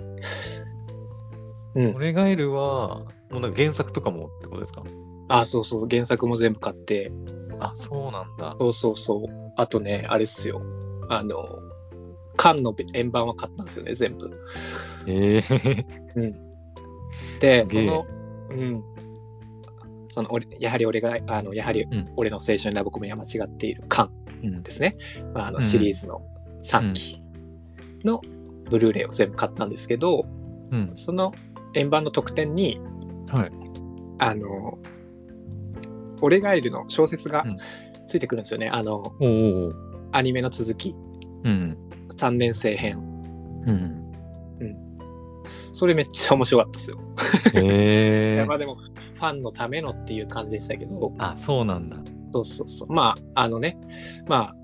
S3: うん、
S1: 俺ガエルは、もうなんか原作とかもってことですか
S3: あそうそう原作も全部買って
S1: あ、そうなんだ。
S3: そうそうそうあとねあれっすよあの缶の円盤は買ったんですよね全部
S1: ええー。
S3: です
S1: げ
S3: そ
S1: え
S3: のうんその俺やはり俺があのやはり
S1: ん
S3: 俺の青春ラブコメは間違っている缶
S1: うん
S3: ですね、まあ、あ
S1: う
S3: の
S1: ん
S3: シリーズの3期のブルーレイを全部買ったんですけど
S1: うん。
S3: その円盤の特典に
S1: はい。
S3: あの、オレガエルの小説が
S1: うん
S3: ついてくるんですよね。あの、
S1: おーおー。
S3: アニメの続き、
S1: うん。
S3: 3年生編。
S1: うん。
S3: それめっちゃ面白かったですよ。い
S1: ええ
S3: [laughs] やまあ
S1: ー。
S3: でも、ファンのためのっていう感じでしたけど、
S1: あ、そうなんだ。
S3: そうそうそう。まあ、あのね、まあ、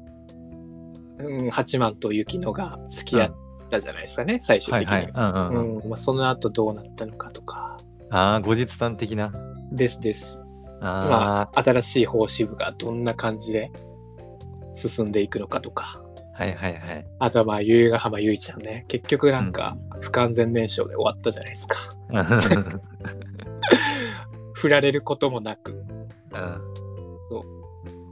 S3: うん、八幡と雪乃が付き合ったじゃないですかね、最終
S1: は
S3: 的
S1: い
S3: に。
S1: はい。うんうんうん。
S3: うんまあ、その後どうなったのかとか、
S1: ああ、後日談的な。
S3: ですです。
S1: あ
S3: まあ、新しい方針部がどんな感じで進んでいくのかとか。
S1: あ、はいはいはい。 [laughs]
S3: あとはまあ、ゆうがはまゆいちゃんね。結局なんか、不完全燃焼で終わったじゃないですか。振られることもなく、
S1: うん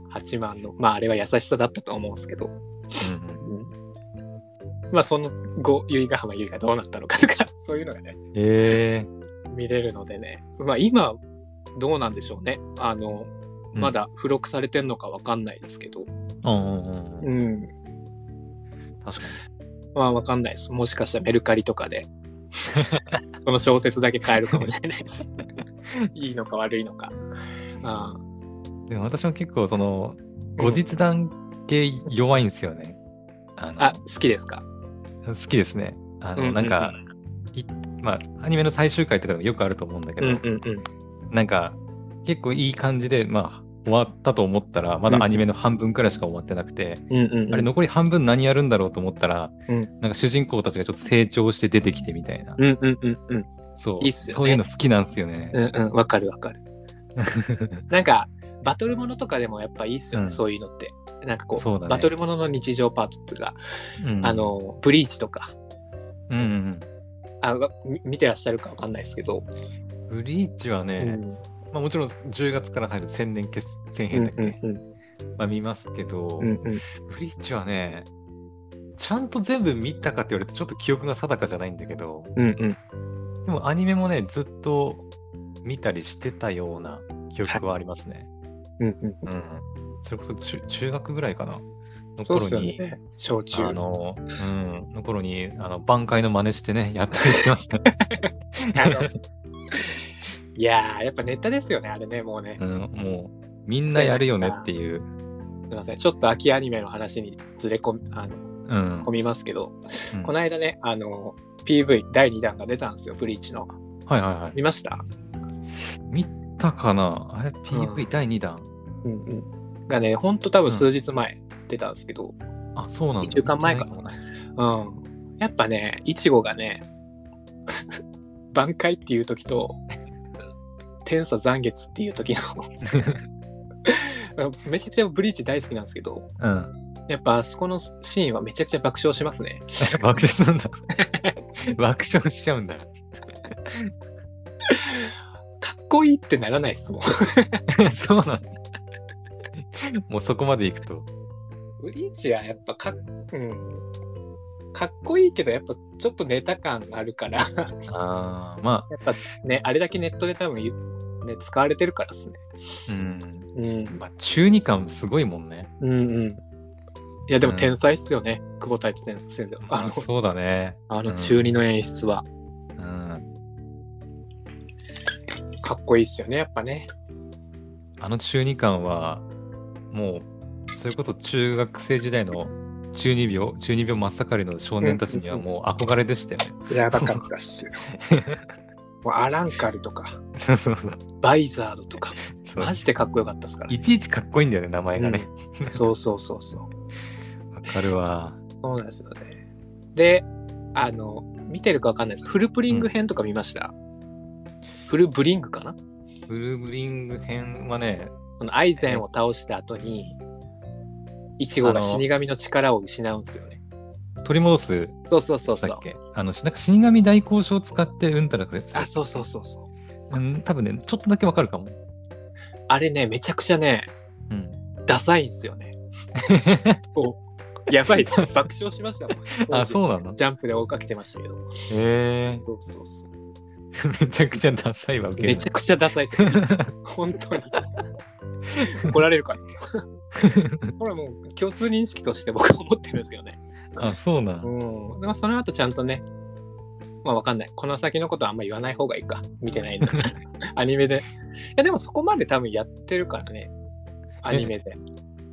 S3: 八幡の、まああれは優しさだったと思うんですけど、 [laughs]
S1: うん
S3: まあその後、ゆいがはまゆいがどうなったのかとか、 [laughs] そういうのがね、
S1: ええ
S3: 見れるのでね。まあ今、どうなんでしょうね。あの、
S1: うん
S3: まだ付録されてんのかわかんないですけど、
S1: うんうんうん。
S3: うん。
S1: 確か
S3: まあわかんないです。もしかしたらメルカリと
S1: [laughs]
S3: かで、この小説だけ買えるかもしれないし、 [laughs] いいのか悪いのか。ああ
S1: に。でも私も結構その、後日談系弱いんですよね。あの
S3: あ、好きですか。
S1: 好きですね。あ
S3: うん
S1: の、
S3: うんうん
S1: なんか、いまあ、アニメの最終回とかでもよくあると思うんだけ
S3: うん
S1: ど、
S3: うんうん。
S1: なんか、結構いい感じで、まあ、終わったと思ったら、まだアニメの半分くらいしか終わってなくて、
S3: うんうんうん、
S1: あれ残り半分何やるんだろうと思ったら、
S3: うん
S1: なんか主人公たちがちょっと成長して出てきてみたいな、
S3: うんうんうんうん
S1: そう
S3: いいっすよね
S1: そういうの好きなんですよね。
S3: うんうんわかる
S1: [laughs]
S3: わかるなんかバトルものとかでもやっぱいいっすよね、
S1: うん
S3: そういうのってなんかこう
S1: そうだね
S3: バトルものの日常パートっていうか、
S1: うん
S3: あ、のブリーチとか
S1: うんうん
S3: あわみ見てらっしゃるかわかんないですけど、
S1: うん、ブリーチは
S3: う
S1: ね、
S3: ん
S1: まあ、もちろん10月から入る千年決千
S3: うん
S1: 編だっけ、
S3: うんうん
S1: まあ、見ますけど、
S3: うんうん
S1: ブリーチはねちゃんと全部見たかって言われてちょっと記憶が定かじゃないんだけど
S3: うんうん
S1: でもアニメもねずっと見たりしてたような記憶はありますね。
S3: うんうん
S1: うん、それこそ中中学ぐらいかなの
S3: そう
S1: 頃
S3: っすよ
S1: に、
S3: ね小中
S1: あの、うん、の頃に、あの、挽回の真似してね、やったりしてま
S3: [laughs]
S1: した。
S3: [laughs] あのいやーやっぱネタですよねあれねもうね
S1: うん、もう、みんなやるよねっていう。
S3: すいませんちょっと秋アニメの話にずれ込みあの
S1: うん
S3: 込。みますけど、
S1: うん
S3: この間ねあの PV 第2弾が出たんですよブリーチの
S1: はいはいはい。
S3: 見ました、
S1: 見たかなあれ、
S3: う
S1: PV 第2弾。
S3: うんうん、がねほんと多分数日前出たんですけど、
S1: あ、そうなんだ。
S3: 一週間前か
S1: 見てないも
S3: うんやっぱねいちごがね挽回っていう時と天差残月っていう時の [laughs] めちゃくちゃブリーチ大好きなんですけど
S1: な。うん。
S3: やっぱあそこのシーンはめちゃくちゃ爆笑しますね [laughs]
S1: 爆笑するんだ。爆笑しちゃうんだ。 [laughs]
S3: かっこいいってならないっすもん
S1: そうなんだ。もうそこまでいくと。
S3: ブリーチはやっぱかっ,、うん、かっこいいけどやっぱちょっとネタ感あるからやっ
S1: ああ、ま
S3: ぱねあれだけネットで多分ゆ、ね、使われてるからっすね
S1: あ、うん。
S3: うん
S1: まあ、中二感すごいもんね。
S3: うんうんいやでも
S1: うん
S3: 天才っすよね、久保太一先生のあ
S1: あ、
S3: の
S1: そうだね。
S3: あの中二の演出は
S1: うん。
S3: かっこいいっすよねやっぱね
S1: あの中二感はもうそれこそ中学生時代の中二病中二病真っ盛りの少年たちにはもう憧れでしたよね。 [laughs]
S3: やばかったっすよもうアランカルとか
S1: そうそうそう
S3: バイザードとか
S1: そう
S3: マジでかっこよかったっすから
S1: いちいちかっこいいんだよね名前がね。
S3: そうそうそうそう
S1: わ、かるわ。
S3: そうなんですよねであの見てるかわかんないですフルプリング編とか見ました、フルブリングかな
S1: ブルーブリング編はね
S3: そのアイゼンを倒した後にイチゴが死神の力を失うんですよね
S1: 取り戻す
S3: そうそうそうそ
S1: さ
S3: う
S1: っけあのしなんか死神大交渉を使ってうんたらくれ
S3: あそうそうそうそう
S1: うん多分ねちょっとだけわかるかも。
S3: あれね、めちゃくちゃね、
S1: うん、
S3: ダサいんすよ [laughs] ね。そうやばいっす、爆笑しましたもん。
S1: あそうなの
S3: ジャンプで追いかけてましたけど。
S1: へえ
S3: そうそうそう
S1: [laughs] めちゃくちゃダサいわ受け
S3: めちゃくちゃダサいですよ。 [laughs] 本当に。怒られるから。これはもう共通認識として僕は思ってるんですけどね。
S1: あそうなん。
S3: うん。でもその後ちゃんとね、まあわかんない。この先のことはあんま言わない方がいいか。見てな
S1: [laughs]
S3: いんだ。アニメで。いやでもそこまで多分やってるからね。アニメで。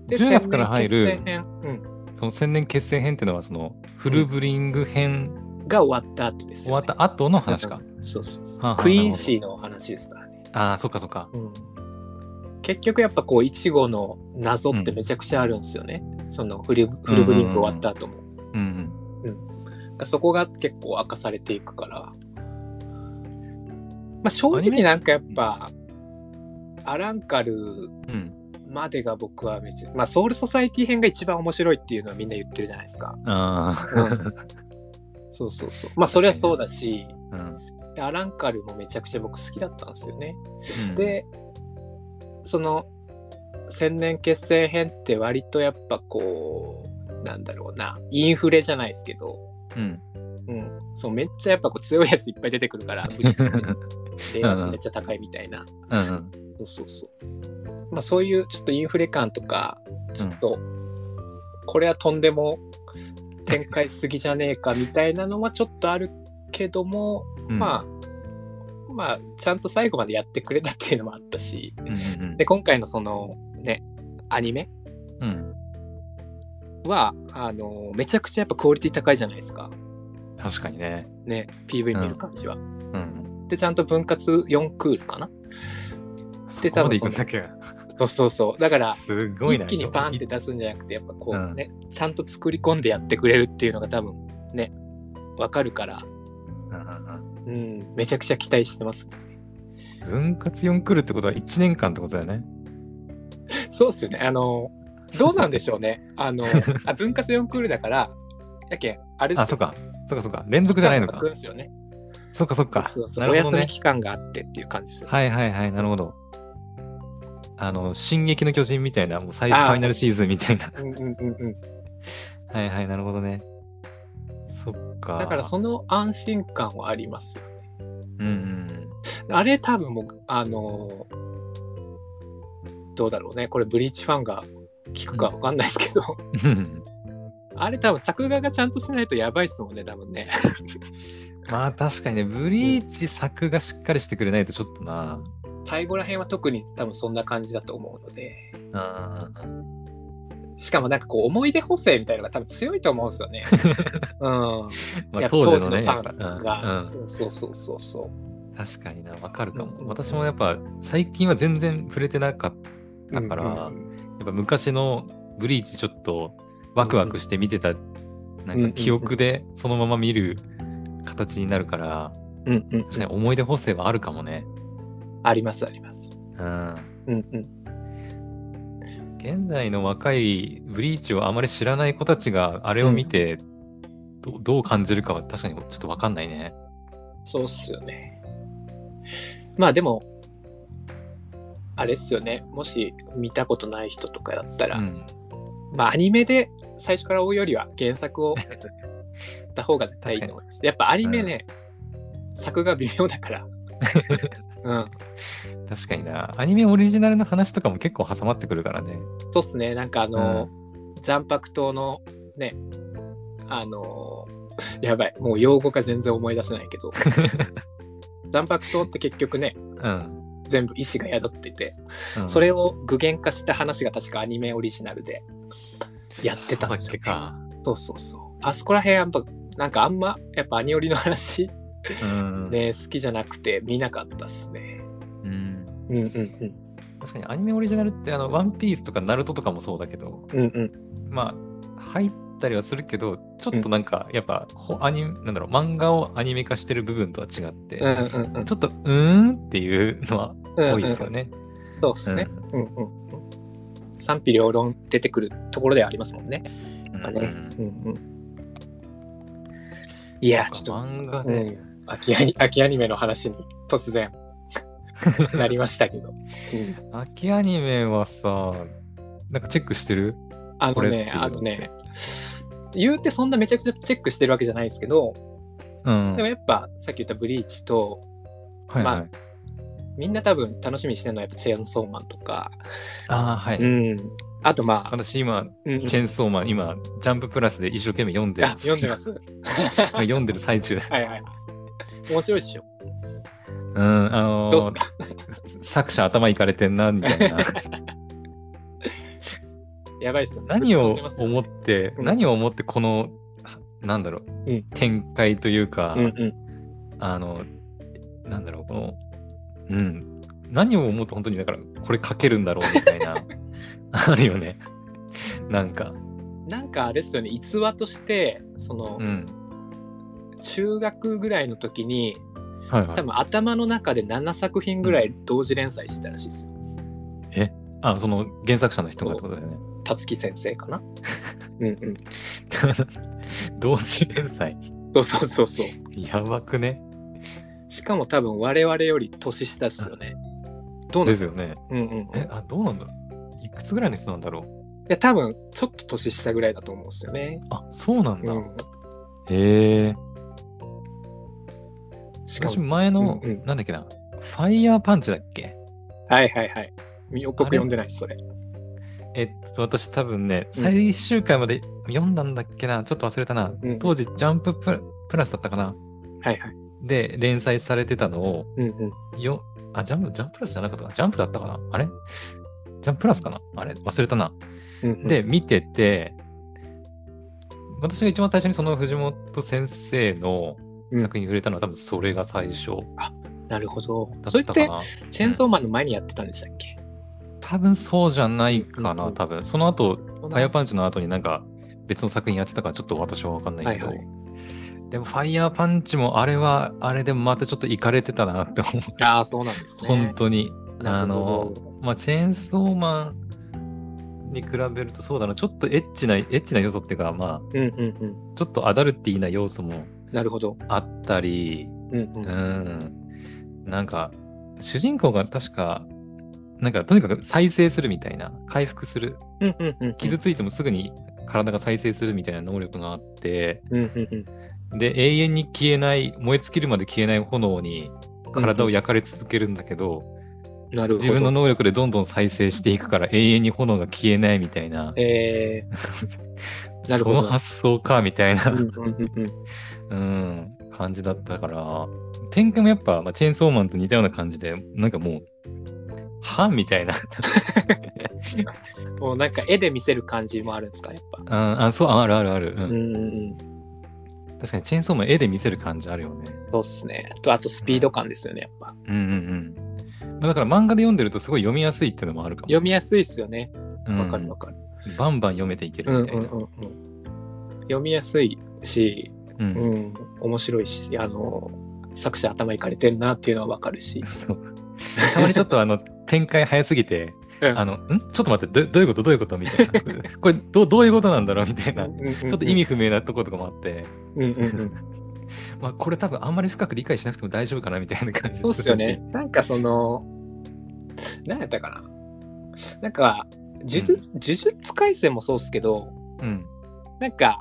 S3: で
S1: 10月から入る
S3: 千年決戦編うん。
S1: その千年決戦編っていうのはそのフルブリング編
S3: が終わった後です
S1: 終
S3: よ、
S1: わ
S3: ね。
S1: った後の話か。
S3: うん。そうそうそう。
S1: はあはあ
S3: クイーンシーのお話ですからね。
S1: ああ、そっかそっか。
S3: うん、結局やっぱこうイチゴの謎ってめちゃくちゃあるんですよね。そのフルフルブリンク終わった後も。
S1: うん
S3: そこが結構明かされていくから。まあ、正直なんかやっぱアランカル
S1: うん。うん。
S3: までが僕は別に、まあ、ソウルソサイティ編が一番面白いっていうのはみんな言ってるじゃないですか。
S1: あ
S3: う
S1: あ。
S3: ん、そうそうそう。まあそれはそうだし、
S1: [laughs] うん
S3: でアランカルもめちゃくちゃ僕好きだったんですよね。、でその千年決戦編って割とやっぱこうなんだろうなインフレじゃないですけど、
S1: うん。
S3: うん、そうめっちゃやっぱこう強いやついっぱい出てくるからブリ
S1: う
S3: ッジ
S1: ん
S3: でレアスめっちゃ高いみたいな、
S1: うん。
S3: そうそうそうまあそういうちょっとインフレ感とかちょっと、これはとんでも展開しすぎじゃねえかみたいなのはちょっとあるけども、
S1: うん。
S3: まあまあちゃんと最後までやってくれたっていうのもあったし、
S1: うんうん
S3: で今回のそのねアニメ
S1: うん。
S3: はあのめちゃくちゃやっぱクオリティ高いじゃないですか
S1: 確かにね。
S3: ね PV 見る感じは、
S1: うん。
S3: でちゃんと分割4クールかな
S1: そ
S3: で
S1: こまで行くんだっけ。
S3: そうそうそうだから
S1: すごいな。
S3: 一気にバンって
S1: い
S3: 出すんじゃなくてやっぱこ
S1: うん
S3: うね、ちゃんと作り込んでやってくれるっていうのが多分ねわかるから、
S1: うんうん
S3: うん、めちゃくちゃ期待してます
S1: うん分割4来るってことは1年間ってことだよね。
S3: そうっすよねあのどうなんでしょう
S1: [laughs]
S3: ねあのあ分割4クールだからだっけあれっすよ
S1: あ、そっか。そっかそっか。連続じゃないの
S3: 期
S1: か
S3: 間が空。くんすよね
S1: そっかそっか。
S3: そうそ
S1: な
S3: う
S1: るほ
S3: お
S1: ど
S3: 休
S1: ね
S3: み。期間があってっていう感じで
S1: [laughs]
S3: すよね、
S1: はいはいはい、なるほど。あの、進撃の巨人みたいな、もう最初
S3: あー
S1: ファイナルシーズンみたいな。 [laughs]
S3: うんうんうんうん
S1: はいはい、なるほどね。そっか。
S3: だからその安心感はありますよ
S1: うんうん
S3: あれ多分もうあのどうだろうねこれブリーチファンが聞くかわかんないですけど、
S1: うん。 [laughs]
S3: あれ多分作画がちゃんとしないとやばいっすもんね多
S1: [laughs]
S3: 分ね
S1: まあ確かにね、ブリーチ作がしっかりしてくれないとちょっとな。
S3: 最後ら辺は特に多分そんな感じだと思うので
S1: うん
S3: しかもなんかこう思い出補正みたいなのが多分強いと思うんです
S1: [laughs]
S3: よねうん
S1: ま
S3: や
S1: あ
S3: っぱ当
S1: 当
S3: 時
S1: 時の
S3: のフ
S1: ね、やっぱ
S3: ァンが、
S1: うん
S3: そうそうそうそうそう
S1: うん確かにな、わかるか
S3: うんう
S1: も。
S3: ん
S1: 私もやっぱ最近は全然触れてなかった。だから
S3: うんうん
S1: やっぱ昔のブリーチちょっとワクワクして見てた、なんか記憶でそのまま見る形になるから、
S3: うんうん
S1: 確かに思い出補正はあるかもね。
S3: ありますあります
S1: うん。
S3: うんうん
S1: 現在の若いブリーチをあまり知らない子たちがあれを見て、どどう感じるかは確かにちょっとわかんないね。
S3: そうっすよねまあでもあれっすよねもし見たことない人とかだったら、
S1: うん。
S3: まあアニメで最初から追うよりは原作をやった方が絶対いいと思いますやっぱアニメね、作が微妙だ [laughs] からうん
S1: 確かにな。アニメオリジナルの話とかも結構挟まってくるからね。
S3: そうっすね、なんかあの、残白島のね、あの、 [laughs] やばい、もう用語が全然思い出せないけ [laughs] ど、残白島って結局ね、
S1: うん。
S3: 全部意志が宿ってて、
S1: うん
S3: それを具現化した話が確かアニメオリジナルでやってたんですよ、ね。そうそうそう。あそこら辺やっぱ、なんかあんま、やっぱアニオリの
S1: そう
S3: 話
S1: だっけか。うん。
S3: ね、好きじゃなくて見なかったっすね。
S1: うん
S3: うんうんうん。
S1: 確かにアニメオリジナルってあの、ワンピースとかナルトとかもそうだけど、
S3: うんうん。
S1: まあ、入ったりはするけど、ちょっとなんか、やっぱ、ほアニメ、なんだろう、漫画をアニメ化してる部分とは違って、
S3: うんうんうん。
S1: ちょっと、うーんっていうのは
S3: うんうん
S1: 多いですよね。
S3: そうっすね。
S1: うん
S3: うんうんうん賛否両論出てくるところではありますもんね。やっぱね
S1: うん
S3: うんうん、いや、ちょっと、
S1: 漫画
S3: う
S1: ね、
S3: ん、秋アニ秋アニメの話に
S1: [laughs]
S3: 突然なりましたけど。うん
S1: 秋アニメはさ、なんかチェックしてる
S3: あ
S1: こ
S3: の
S1: れってい
S3: ね
S1: う、
S3: あのね、言うてそんなめちゃくちゃチェックしてるわけじゃないですけど、
S1: うん。
S3: でもやっぱさっき言ったブリーチと、
S1: はい
S3: ま
S1: は
S3: あ
S1: い。
S3: みんな多分楽しみにしてるのはやっぱチェーンソーマンとか、
S1: ああ、は
S3: う
S1: い。
S3: ん。あとまあ、
S1: 私今、
S3: うんうん
S1: チェーンソーマン、今、ジャンププラスで一生懸命読んでる
S3: あ読んでま。す。
S1: 今 [laughs] 読んでる最中。
S3: はいはい。面白いっしょ。
S1: うん、あのー
S3: どうっすか
S1: 作者頭いかれてんな、みたいな。
S3: [laughs] やばいっすよ。
S1: 何
S3: ぶっ飛
S1: を
S3: んでますよね
S1: 思って、
S3: うん
S1: 何を思ってこの、はなんだろう、
S3: うん
S1: 展開というか、
S3: うんうん。
S1: あの、なんだろう、この、うん、何を思って本当に、だから、これ書けるんだろうみたいな、
S3: [laughs]
S1: あるよね。なんか、
S3: なんかあれですよね、逸話として、その、
S1: うん。
S3: 中学ぐらいの時に、
S1: はいは
S3: 多
S1: い。
S3: 分頭の中で7作品ぐらい同時連載してたらしいですよ。
S1: あ、その原作者の人がってことだよね。
S3: たつき先生
S1: [laughs]
S3: かな。うんうん。
S1: 同時連載。
S3: そうそうそうそう。
S1: やばくね。
S3: しかも多分我々より年下っすよね。どうな
S1: で
S3: んですす
S1: よね。
S3: うんうんうん。
S1: え
S3: い、
S1: あ、どうなんだろう。いくつぐらいの人なんだろう。
S3: や、多分ちょっと年下ぐらいだと思うんですよね。
S1: あ、そうなんだ。
S3: うん。
S1: へえ。
S3: しか
S1: 私
S3: も、
S1: 前の、
S3: うんうん
S1: なんだっけな、ファイヤーパンチだっけ
S3: はいはいはい。み予告読んでないです、それ。
S1: えっと、私多分ね、最終回まで読んだんだっけな、ちょっと忘れたな。
S3: うん
S1: 当時、ジャンププラプラスだったかな。
S3: はいはい。
S1: で、連載されてたのを、
S3: うんうん。
S1: よ、あ、ジャンプ、ジャンププラスじゃなかったかな。ジャンプだったかな。あれジャンププラスかなあれ忘れたな。
S3: うんうん、
S1: で、見てて、私が一番最初にその藤本先生の作品に触れたのは多分それが最初
S3: なるほど。
S1: だ
S3: そ
S1: っ
S3: れっ
S1: か
S3: たて
S1: な。
S3: チェーンソーマンの前にやってたんでしたっけ、
S1: 確多分そうじゃないか
S3: うんうんう
S1: な、
S3: ん
S1: 多分。その後、ファイヤーパンチの後になんか別の作品やってたからちょっと私は分かんないけど。
S3: はいは
S1: でも、ファイヤーパンチもあれは、あれでまたちょっといかれてたなって思う。
S3: ああ、そうなんですね。
S1: 本当に。
S3: な
S1: あ
S3: るほ
S1: の
S3: ど、
S1: まあ、チェーンソーマンに比べるとそうだな、ちょっとエッチな、エッチな要素っていうか、ま
S3: うんうんうん
S1: あ、ちょっとアダルティーな要素も
S3: なるほど。
S1: あったり、
S3: うんう。
S1: うんん、なんか、主人公が確か、なんかとにかく再生するみたいな、回復する、
S3: うんうんうん。
S1: 傷ついてもすぐに体が再生するみたいな能力があって、
S3: うんうんうん。
S1: で、永遠に消えない、燃え尽きるまで消えない炎に体を焼かれ続けるんだけど、
S3: なるほど。
S1: 自分の能力でどんどん再生していくから永遠に炎が消えないみたいな、
S3: えなるほど
S1: [laughs] その発想かみたい
S3: ー
S1: な、
S3: うんうんうんうん。
S1: うん、感じだったから、展開もやっぱ、まあ、チェーンソーマンと似たような感じで、なんかもう、はみたい
S3: [laughs]
S1: な、
S3: もうなんか絵で見せる感じもあるんですか、やっぱ。
S1: ああ、そう、ああるあるある、う
S3: うん
S1: ん
S3: うんうん。
S1: 確かにチェーンソーマン絵で見せる感じあるよね。
S3: そうっすね。と、あとスピード感ですよね、やっぱ。
S1: うんうんうん。まあだから漫画で読んでるとすごい読みやすいっていうのもあるかも。
S3: 読みやすいっすよね。わかるわ
S1: う
S3: かる。
S1: んバンバン読めていけ
S3: うん
S1: るみ
S3: うん
S1: たいな。
S3: うんうん。読みやすいし、
S1: うん
S3: うん、面白いし、あの、作者頭いかれてるなっていうのはわかるし。
S1: そうたまにちょっとあの展開早すぎて、
S3: う
S1: [laughs]
S3: ん
S1: あのんちょっと待ってど、どういうことどういうことみたいな。 [laughs] これどう、どういうことなんだろうみたいな。ち
S3: ち
S1: ょっと意味。不明なとことかもあって、
S3: うんうんうん。
S1: まあ、これ多分あんまり深く理解しなくても大丈夫かなみたいな感じ
S3: そうっす
S1: [laughs]
S3: よね。。なんかその、何やったかな。なんか、呪術、呪術廻戦もそうっすけど、
S1: うん。
S3: なんか、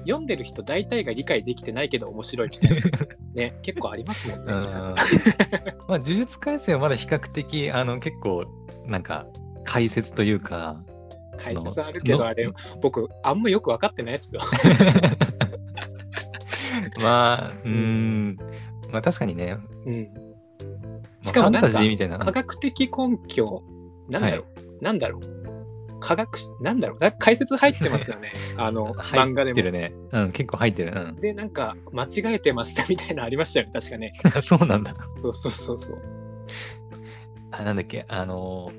S3: 読んでる人大体が理解できてないけど面白いみたい
S1: [laughs]
S3: な。ね、結構ありますもん
S1: うん
S3: ね。
S1: まあ、呪術廻戦はまだ比較的、あの、結構、なんか、解説というか、 [laughs]
S3: 解説あるけど、
S1: の
S3: あれ、僕、あんまよく分かってないっすよ。
S1: まあ、うーん、まあ確かにね、ま
S3: うん。
S1: あ
S3: しかも
S1: フ
S3: な
S1: ァ
S3: ん
S1: ン
S3: か
S1: タジーみたいな。
S3: 科学的根拠、なんだろう、なんだろう。科学し、なんだろう。なんか解説入ってますよ
S1: [laughs]
S3: ね。あの、漫画で
S1: 入ってる
S3: も。
S1: ね。うん、結構入ってる。うん。
S3: で、なんか、間違えてましたみたいなのありましたよね。確かね。
S1: そうなん [laughs] だ。
S3: そうそうそうそう。
S1: あ、なんだっけ、あの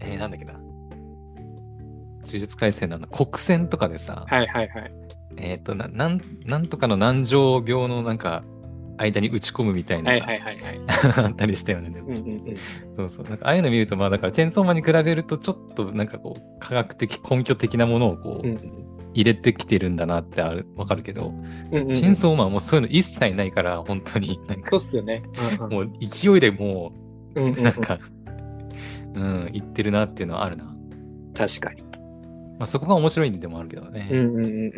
S1: ー、えーなんだっけな。呪術廻戦のあの国戦とかでさ、
S3: はいはいはい。
S1: えっ、とななん、なんとかの難情病のなんか、間に打ち込むみたいな
S3: は
S1: さ、
S3: いはいはいはい。
S1: [laughs] あったりしたよね。でも
S3: うんうんうん。
S1: そうそう。なんかああいうの見ると、まあだから、チェーンソーマンに比べると、ちょっとなんかこう、科学的根拠的なものをこう、
S3: うんうん
S1: 入れてきてるんだなってある、わかるけど、
S3: うんうん。
S1: チェーンソーマンはもうそういうの一切ないから、本当に、なん
S3: そう
S1: か
S3: っ、すよね。うん
S1: もう勢いでも
S3: うんうん
S1: う、
S3: うんう
S1: [laughs] なんんか、うん、言ってるなっていうのはあるな。
S3: 確かに。
S1: まあ、そこが面白いんでもあるけどね。
S3: うんうんうんうん。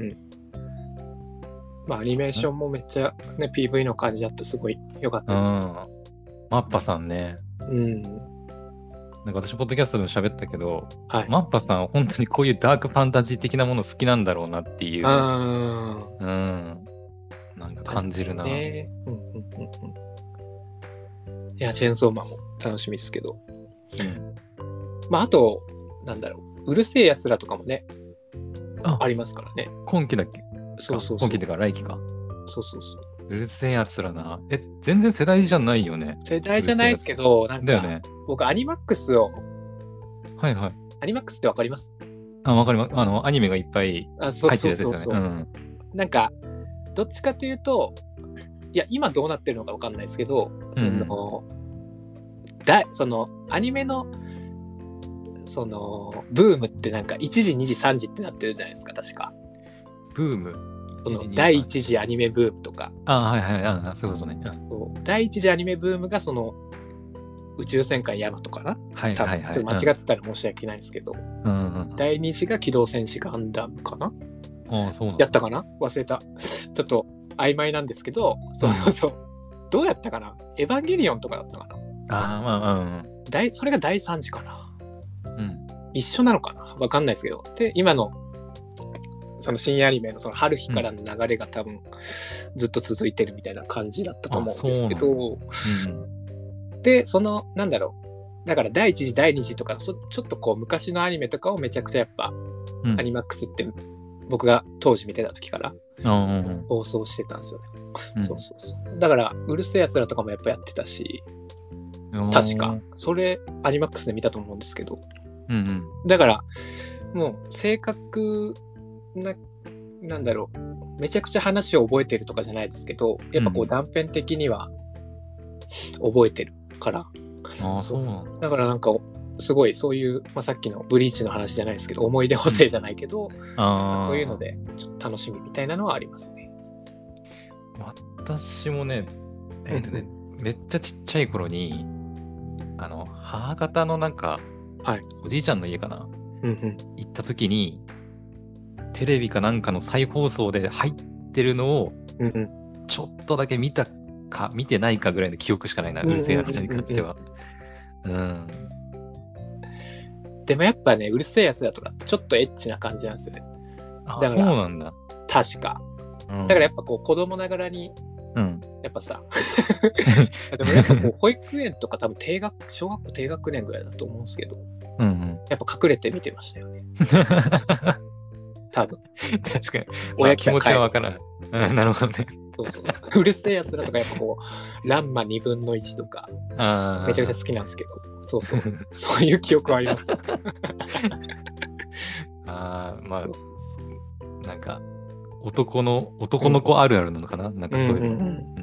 S3: まあ、アニメーションもめっちゃ、ね、PV の感じだってすごい良かっ
S1: うん。
S3: たです。
S1: マッパさんね。
S3: うん。
S1: なんか私、ポッドキャストでも喋ったけど、
S3: はい。
S1: マッパさんは本当にこういうダークファンタジー的なもの好きなんだろうなっていう、うん。
S3: あ
S1: なんか感じる
S3: あ。
S1: な。
S3: ねうんうんうんうん。いや、チェーンソーマンも楽しみですけど。
S1: うん
S3: まあ、あと、なんだろう。うるせえやつらとかもね、
S1: あ
S3: ありますからね。
S1: 今期だっけ
S3: そうそうそう
S1: 今期。でか、来期か。
S3: そうそうそう。
S1: うるせえやつらな。え、全然世代じゃないよね。
S3: 世代じゃないですけど、なん
S1: だよ
S3: か、
S1: ね。
S3: 僕、アニマックスを、
S1: はいはい。
S3: アニマックスってわかります
S1: あ、わかります。あの、アニメがいっぱい
S3: あ、そう
S1: 入っ
S3: そ
S1: て
S3: う
S1: るやつ
S3: そう
S1: です
S3: そ
S1: よ
S3: う。
S1: ね。うん
S3: なんか、どっちかというと、いや、今どうなってるのかわかんないですけど、その、だその、アニメの、その、ブームってなんか、1時、2時、3時ってなってるじゃないですか、確か。
S1: ブーム。
S3: その、
S1: 1
S3: 第1次アニメブームとか、
S1: あはいはいあそういうことね。うん
S3: そう第1次アニメブームが、その、宇宙戦艦ヤマトかな
S1: はい
S3: 多
S1: はい
S3: 分、
S1: はい。
S3: ちょっと間違ってたら申し訳ないんですけど、
S1: うんうん
S3: 第2次が機動戦士ガンダムかな
S1: うん。あそうなんだ
S3: やったかな忘れた。ちょっと曖昧なんですけど、そうそうそう。どうやったかなエヴァンゲリオンとかだったかな
S1: あまあうん
S3: 第それが第3次かな
S1: うん。
S3: 一緒なのかなわかんないですけど。で、今の、その新アニメのその春日からの流れが多分ずっと続いてるみたいな感じだったと思うんですけ
S1: あそう
S3: ど、で、その、なんだろう。だから第1次、第2次とかのそ、ちょっとこう昔のアニメとかをめちゃくちゃやっぱ、
S1: うんうん。
S3: アニマックスって僕が当時見てた時から
S1: うんうん
S3: 放送してたんですよね。
S1: うん。
S3: そうそうそう。だから、うるせえやつらとかもやっぱやってたし、確か。それ、アニマックスで見たと思うんですけど。
S1: うんうん。
S3: だから、もう、正確な、なんだろう、めちゃくちゃ話を覚えてるとかじゃないですけど、やっぱこ
S1: う
S3: うん断片的には覚えてるから。
S1: ああ、そうなんだ。
S3: だからなんか、すごいそういう、まあ、さっきのブリーチの話じゃないですけど、思い出補正じゃないけど、
S1: ああ。
S3: こういうので、ちょっと楽しみみたいなのはありますね。
S1: 私もね、えっとね、めっちゃちっちゃい頃に、あの、母方のなんか、
S3: はい
S1: おじいちゃんの家かな
S3: うんうん。
S1: 行った時に、テレビかなんかの再放送で入ってるのを、
S3: うんうん。
S1: ちょっとだけ見たか、見てないかぐらいの記憶しかないな、うるせえやつに関しては。うん。
S3: でもやっぱね、うるせえやつだとか、ちょっとエッチな感じなんですよね。
S1: あ
S3: だ
S1: そ
S3: か
S1: う
S3: ら
S1: なんだ。
S3: 確か。
S1: うん
S3: だからやっぱこう、子供ながらに、
S1: うん。
S3: やっぱ [laughs] さ、でもやっぱこう、保育園とか多分低学、小学校低学年ぐらいだと思うんですけど、
S1: うんうん。
S3: やっぱ隠れて見てましたよね。
S1: [laughs] 確か
S3: 多分。
S1: に。まあ
S3: 親
S1: 気
S3: 気
S1: 持
S3: が
S1: ち
S3: 変
S1: は
S3: え
S1: わからん。うん、なるほどね。
S3: そう [laughs] そう。うるせえやつだとか、やっぱこう、ランマ2分の1とか、
S1: あ
S3: めちゃくちゃ好きなんですけど、そうそう。 [laughs] そういう記憶はあります。
S1: ああ、まあ、そなんか、男の、男の子あるあるなのかな、なんかそういうの。うん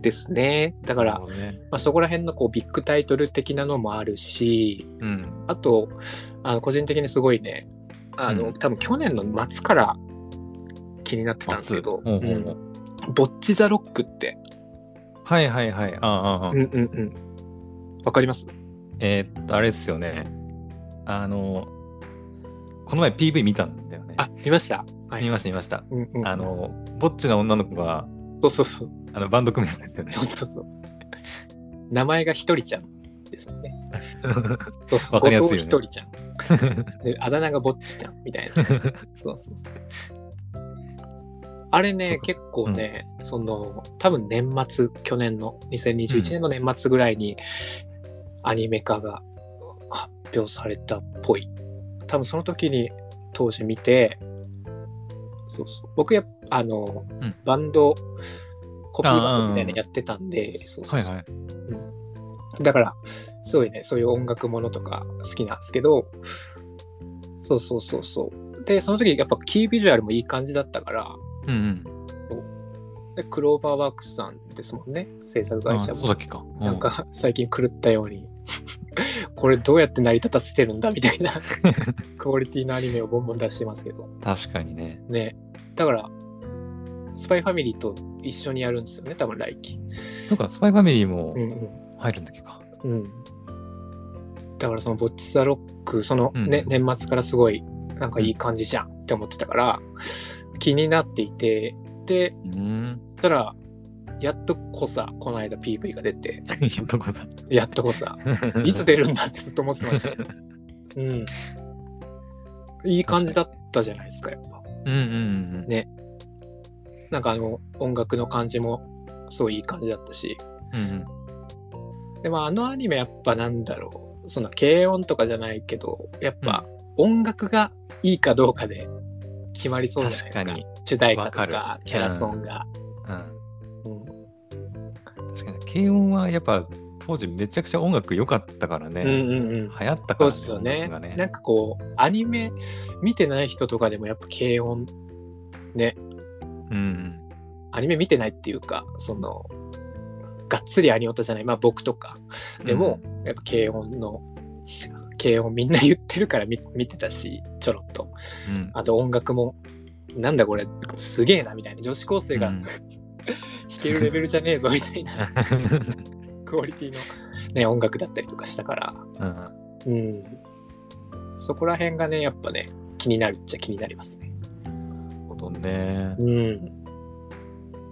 S3: ですね。だか
S1: な
S3: ら
S1: る、ほどね
S3: まあ、そこら辺のこうビッグタイトル的なのもあるし、
S1: うん。
S3: あと、あの個人的にすごいね、あの、
S1: うん
S3: 多分去年の末から気になってたんですけど、
S1: ほうほうほう
S3: うんボッチ・ザ・ロックって、
S1: はいはいはい。ああ、ああああ
S3: うんうんうん。わかります
S1: えーっと、あれですよね。あの、この前 PV 見たんだよね。
S3: あ、見ましたはい
S1: 見ました見ました。
S3: うんうん、
S1: あの、ぼっちの女の子が、
S3: そうそうそう。
S1: あの、バンド組むやつですよね
S3: そ。うそうそう。名前がひとりちゃんですよね。そうそう。
S1: わかりやすいよね
S3: 後藤ひとりちゃん。
S1: [laughs]
S3: で、あだ名がぼっちちゃんみたいな。そうそうそう。あれね、結構ね、その、多分年末、去年の、2021年の年末ぐらいに、アニメ化が発表されたっぽい。多分その時に当時見て、そうそう。僕やっぱ、あの、
S1: ん
S3: バンド、コピーバン
S1: あー
S3: ドみたいなのやってたんで、そう
S1: [laughs]
S3: そ
S1: はい
S3: うそう
S1: はい。
S3: だから、すごいね、そういう音楽ものとか好きなんですけど、そうそうそうそう。で、その時やっぱキービジュアルもいい感じだったから、
S1: うんうん。
S3: でクローバーワークスさんですもんね、制作
S1: あ
S3: 会社
S1: ーそうだ
S3: も
S1: っ。けか。う
S3: なんか最近狂ったように、 [laughs] これどうやって成り立たせてるんだみたいなクオリティのアニメをボンボン出してますけど。
S1: 確かにね。
S3: ね。だから、スパイファミリーと一緒にやるんですよね、多分来期。
S1: そうか、スパイファミリーも
S3: うんうん。
S1: 入るんだっけか。
S3: うん、だからそのボッチザロックその、ね
S1: うん
S3: 年末からすごいなんかいい感じじゃんって思ってたから、気になっていてで
S1: うん。
S3: そしたらやっとこさこの間 PV が出て
S1: どこだ
S3: やっとこさ [laughs] いつ出るんだってずっと思ってま
S1: [laughs]
S3: した、うん、いい感じだったじゃないですかやっぱ
S1: うんうんうんうん。
S3: ねなんかあの音楽の感じもすごいいい感じだったし
S1: うんうん
S3: でもあのアニメやっぱなんだろうその軽音とかじゃないけどやっぱ音楽がいいかどうかで決まりそうじゃない
S1: 確
S3: で
S1: か
S3: すか
S1: に。
S3: 主題歌と
S1: わか
S3: か
S1: る
S3: キャラソンが、
S1: うん。
S3: うん
S1: 確かに。軽音はやっぱ当時めちゃくちゃ音楽良かったからね。
S3: うんうんうん
S1: 流行ったか
S3: そ
S1: ら
S3: うっすよね
S1: 音楽が
S3: なんかこうアニメ見てない人とかでもやっぱ軽音ね
S1: うん
S3: アニメ見てないっていうかそのがっつりアニオタじゃないまあ僕とか
S1: うん。
S3: でも、やっぱ軽音の軽音みんな言ってるから見見てたしちょろっと
S1: うん、うん
S3: あと音楽も、なんだこれ、すげえなみたいな、女子高生が
S1: う
S3: 弾
S1: ん [laughs]
S3: けるレベルじゃねえぞみたいなクオリティの、ね、音楽だったりとかしたから、
S1: うん
S3: うん。そこら辺がね、やっぱね、気になるっちゃ気になりますね。
S1: なるほどね。
S3: うん。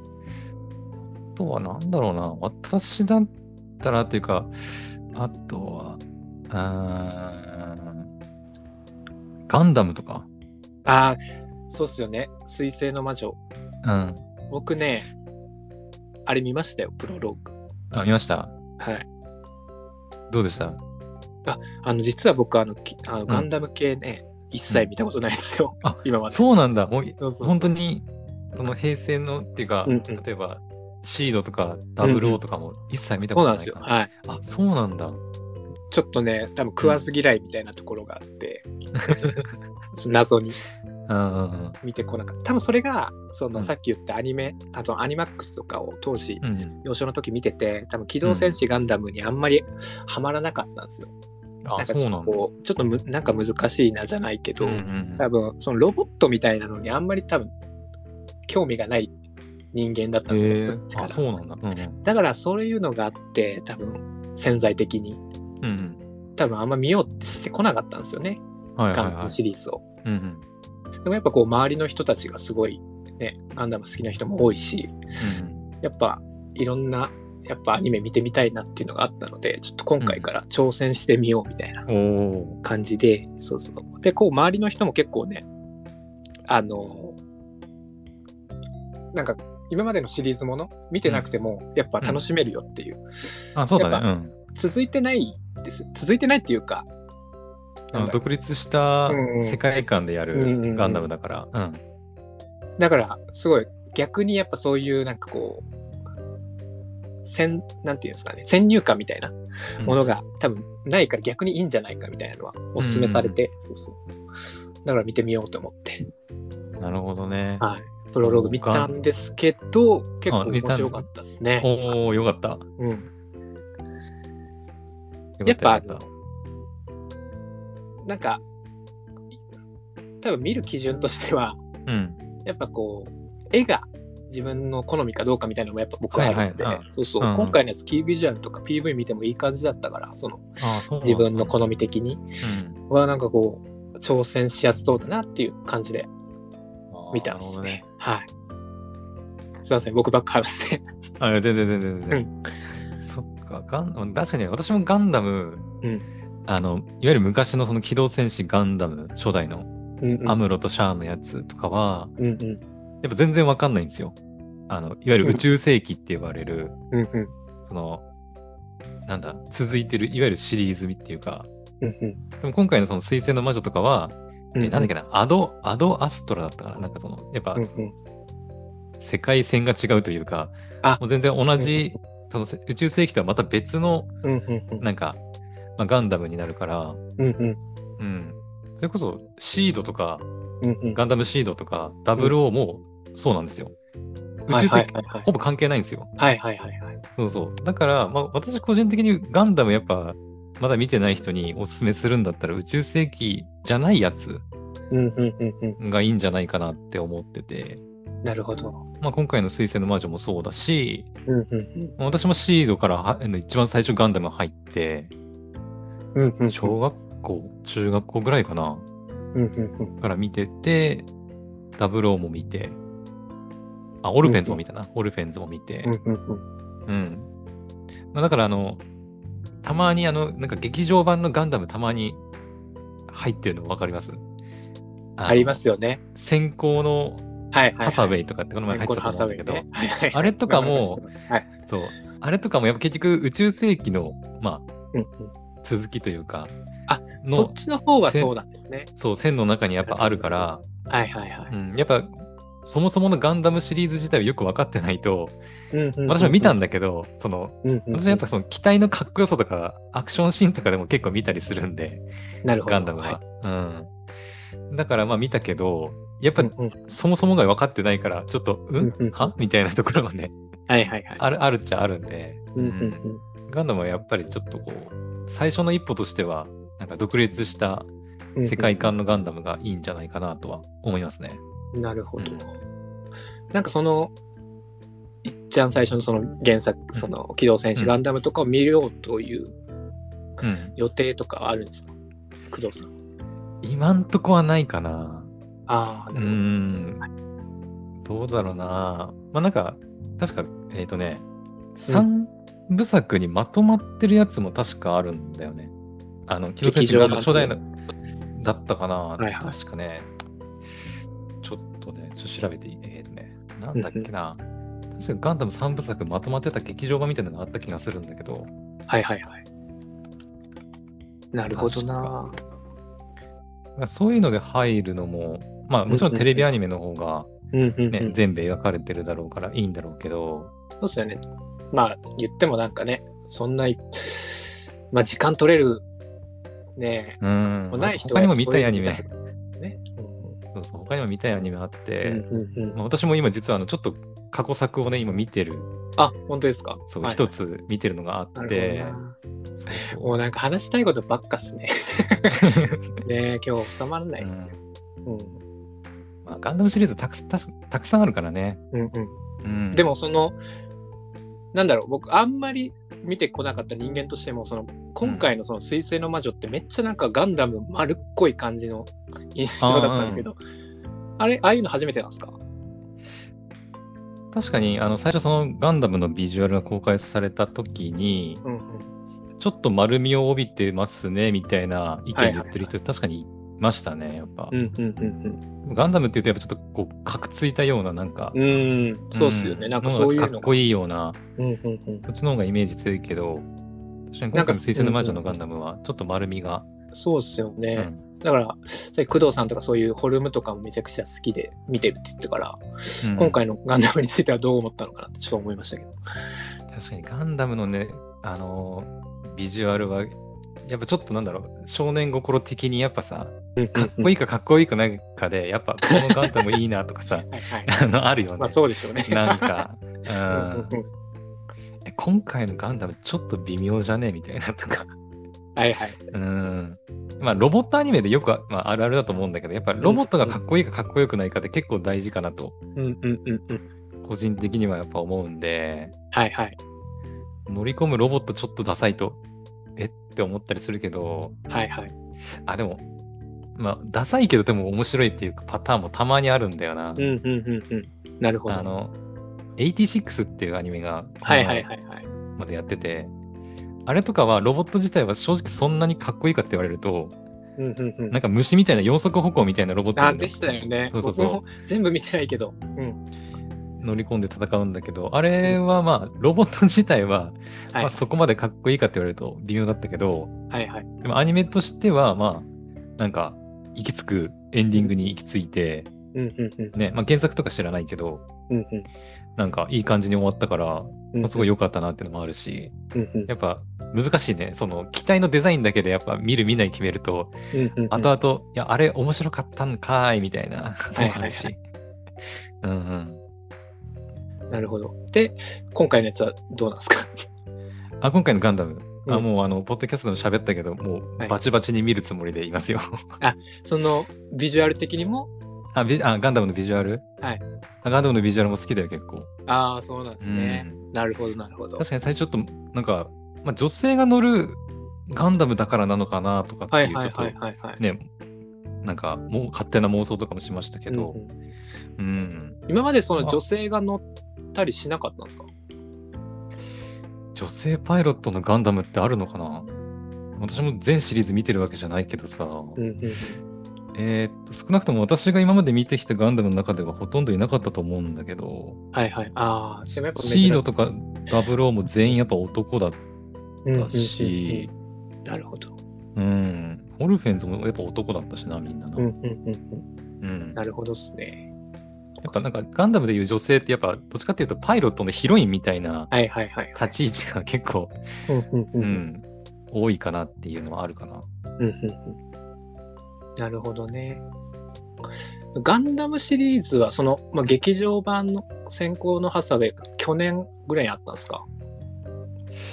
S1: あとは何だろうな。私だったらというか、あとは、うーんガンダムとか。
S3: ああ、そうっすよね。水星の魔女。
S1: うん。
S3: 僕ね、あれ見ましたよ、プロローグ。
S1: あ、見ました。
S3: はい。
S1: どうでした
S3: あの、実は僕、あの、きあのガンダム系ね、一切見たことないんですよ。
S1: あ
S3: 今まで。
S1: そうなんだ。もう、
S3: そうそうそう
S1: 本当に、この平成のっていうか、
S3: うんうん
S1: 例えば、シードとかダブルオーとかも一切見たこ
S3: そ
S1: と
S3: うなん
S1: ない
S3: です
S1: か
S3: よ。
S1: ら。
S3: は
S1: あ、
S3: い。
S1: そうなんだ。
S3: ちょっとね、多分食わず嫌いみたいなところが
S1: [laughs]
S3: あって、その謎に
S1: うん
S3: 見てこなかった。多分それが、そ
S1: う
S3: の、
S1: ん
S3: さっき言ったアニメ、あとアニマックスとかを当時、
S1: うんうん。
S3: 幼少の時見てて、多分機動戦士ガンダムにあんまりハマらなかったんですよ。
S1: うん。あ、
S3: なん
S1: そ
S3: か
S1: うな
S3: ちょっと
S1: んだ。
S3: こう、ちょっとむなんか難しいなじゃないけど、
S1: うんうん
S3: 多分そのロボットみたいなのにあんまり多分興味がない人間だったん
S1: うん。
S3: ですよ、
S1: へえ
S3: どっち
S1: あ、
S3: から
S1: そうなんだ。うんうん
S3: だからそういうのがあって多分潜在的に
S1: うん
S3: 多分あんま見ようってしてこなかったんですよね、
S1: うん。はいはい
S3: ガンダ
S1: は
S3: ム
S1: い。
S3: シリーズを
S1: うんうん
S3: でもやっぱこう周りの人たちがすごいねガンダム好きな人も多いし
S1: うん
S3: やっぱいろんなやっぱアニメ見てみたいなっていうのがあったのでちょっと今回から挑戦してみようみたいな
S1: うん。おお。
S3: 感じで、そうそう。で、こう、周りの人も結構ね、あの、なんか、今までのシリーズもの見てなくても、やっぱ楽しめるよっていう、
S1: あ、そうだ
S3: やっ
S1: ね。
S3: ぱ
S1: うん。
S3: 続いてないです。続いてないっていうか、
S1: あ
S3: な
S1: の
S3: んだろ
S1: 独立した
S3: うんうん
S1: 世界観でや
S3: うんうんうん
S1: るガンダムだから。うん。
S3: うだから、すごい、逆にやっぱそういう、なんかこう、先、なんていうんですかね、先入観みたいなものが多分ないから逆にいいんじゃないかみたいなのはおすすめされて、そうそう。だから見てみようと思って。
S1: なるほどね。
S3: はい、プロローグ見たんですけど、結構面白かったですね。
S1: おお、よかった。よ
S3: うん、
S1: かた
S3: やっぱ
S1: よかた
S3: なんか、多分見る基準としては、
S1: うん。
S3: やっぱこう、絵が自分の好みかどうかみたいなのもやっぱ僕はあるんで、
S1: はいはいうん
S3: そうそう、
S1: うんうん
S3: 今回のやつ、キービジュアルとか PV 見てもいい感じだったから、その
S1: あそうなんだ
S3: 自分の好み的に
S1: うん
S3: は、なんかこう、挑戦しやすそうだなっていう感じで見たんですね。。はい。すいません、僕ばっか話して。
S1: あ、全然全然全然。そっか、ガン確かに私もガンダム、
S3: うん
S1: あの、いわゆる昔のその機動戦士ガンダム初代の
S3: うんうん
S1: アムロとシャアのやつとかは、
S3: うんうん
S1: やっぱ全然わかんないんですよ。あの、いわゆる宇宙世紀って呼ばれる、
S3: うんうん
S1: その、なんだ、続いてる、いわゆるシリーズっていうか、
S3: うんうん
S1: でも今回のその水星の魔女とかは、
S3: う
S1: え
S3: ん。
S1: なんだっけな、アド、アドアストラだったかななんかその、やっぱ
S3: うんうん
S1: 世界線が違うというか、
S3: あ
S1: もう全然同じ、そのせ宇宙世紀とはまた別の、
S3: うんうんうん
S1: なんか、まあ、ガンダムになるから、
S3: うんうん
S1: うん。それこそ、シードとか、
S3: うんうん
S1: ガンダムシードとか、00もそうなんですよ。宇
S3: は
S1: 宙
S3: いは
S1: 世
S3: い
S1: 紀、
S3: はい
S1: ほぼ関係ないんですよ。
S3: はいはいはいはい
S1: そうそう。だから、まあ、私個人的にガンダムやっぱ、まだ見てない人におすすめするんだったら、宇宙世紀じゃないやつ
S3: うんうんうんう
S1: がいいんじゃないかなって思ってて、
S3: んなるほど
S1: まあ、今回の水星の魔女もそうだし、
S3: うんうん
S1: 私もシードからはあの一番最初ガンダム入って、
S3: うんうんうん
S1: 小学校、中学校ぐらいかな、
S3: うんうん
S1: から見てて、ダブルオーも見て、あ、オルフェンズも見たな、オルフェンズも見て
S3: う、んうんうん
S1: うん。まあ、だから、あの、たまに、あの、なんか劇場版のガンダムたまに入ってるのわかります。
S3: ありますすよね
S1: 先行の
S3: はいはい
S1: ハサウェ
S3: イ
S1: イとかってこの前入ってたと
S3: ハ
S1: 思
S3: サ
S1: うん
S3: ウェ
S1: だけ
S3: イ
S1: ど、
S3: ねはいはい
S1: あれとかも
S3: はい
S1: そう、あれとかもやっぱ結局宇宙世紀の、ま
S3: うんうん
S1: あ、続きというか、
S3: あ
S1: の
S3: そっちの方はそうなんですね
S1: そう、線の中にやっぱあるから、
S3: はいはいは
S1: う
S3: い
S1: ん、やっぱ、そもそものガンダムシリーズ自体をよく分かってないと、
S3: うんうんうん
S1: 私は見たんだけど、その、
S3: うんうんうん
S1: 私はやっぱその機体のかっこよさとか、アクションシーンとかでも結構見たりするんで、
S3: なるほど
S1: ガンダム
S3: はい
S1: は。うん。だからまあ見たけど、やっぱ
S3: うんうん
S1: そもそもが分かってないから、ちょっと、う
S3: うんうん
S1: んはみたいなところもね、
S3: はいはいはい
S1: ある、あるっちゃあるんで、
S3: うんうんうん
S1: ガンダムはやっぱりちょっとこう、最初の一歩としては、なんか独立した
S3: うんうん
S1: 世界観のガンダムがいいんじゃないかなとは思いますね。
S3: なるほど
S1: うん
S3: なんかそのいっちゃん最初のその原作その機動戦士
S1: うん
S3: ガンダムとかを見ようという
S1: うん。
S3: 予定とかはあるんですか工藤さん。
S1: 今んとこはないかな。
S3: ああ、
S1: う
S3: な
S1: ー
S3: るほど。
S1: ん。どうだろうな。まあなんか、確か、えっ、とね、3部作にまとまってるやつも確かあるんだよね。あの、清瀬
S3: 劇場
S1: が
S3: 版
S1: 初代のだったかな。
S3: いはい
S1: 確かね。ちょっとね、ちょっと調べていい。えっ、とね、なんだっけな。確かガンダム3部作まとまってた劇場版みたいなのがあった気がするんだけど。
S3: はいはいはい。なるほどな。
S1: そういうので入るのもまあもちろ
S3: うん
S1: ん
S3: うん
S1: テレビアニメの方が、
S3: うんうんうん
S1: ね全部描かれてるだろうからいいんだろうけど、
S3: そうですよね。まあ言ってもなんかね、そんな、まあ時間取れる、ね
S1: うん
S3: え、もうない人
S1: 他にも見たいアニ
S3: そ
S1: メ
S3: う、うの見たいね。
S1: そうそう他にも見たいアニメあっ
S3: うん
S1: て、
S3: うんうんうん
S1: まあ、私も今実はあのちょっと過去作をね今見てる
S3: あ、本当ですか。
S1: そう
S3: はい
S1: 一、つ見てるのがあ
S3: な
S1: っ
S3: る
S1: て
S3: ほどな
S1: そうそう
S3: もうなんか話したいことばっかっす [laughs] ね。ねえ、今日収まらないっすよ。うん
S1: [laughs] まあ、ガンダムシリーズたくたたくさんあるからね、
S3: うんうん
S1: うん、
S3: でもそのなんだろう僕あんまり見てこなかった人間としてもその今回のその「水星の魔女」ってめっちゃなんかガンダム丸っこい感じの印象だったんですけどあ,、れああいうの初めてなんですか
S1: 確かにあの最初そのガンダムのビジュアルが公開された時に
S3: うんうん
S1: ちょっと丸みを帯びてますねみたいな意見言ってる人確かにいましたねやっぱ
S3: う、んうんうん
S1: ガンダムって言うとやっぱちょっとこうかくついたようななんか、
S3: うんうんそうっすよね、
S1: う
S3: なんかそういうのが
S1: かっこいいような
S3: うんうんうん
S1: こっちの方がイメージ強いけど確かに
S3: な
S1: 今
S3: んか
S1: 回の「水星の魔女」のガンダムはちょっと丸みが、
S3: そうっすよ
S1: う
S3: ね、
S1: ん
S3: だからそれ工藤さんとかそういうフォルムとかもめちゃくちゃ好きで見てるって言ってから、
S1: うん
S3: 今回のガンダムについてはどう思ったのかなってちょっと思いましたけど
S1: 確かにガンダムのね、あのービジュアルは、やっぱちょっとなんだろう、少年心的にやっぱさ、
S3: か
S1: か
S3: っ、
S1: っこいいかかっこいいかなんかで、やっぱこのガンダムいいなとかさ
S3: [laughs] はい
S1: [laughs]
S3: はい
S1: あの、あるよね。
S3: まあそうでしょうね
S1: なんか、
S3: [laughs] う
S1: うん
S3: んうんうん
S1: え今回のガンダムちょっと微妙じゃねえみたいなとか、 [laughs]
S3: はいはい。
S1: うん。まあロボットアニメでよくあ、まあ、あるあるだと思うんだけど、やっぱロボットがかっこいいかかっこよくないかって結構大事かなと、
S3: うんうんうんうん。
S1: 個人的にはやっぱ思うんで、
S3: はいはい。
S1: 乗り込むロボットちょっとダサいと、えって思ったりするけど、
S3: はいはい。
S1: あ、でも、まあ、ダサいけど、でも面白いっていうパターンもたまにあるんだよな
S3: うん。うんうんうん。なるほど。
S1: あの、86っていうアニメが、
S3: はいはいはいはい。
S1: までやってて、あれとかはロボット自体は正直そんなにかっこいいかって言われると、
S3: うんうんうん。
S1: なんか虫みたいな四足歩行みたいなロボット
S3: あ、
S1: に
S3: でしたよね。
S1: そうそうそ
S3: 僕も全部見てないけど。うん。
S1: う。乗り込んで戦うんだけど、あれはまあ、ロボット自体は、
S3: はい
S1: まあ、そこまでかっこいいかって言われると微妙だったけど、
S3: はいはい。
S1: でもアニメとしては、まあ、なんか、行き着くエンディングに行き着いて、
S3: うんうんうん。
S1: ね、まあ原作とか知らないけど、
S3: うんうん
S1: なんかいい感じに終わったから、
S3: うん
S1: ま
S3: う
S1: あ
S3: ん。
S1: すごい良かったなっていうのもあるし、
S3: うんうん。
S1: やっぱ難しいね。その機体のデザインだけでやっぱ見る見ない決めると、
S3: うんうんうん。
S1: 後々、いや、あれ面白かったんかーいみたいな、
S3: はいはいはい
S1: [laughs] もあるし。うんうん。
S3: なるほど。で、今回のやつはどうなんですか [laughs]
S1: あ、今回のガンダム。あ
S3: うん
S1: もうあの、ポッドキャストでも喋ったけど、も
S3: はいう
S1: バチバチに見るつもりでいますよ。
S3: そのビジュアル的にも、
S1: あビあ、ガンダムのビジュアル
S3: はい
S1: あガンダムのビジュアルも好きだよ、結構。
S3: ああ、そうなんですね。
S1: うん
S3: なるほどなるほど。
S1: 確かに最初ちょっと、なんか、まあ、女性が乗るガンダムだからなのかなとかって、
S3: はいいう
S1: ちょ
S3: は
S1: っ
S3: い
S1: と
S3: はいはいはい。
S1: ね、なんかもう勝手な妄想とかもしましたけど
S3: う、んうん
S1: うん、
S3: 今までその女性が乗ったりしなかったんですか
S1: 女性パイロットのガンダムってあるのかな私も全シリーズ見てるわけじゃないけどさ、
S3: うんうんうん。
S1: えーっと、少なくとも私が今まで見てきたガンダムの中ではほとんどいなかったと思うんだけど、
S3: はいはい。ああ、でもやっぱ珍しい
S1: シードとかガブローも全員やっぱ男だっ
S3: うんうんうんうん
S1: たし、
S3: なるほど。
S1: うん、ホルフェンズもやっぱ男だったしな、みんなな。
S3: うんうんうんうん。
S1: うん
S3: なるほどですね。
S1: やっぱなんかガンダムでいう女性ってやっぱどっちかっていうとパイロットのヒロインみたいな
S3: はいはいはい。
S1: 立ち位置が結構、
S3: うんうんう
S1: うんん、多いかなっていうのはあるかな。
S3: うんうんうん。なるほどね。ガンダムシリーズはその、まあ、劇場版の先行のハサウェイ去年ぐらいにあったんですか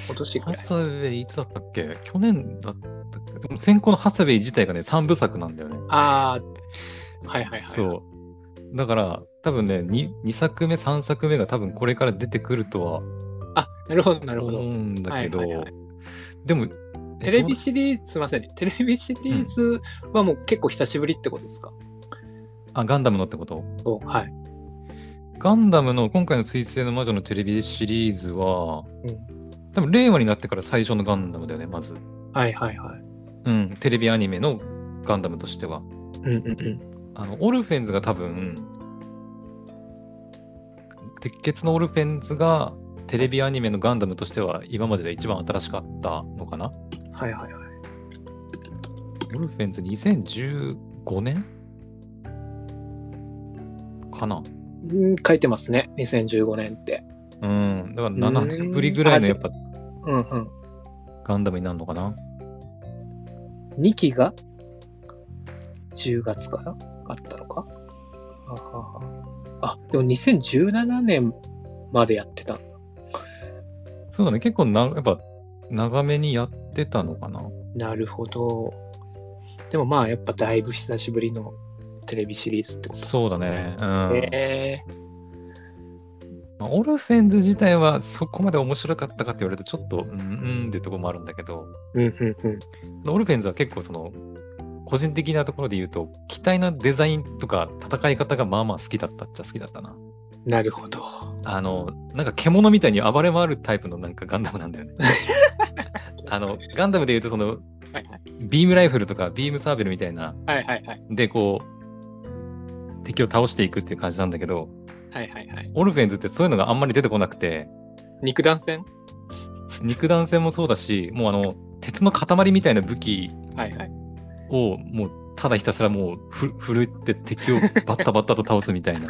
S3: 今年ぐ
S1: ハ
S3: らい。
S1: サウェイいつだったっけ去年だったっけでも先行のハサウェイ自体がね3部作なんだよね。
S3: ああ、はいはいはい。
S1: そう。だから多分ね 2, 2作目3作目が多分これから出てくるとは
S3: あ、なるほどなる
S1: 思
S3: ほど。
S1: うんだけど、
S3: はいはいはい
S1: でも
S3: テレビシリーズ、すいませんね。テレビシリーズはもう結構久しぶりってことですか、
S1: あガンダムのってこと
S3: そう、はい。
S1: ガンダムの今回の「水星の魔女」のテレビシリーズは、
S3: うん
S1: 多分令和になってから最初のガンダムだよねまず、
S3: はいはいはい。
S1: うん、テレビアニメのガンダムとしては
S3: うんうんうん。
S1: あのオルフェンズが多分鉄血のオルフェンズがテレビアニメのガンダムとしては今までで一番新しかったのかな
S3: はいはいはい。
S1: オルフェンズ2015年
S4: かな。
S3: うん書いてますね2015年って
S1: うん。だから7年ぶりぐらいのやっぱ
S3: うんうん
S1: ガンダムになるのかな。
S3: 2期が10月からあったのかあははあでも2017年までやってた
S1: そうだね。結構な、やっぱ長めにやってたのかな。
S3: なるほどでもまあやっぱだいぶ久しぶりのテレビシリーズってこと
S1: そうだね。うん。
S3: えー
S1: まあ、オルフェンズ自体はそこまで面白かったかって言われるとちょっとうんうんってとこもあるんだけど、
S3: うんうんうん
S1: オルフェンズは結構その個人的なところで言うと機体のデザインとか戦い方がまあまあ好きだったっちゃ好きだったな。
S3: なるほど。
S1: あのなんか獣みたいに暴れ回るタイプのなんかガンダムなんだよ
S3: [laughs]
S1: ね。あのガンダムで言うとその
S3: はいはい
S1: ビームライフルとかビームサーベルみたいな
S3: はいはいはい
S1: でこう敵を倒していくっていう感じなんだけど
S3: はいはいはい。
S1: オルフェンズってそういうのがあんまり出てこなくて
S3: 肉弾戦
S1: 肉弾戦もそうだしもうあの鉄の塊みたいな武器
S3: はいはい。
S1: をもうただひたすらもうふふるって敵をバッタバッタと倒すみたいな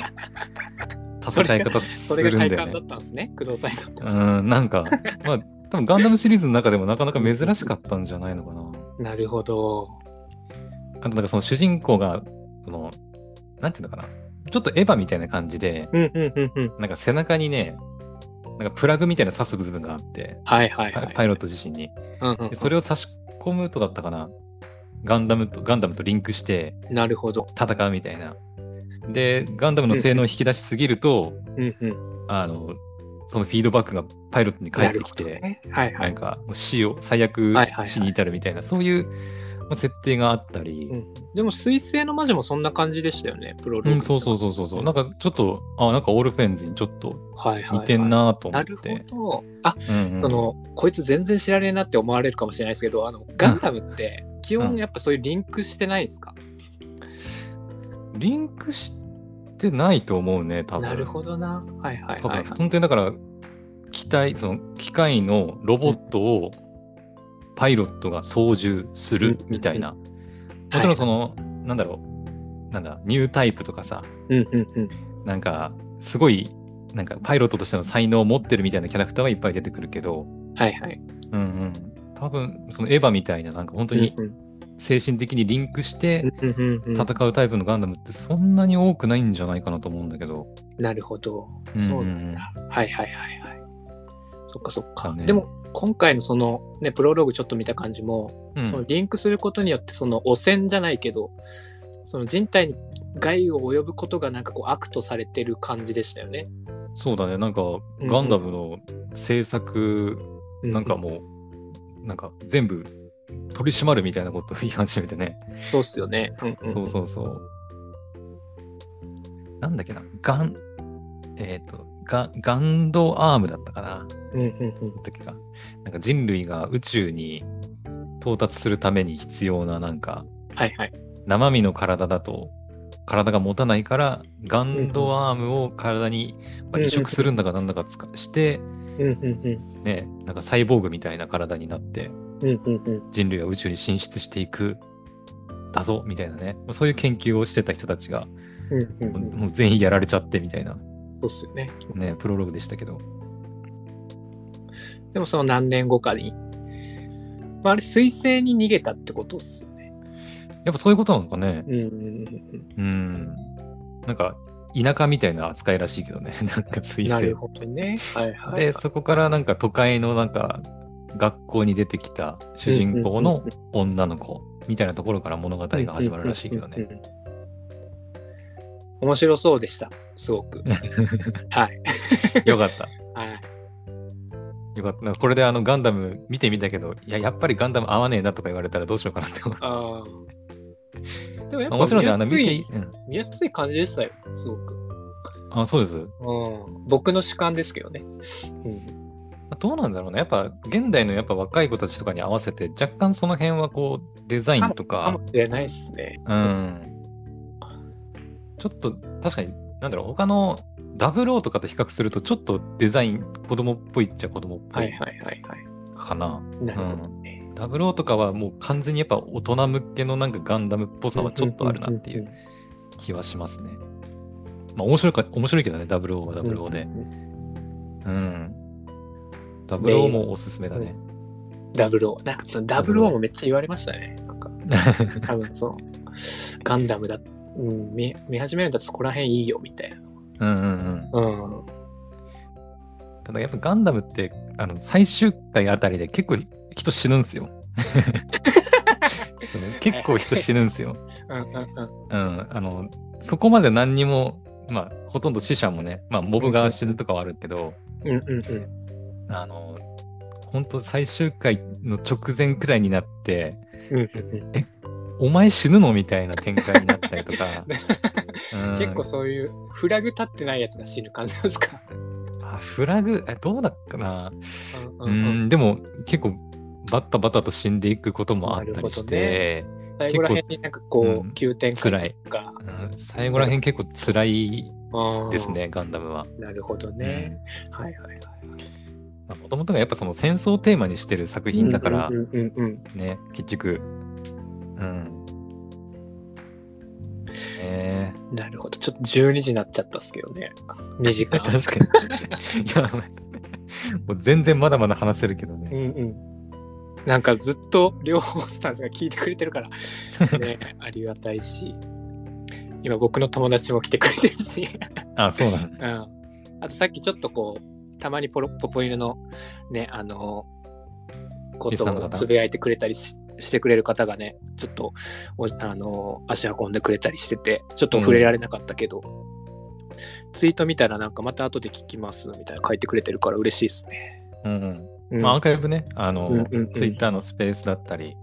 S1: 戦い方す
S3: [laughs] そ
S1: る
S3: れ
S1: ん
S3: が
S1: だ
S3: 体
S1: よね
S3: 感だっ。たんですね、工藤さんにとって
S1: う
S3: は。
S1: んなん
S3: [laughs]
S1: かまあ多分ガンダムシリーズの中でもなかなか珍しかったんじゃないのかな。
S3: なるほど。
S1: あとなんかその主人公がそのなんていうのかなちょっとエヴァみたいな感じで
S3: うんうんうんうん。
S1: なんか背中にねなんかプラグみたいな刺す部分があって
S3: はいはい
S1: パ
S3: はい。
S1: パイロット自身に。
S3: うんうん
S1: でそれを差し込むとだったかなガンダムとガンダムとリンクして
S3: うんなるほど。
S1: 戦うみたいな。でガンダムの性能を引き出しすぎると、
S3: うんうん。
S1: あのそのフィードバックがパイロットに返ってきて
S3: な
S1: な,、
S3: るほどねはいはい
S1: ん。かもう死を最悪
S3: はいはいはい
S1: 死に至るみたいな、そういうまあ設定があったり、
S3: う
S1: うん
S3: んでも、水星の魔女もそんな感じでしたよね、プロローグ。
S1: そうそう
S3: う。
S1: そうそうそうなんかちょっとあなんかオールフェンズにちょっと
S3: はいはい、
S1: 似
S3: はい。
S1: てんなぁと思
S3: な
S1: っ
S3: る
S1: て、
S3: ほど。あ、
S1: うんうん
S3: その、こいつ全然知らねえなって思われるかもしれないですけど、あの、ガンダムって、基本やっぱそういうリンクしてないですか、
S1: リンクしてないと思うね多分
S3: なるほどな。はいはい
S1: 多
S3: はい、はい
S1: 分。本当にだから機体その機械のロボットをパイロットが操縦するみたいな、もちろんその、なんだろうなんだニュータイプとかさ
S3: うんうんうん。
S1: なんかすごいなんかパイロットとしての才能を持ってるみたいなキャラクターはいっぱい出てくるけど、
S3: はいはい。
S1: うんうん、多分そのエヴァみたいななんか本当に
S3: うんうん
S1: 精神的にリンクして
S3: うんうんうんうん
S1: 戦うタイプのガンダムってそんなに多くないんじゃないかなと思うんだけど、
S3: なるほど。
S1: うんうん
S3: そうなんだ。はいはいはいはい。そっかそっか。
S1: だね
S3: でも今回のそのねプロローグちょっと見た感じも、
S1: うん
S3: そのリンクすることによってその汚染じゃないけどその人体に害を及ぶことがなんかこう悪とされてる感じでしたよね。
S1: そうだねなんか
S3: うん
S1: ガンダムの制作
S3: う
S1: なんかもう、なんか全部取り締まるみたいなことを言い始めてね。
S3: そうっすよね。うんうん
S1: そうそうそう。なんだっけな、ガン、えっ、と、ガガンドアームだったかな、
S3: うんうん
S1: だっけか。なんか人類が宇宙に到達するために必要な、なんか、
S3: うん。はいはい。
S1: 生身の体だと、体が持たないから、ガンドアームを体に、まあ移植するんだかなんだかつかして、
S3: うんうん
S1: ね、なんかサイボーグみたいな体になって、
S3: うん。うんうんうん。
S1: 人類は宇宙に進出していくだぞみたいなねまあそういう研究をしてた人たちが
S3: うんうん
S1: も
S3: う。
S1: うんもう全員やられちゃってみたいな、
S3: そうっすよね。
S1: ね、プロローグでしたけど
S3: でもその何年後かに。まあ、あれ、彗星に逃げたってことっすよね。
S1: やっぱそういうことなのかね
S3: うんうんうんうん。
S1: うんなんか田舎みたいな扱いらしいけどね [laughs] なんか水
S3: な
S1: 星
S3: るほどね。はいはい。
S1: でそこからなんか都会のなんか学校に出てきた主人公の女の子みたいなところから物語が始まるらしいけど
S3: うんう
S1: ね
S3: んうんうん。面白そうでした、すごく。はい。
S1: よかった
S3: はい、
S1: よかったなんかこれであのガンダム見てみたけどいややっぱりガンダム合わねえなとか言われたらどうしようかなって思う
S3: あーでもやっぱ
S1: もちろんね、あの、
S3: 見
S1: 見
S3: や
S1: て
S3: す
S1: い
S3: い、
S1: うん、
S3: 見やすい感じでしたよ、すごく。
S1: あ、そうです。
S3: うん、僕の主観ですけどね。うん、
S1: どうなんだろうね。やっぱ、現代のやっぱ若い子たちとかに合わせて、若干その辺はこう、デザインと
S3: か
S1: か、
S3: もしれないですね。
S1: うん。ちょっと、確かに、なんだろう、他の WO とかと比較すると、ちょっとデザイン、子供っぽいっちゃ子供っぽ
S3: はい
S1: い
S3: はいはいはい。
S1: かな。
S3: なるほどね。
S1: WO とかはもう完全にやっぱ大人向けのなんかガンダムっぽさはちょっとあるなっていううん
S3: うんうんうん。
S1: 気はしますね。まあ面白いか、面白いけどね、00は00で。うん。00もおすすめだね。
S3: ダブルオー。なんかそのダブルオーもめっちゃ言われましたね。
S1: [laughs]
S3: なんか、多分その、ガンダムだ、うん、見見始めるんだったらそこら辺いいよみたいな。
S1: うんうんうん。
S3: うん。
S1: ただやっぱガンダムって、あの、最終回あたりで結構人死ぬん
S3: [laughs]
S1: すよ。そうね結構人死ぬんすよ。
S3: うんうんう
S1: う
S3: ん。
S1: ん、あの、そこまで何にも、まあ、ほとんど死者もね、まあ、モブが死ぬとかはあるけど、
S3: うんうんうん。
S1: あの、本当最終回の直前くらいになって、
S3: うんうんうん、
S1: お前死ぬのみたいな展開になったりとか
S3: 結構そういうフラグ立ってないやつが死ぬ感じなんですか。
S1: うんあフラグ、えどうだっかな、
S3: う
S1: うん
S3: うんうん
S1: ん、でも結構、バッタバタと死んでいくこともあったりして、
S3: 最後ら辺になんかこ
S1: う
S3: う、
S1: ん
S3: 急転
S1: 辛い
S3: とか。
S1: うん、最後らへん結構辛い
S3: あー
S1: です。ね、ガンダムは。
S3: なるほどね。はいはいはい。
S1: もともとがやっぱその戦争をテーマにしてる作品だから
S3: うん、うんうんうん。
S1: ね、結局。うん。
S3: [laughs]
S1: ええ
S3: なるほど。ちょっと12時になっちゃったっすけどね。2時
S1: [laughs]
S3: 間。
S1: 確かに。いや、もう全然まだまだ話せるけど
S3: うん
S1: ね。
S3: うん。なんかずっと両方スタンスが聞いてくれてるから、ね、ありがたいし、今僕の友達も来てくれてるし、
S1: あ、そうなんだ。
S3: うん。あとさっきちょっとこう、たまにポロポポイルのね、あの、こと
S1: リスナーの
S3: を
S1: 方
S3: つぶやいてくれたりししてくれる方がね、ちょっとおあの足運んでくれたりしてて、ちょっと触れられなかったけど、ツイート見たらなんかまた後で聞きますみたいな書いてくれてるから嬉しいですね。
S1: うん、
S3: う
S1: うんん。まあ、アーカイブね、あの、
S3: うんうんうん
S1: ツイッターのスペースだったり、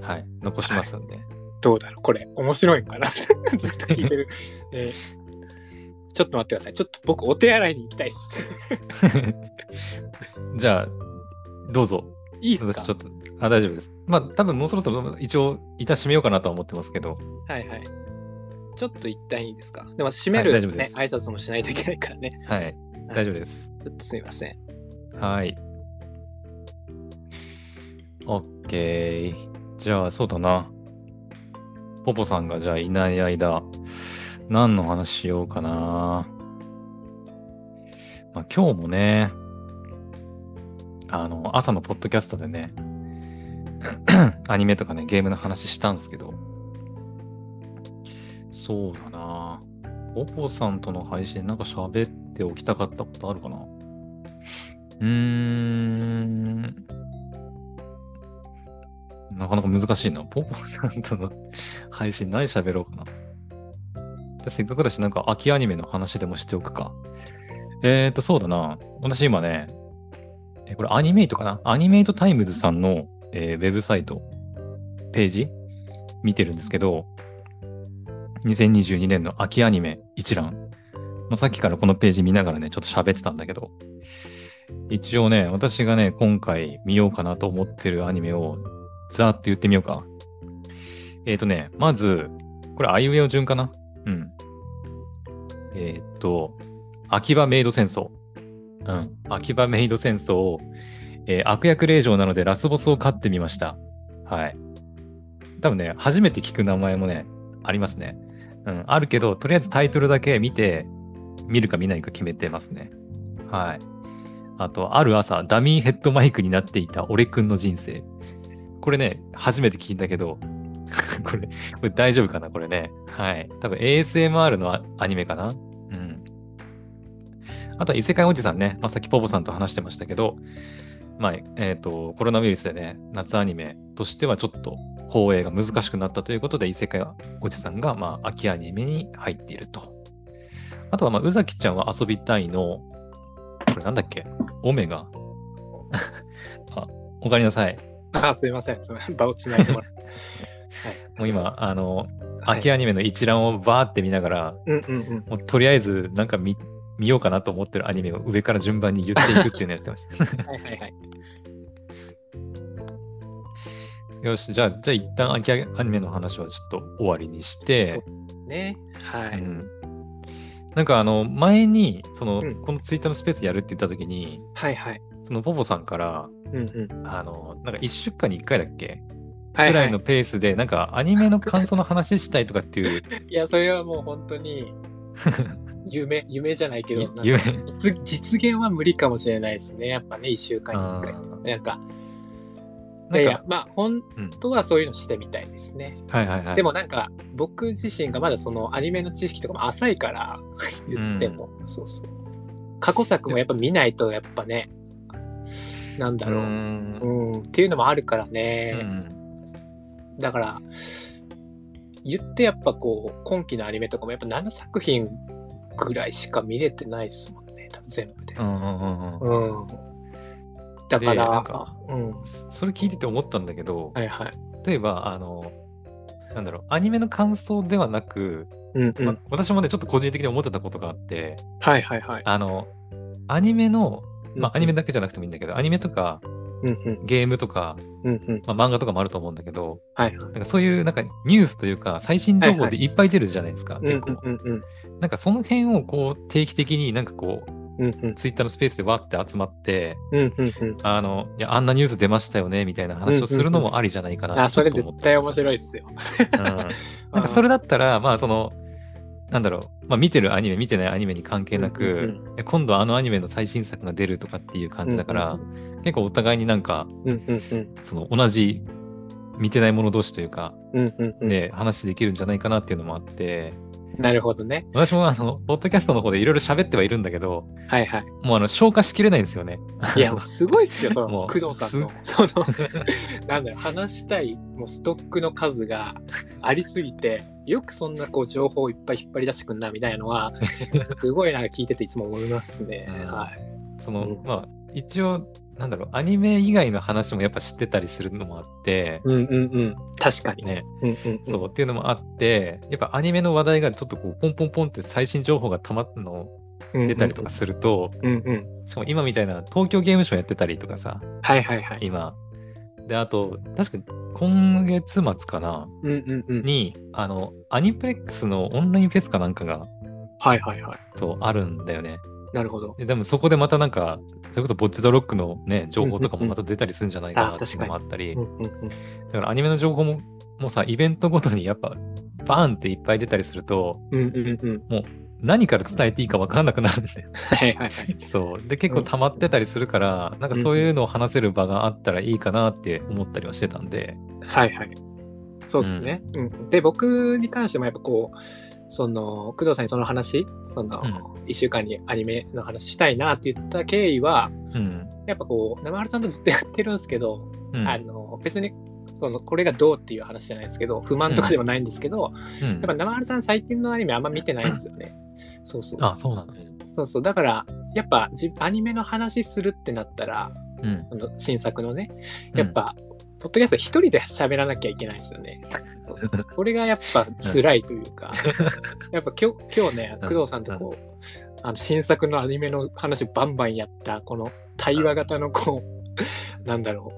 S1: はい、残します
S3: [laughs]
S1: んで。
S3: どうだろうこれ、面白いんかなずっと聞いてる、 [laughs] えーちょっと待ってください。ちょっと僕、お手洗いに行きたいっす。 [laughs]
S1: じゃあ、どうぞ。
S3: いいっす
S1: 私ちょ
S3: か
S1: っと、あ、大丈夫です。まあ、多分もうそろそろ一応、いたしめようかなとは思ってますけど、
S3: はいはい。ちょっと一旦いいですかでも、閉める、
S1: は
S3: ね
S1: い大丈夫です
S3: 挨拶もしないといけないからね。
S1: はい、大丈夫です。
S3: ちょっとすみません。 [laughs]
S1: はい。OK。じゃあ、そうだな。ポポさんがじゃあいない間、何の話しようかな。まあ、今日もね、あの、朝のポッドキャストでね、 [clears throat] アニメとかね、ゲームの話したんですけど、そうだな。ポポさんとの配信でなんか喋っておきたかったことあるかなうーん。なかなか難しいな。ポポさんとの配信何喋ろうかな。でせっかくだし、なんか秋アニメの話でもしておくか。えーと、そうだな。私今ね、えこれアニメイトかなアニメイトタイムズさんの、えーウェブサイト、ページ見てるんですけど、2022年の秋アニメ一覧。まあ、さっきからこのページ見ながらね、ちょっと喋ってたんだけど、一応ね、私がね、今回見ようかなと思ってるアニメを、ざーっと言ってみようか。えっ、ー、とね、まず、これ、あいうえお順かなうん。えっ、ー、と、秋葉メイド戦争。うん。秋葉メイド戦争を、えー悪役令嬢なのでラスボスを飼ってみました。はい。多分ね、初めて聞く名前もね、ありますね。うん、あるけど、とりあえずタイトルだけ見て、見るか見ないか決めてますね。はい。あと、ある朝、ダミーヘッドマイクになっていた俺くんの人生。これね、初めて聞いたけど、 [laughs] これ、これ大丈夫かなこれね。はい。多分 ASMR のアアニメかなうん。あとは異世界おじさんね。まあ、さっきポポさんと話してましたけど、まあ、えっ、と、コロナウイルスでね、夏アニメとしてはちょっと放映が難しくなったということで、異世界おじさんが、まあ、秋アニメに入っていると。あとは、まあ、宇崎ちゃんは遊びたいの、これなんだっけオメ
S3: [laughs]
S1: ガ。あ、おかえりなさい。
S3: あー、すみません。すみません場をつないでも
S1: [laughs]
S3: らって。はい
S1: もう、今、あの、
S3: はい
S1: 秋アニメの一覧をバーって見ながら、
S3: うんうん
S1: [laughs]
S3: うん。
S1: もうとりあえずなんか見見ようかなと思ってるアニメを上から順番に言っていくっていうのやってました。
S3: はいはいはい。 [laughs]
S1: よし、じゃあ、じゃあ一旦秋アニメの話はちょっと終わりにし
S3: そ
S1: て、
S3: ね。は
S1: う
S3: い。
S1: んなんかあの、前に、その、
S3: うん
S1: このツイッターのスペースやるって言った時に、
S3: はいはい。
S1: そのポポさんから、
S3: うんうん。
S1: あの、なんか1週間に1回だっけ
S3: は
S1: ぐ
S3: いは
S1: らいの
S3: い。
S1: ペースで、なんかアニメの感想の話したいとかっていう、 [laughs]
S3: いや、それはもう本当に、夢、夢じゃ [laughs] ないけど、なんか
S1: 夢
S3: 実実現は無理かもしれないですね。やっぱね、1週間に1回
S4: あー。
S3: なんか、い
S4: な
S3: や
S4: んか
S3: いや、まあ、本当はそういうのしてみたいですね。
S1: はいはいはい。
S3: でもなんか、僕自身がまだそのアニメの知識とかも浅いから [laughs] 言っても、そうそう。過去作もやっぱ見ないと、やっぱね、なんだ
S4: うー
S3: ろう。
S4: ん
S3: うん、っていうのもあるからね。
S4: うん
S3: だから言ってやっぱこう今期のアニメとかもやっぱ7作品ぐらいしか見れてないですもんね多分全部で
S4: う。んうんうんうん
S3: うん、だか
S4: でな
S3: ら
S4: んか
S3: うん、は
S1: そそれ聞いてて思ったんだけど、
S3: いはい。
S1: 例えば、あの、なんだろう、アニメの感想ではなく、
S3: うんうん
S1: ま私もね、ちょっと個人的に思ってたことがあって、
S3: はいはいはい。
S1: あの、アニメの、まあ、アニメ
S3: だ。
S1: だけじゃなくてもいいんだけど、アニメとか
S3: うんうん
S1: ゲームとか、
S3: うんうん。
S1: まあ、漫画とかもあると思うんだけど、
S3: はい
S1: な
S3: はい。
S1: んかそういうなんかニュースというか、最新情報
S3: はい
S1: でいっぱい出るじゃないですか、
S3: うんうん
S1: 結構。
S3: うんうん
S1: なんかその辺をこう定期的になんかこう、
S3: うんうん
S1: ツイッターのスペースでわって集まって、
S3: うんうんうん。
S1: あの、いや、あんなニュース出ましたよね、みたいな話をするのもありじゃないかな
S3: あそれ
S1: ちょっと思った
S3: 絶対面白いっすよ。
S1: うん
S3: [laughs]
S1: なんかそれだったら、まあその、なんだろう、まあ見てるアニメ、見てないアニメに関係なく、
S3: うん
S1: いや今度あのアニメの最新作が出るとかっていう感じだから、
S3: うん
S1: 結構お互いになんか、
S3: うんうんうん
S1: その同じ見てないもの同士というか、
S3: うんうんうん。
S1: で、話できるんじゃないかなっていうのもあって、
S3: なるほどね。
S1: 私もあの、ポッドキャストの方でいろいろ喋ってはいるんだけど、
S3: はいはい。
S1: もうあの、消化しきれないんですよね。
S3: いや、もうすごいっすよ、
S1: [laughs]
S3: そ
S1: も
S3: の
S1: う
S3: 工藤さんの、その、 [laughs] なんだろう、話したい、もうストックの数がありすぎて、よくそんなこう情報をいっぱい引っ張り出してくんなみたいな
S1: [laughs]
S3: のは、すごいなんか聞いてていつも思いますね。
S1: うん
S3: はい。
S1: その、
S3: うん
S1: まあ、一応、なんだろう、アニメ以外の話もやっぱ知ってたりするのもあって、
S3: うんうんうん。確かに。
S1: ね、
S3: うんうん、うん。
S1: そうっていうのもあって、やっぱアニメの話題がちょっとこうポンポンポンって最新情報がたまったの
S3: うんうん
S1: 出たりとか。すると、
S3: うんうん。
S1: しかも今みたいな東京ゲームショウやってたりとかさ、
S3: はいはいはい。
S1: 今。で、あと、確か今月末かな、
S3: うんうんうん。
S1: に、あの、アニプレックスのオンラインフェスかなんかが、
S3: はいはいはい。
S1: そう、あるんだよね。
S3: なるほど。
S1: ででもそこでまたなんか、それこそボッチザロックのね、情報とかもまた出たりするんじゃないかなっていうのもあったり、
S3: うんうんう
S1: だ
S3: ん。
S1: からアニメの情報も、もうさ、イベントごとにやっぱ、バーンっていっぱい出たりすると、
S3: うんうんうん。
S1: 何から伝えていいか分からなくなるんだよ。
S3: [laughs] はいはいはい。
S1: そう。で、結構溜まってたりするから、なんかそういうのを話せる場があったらいいかなって思ったりはしてたんで。
S3: はいはい。そうですね、うんで、僕に関してもやっぱこう、その、工藤さんにその話、その、
S1: うん
S3: 1週間にアニメの話したいなって言った経緯は、
S1: うん。
S3: やっぱこう、生春さんとずっとやってるんですけど、
S1: うん。
S3: あの、別に、その、これがどうっていう話じゃないですけど、不満とかでもないんですけど、
S1: うん
S3: やっぱ生春さん最近のアニメあんま見てないんですよね。そうそう。
S1: あ、そうなの、ね。
S3: そうそう。だから、やっぱじアニメの話するってなったら、
S1: うん。
S3: その新作のね、やっぱ、ポッドキャスト一人で喋らなきゃいけないですよ [laughs] ね。それがやっぱ辛いというか、やっぱ今日今日ね、
S1: うん
S3: 工藤さんとこう、あの新作のアニメの話をバンバンやった、この対話型のこう、なんだろ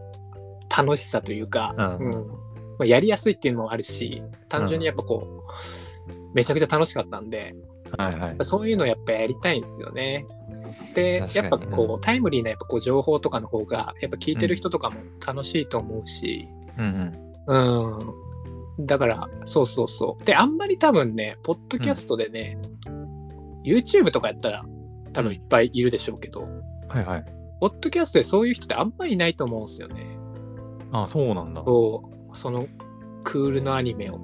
S3: う、楽しさというか、
S1: う
S3: うん
S1: ん
S3: まあ、やりやすいっていうのもあるし、単純にやっぱこう、めちゃくちゃ楽しかったんで、
S1: はいはい
S3: やっぱ。そういうのやっぱやりたいんですよね。で、
S1: 確か
S3: や
S1: に
S3: っぱこうタイムリーなやっぱこう情報とかの方がやっぱ聞いてる人とかも楽しいと思うし、
S1: うん
S3: うん、だからそうそうそう。であんまり多分ねポッドキャストでね、YouTube とかやったら多分いっぱいいるでしょうけど、
S1: うん。はいはい。
S3: ポッドキャストでそういう人ってあんまりいないと思うんですよね。
S1: あ、そうなんだ。
S3: そうそのクールのアニメを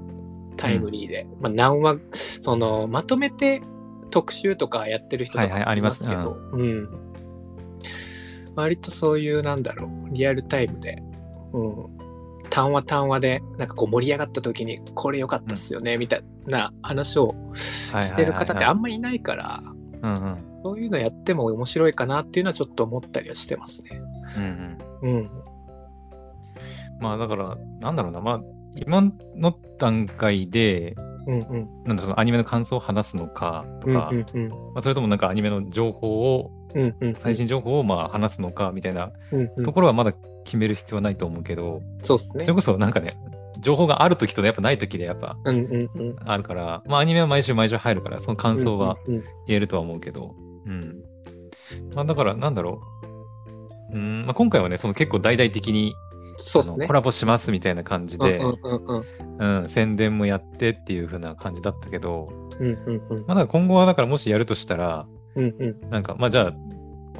S3: タイムリーで、まあ何話そのまとめて特集とかやってる人と
S1: はいはい
S3: か
S1: あ
S3: い
S1: りま
S3: ますすけど、うん、割とそういうなんだろうリアルタイムで、うん、単話単話でなんかこう盛り上がった時にこれ良かったっすよね、みたいな話を
S1: はいはいはいはい
S3: してる方ってあんまりいないから
S1: うんうん。
S3: そういうのやっても面白いかなっていうのはちょっと思ったりはしてますね。
S1: うんうん。
S3: うん、
S1: まあだから、なんだろうな。まあ、今の段階で、
S3: うん、うん、
S1: なんだろうそのアニメの感想を話すのかと
S3: うん、
S1: か、
S3: うん、うん、
S1: まあ、それともなんかアニメの情報を、
S3: うん、うん、
S1: 最新情報をまあ話すのかみたいな
S3: うん、うん
S1: と、ころはまだ決める必要はないと思うけど、
S3: そうですね
S1: それ。こそなんかね、情報がある時とやっぱない時でやっぱ
S3: うんうんうん。
S1: あるから、まあアニメは毎週毎週入るから、その感想は
S3: うんうん
S1: 言えるとは思うけど、うん。まあだからなんだろう。うん、まあ今回はね、その結構大々的に
S3: うんそうです
S1: あの
S3: ね
S1: コ。ラボしますみたいな感じで、
S3: うんうんうん
S1: うん、宣伝もやってっていう風な感じだったけど、
S3: うんうんうん
S1: まあ、だから今後はだからもしやるとしたら、
S3: うんうん
S1: なんか、まあじゃあ、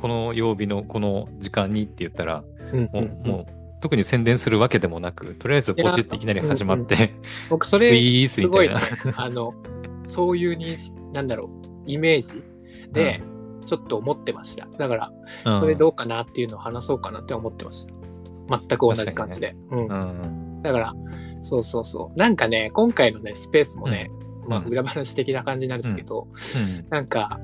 S1: この曜日のこの時間にって言ったら、
S3: うん
S1: も
S3: う
S1: う,、
S3: ん
S1: もう特に宣伝するわけでもなく、とりあえずポチっていきなり始まって、
S3: 僕
S1: [laughs]
S3: そ
S1: ウ
S3: れ
S1: ィース
S3: す
S1: み
S3: ご
S1: た
S3: い
S1: い
S3: ね
S1: な。
S3: あのそういう認識なんだろうイメージでちょっと思ってましただから
S1: うん
S3: それどうかなっていうのを話そうかなって思ってました全く同じ感じで、うん
S1: う、ん
S3: だからそうそうそうなんかね今回のねスペースもね、
S1: うん
S3: まあ
S1: うん
S3: 裏話的な感じなんですけど、なんか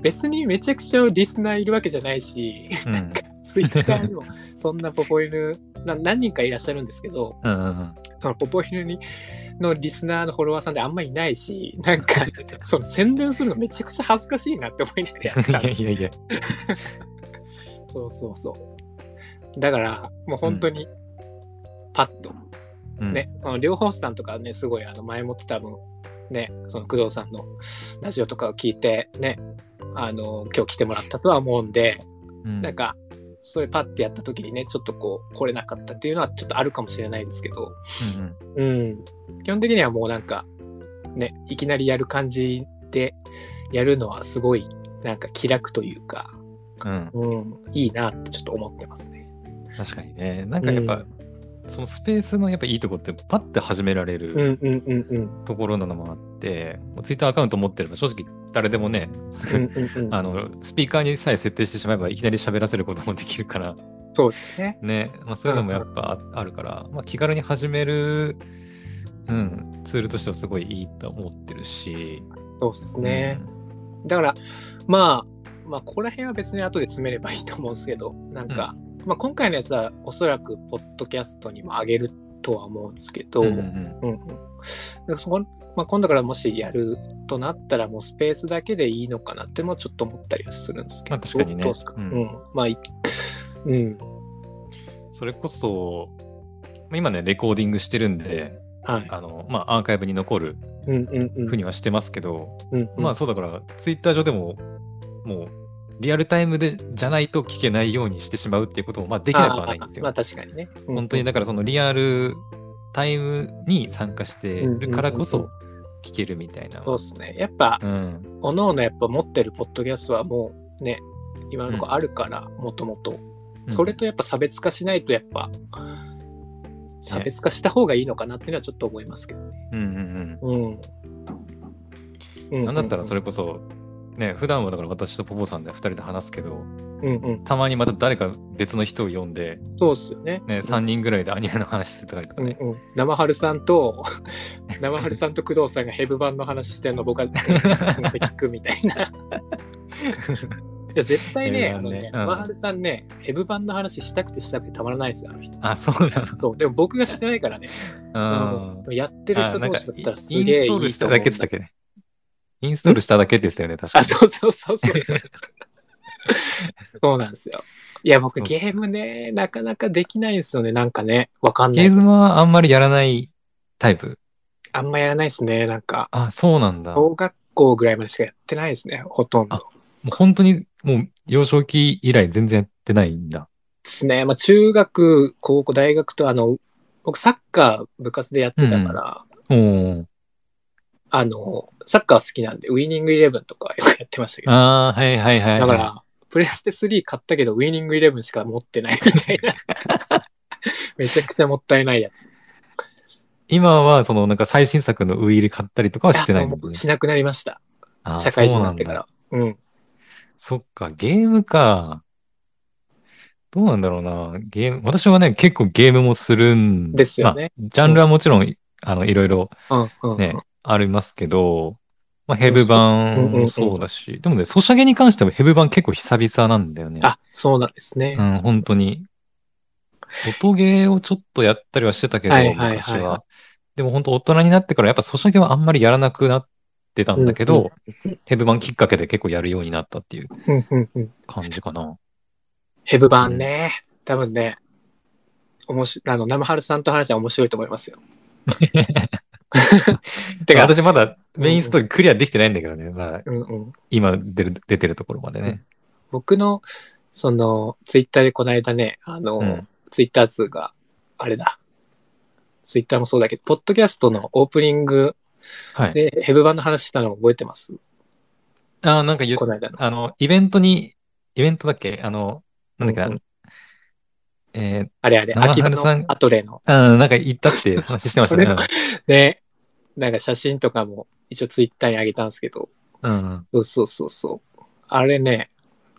S3: 別にめちゃくちゃリスナーいるわけじゃないし、
S1: うん
S3: なんかツイッターにも [laughs] そんなポポイルな何人かいらっしゃるんですけど、
S1: うんうんうん
S3: そのポポイルにのリスナーのフォロワーさんであんまりいないし、なん
S1: [laughs]
S3: か、その宣伝するのめちゃくちゃ恥ずかしいなって思いながらやってた
S1: [laughs] い
S3: んで
S1: や
S3: す
S1: いやいや。
S3: そうそうそう。だから、もう本当に、パッと、
S1: うん
S3: ね、その両方さんとかね、すごいあの前もって多分、ね、その工藤さんのラジオとかを聞いて、ね、あの、今日来てもらったとは思うんで、
S1: うん
S3: なんか、それパッてやった時にね、ちょっとこう、来れなかったっていうのはちょっとあるかもしれないですけど、
S1: うんうん
S3: うん、基本的にはもうなんかねいきなりやる感じでやるのはすごいなんか気楽というか、
S1: うん
S3: うん、いいなってちょっと思ってますね。
S1: 確かにね。なんかやっぱ、そのスペースのやっぱいいとこって、パッて始められ
S3: う
S1: る
S3: んうんうんうん
S1: ところなのもあって、ツイッターアカウント持ってれば、正直誰でもね、す
S3: う
S1: ぐ
S3: んうん [laughs] う
S1: あ
S3: ん
S1: のスピーカーにさえ設定してしまえばいきなり喋らせることもできるから
S3: そうですね。
S1: ね、まあ、そういうのもやっぱああるから、まあ、気軽に始める、うん、ツールとしてはすごいいいと思ってるし
S3: そうですね。だからまあまあここら辺は別に後で詰めればいいと思うんですけどなんか、まあ、今回のやつはおそらくポッドキャストにも上げるとは思うんですけど、
S1: うんうんうん
S3: うんうん、だからそこまあ、今度からもしやるとなったらもうスペースだけでいいのかなってもちょっと思ったりはするんですけど、
S1: まあ確かにね
S3: どうですか、う
S1: うんん
S3: まあいうん
S1: それこそまあ今ねレコーディングしてるんで
S3: はい
S1: あの、まあ、アーカイブに残る
S3: うんうんうん
S1: ふうにはしてますけど、
S3: うんうん
S1: まあそうだからツイッター上でももうリアルタイムでじゃないと聞けないようにしてしまうっていうこともまあできなくはないんですよ
S3: あああまあ。確かにね、うん
S1: 本当にだからそのリアルタイムに参加してるからこ
S3: うんう
S1: そ
S3: ん
S1: 聞けるみたいな。
S3: そうですねやっぱ
S1: うん、
S3: おのおのやっぱ持ってるポッドキャストはもうね今のとこあるからもともとそれとやっぱ差別化しないとやっぱ差別化した方がいいのかなっていうのはちょっと思いますけどね。
S1: うんうん
S3: うん
S1: うん。なんだったらそ
S3: れ、
S1: れこそ、ね、普段はだから私とポポさんで2人で話すけど、
S3: うんうん、
S1: たまにまた誰か別の人を呼んで、
S3: そうっすよね。
S1: ね、3人ぐらいでアニメの話するとかとかね。
S3: うんうん、生春さんと [laughs] 生春さんと工藤さんがヘブ版の話してるの
S1: [laughs]
S3: 僕は聞くみたいな。いや絶対ね、
S1: ヘブ版ね
S3: あのね、
S1: うん
S3: 生春さんね、ヘブ版の話したくてしたくてたまらないですよ、あの人。
S1: あ、そう
S3: そうでも僕が [laughs] してないからね、
S1: なの。うん。
S3: やってる人同士だったらす
S1: インス
S3: げえいいと
S1: トー
S3: 思うんだ
S1: ルしただけって言ったっけね。インストールしただけですよね、確か
S3: あ、
S1: に。
S3: そうそうそうそうそう。そうなんですよ。いや、僕ゲームね、なかなかできないんですよね、なんかね、わかんな
S1: ゲ
S3: い
S1: ー。ムはあんまりやらないタイプ。
S3: あんまやらないですね、なんか。
S1: あ、そうなんだ。
S3: 小学校ぐらいまでしかやってないですね、ほとんど。
S1: あもう本当にもう幼少期以来全然やってないんだ。
S3: ですね。まあ、中学、高校、大学と、あの、僕、サッカー部活でやってたから、
S1: おー
S3: あの、サッカー好きなんで、ウィニングイレブンとかよくやってましたけど、
S1: ああ、はいはいはいはい。
S3: だから、プレステ3買ったけど、ウィニングイレブンしか持ってないみたいな。
S1: [laughs]
S3: めちゃくちゃもったいないやつ。
S1: 今はそのなんか最新作のウイイレ買ったりとかはしてない
S3: あ
S1: ん
S3: も
S1: だ
S3: うしなくなりました。
S1: あー
S3: 社会人になってか。
S1: そう
S3: ら。うん。
S1: だそっか、ゲームか。どうなんだろうな。ゲーム、私はね、結構ゲームもするん
S3: ですよね。
S1: まあジャンルはもちろん、あの、いろいろ
S3: うんうんうん。
S1: ね、ありますけど、まあ、ヘブ版もそうだし、でもね、ソシャゲに関してもヘブ版結構久々なんだよね。
S3: あ、そうなんですね。
S1: うん、本当に。音ゲーをちょっとやったりはしてたけど、
S3: はいはいはいはい
S1: 昔は。でも本当大人になってからやっぱソシャゲはあんまりやらなくなってたんだけど、ヘブ版きっかけで結構やるようになったっていう
S3: うんうんうん。
S1: 感じかな。
S3: ヘブ版ね。多分ね、おもし、あの、生春さんと話したら面白いと思いますよ。 [laughs] てか、
S1: 私まだメインストーリークリアできてないんだけどね、まあ
S3: うんうん。
S1: 今出る出てるところまでね。
S3: 僕のそのツイッターでこの間ねあの、
S1: うん
S3: ツイッター2が、あれだ。ツイッターもそうだけど、ポッドキャストのオープニング
S1: はい。
S3: でヘブ版の話したの覚えてます
S1: あーなんか言っ
S3: この間の。
S1: あの、イベントに、イベントだっけあの、なんだっけな、
S3: うんうん
S1: えー
S3: あれあれ、
S1: 生
S3: 秋葉
S1: 春さん
S3: のアトレの。
S1: あーなんか行ったって話してましたね。
S3: ね、なんか写真とかも一応ツイッターにあげたんですけど、
S1: うんうん。
S3: そうそうそうそう。あれね、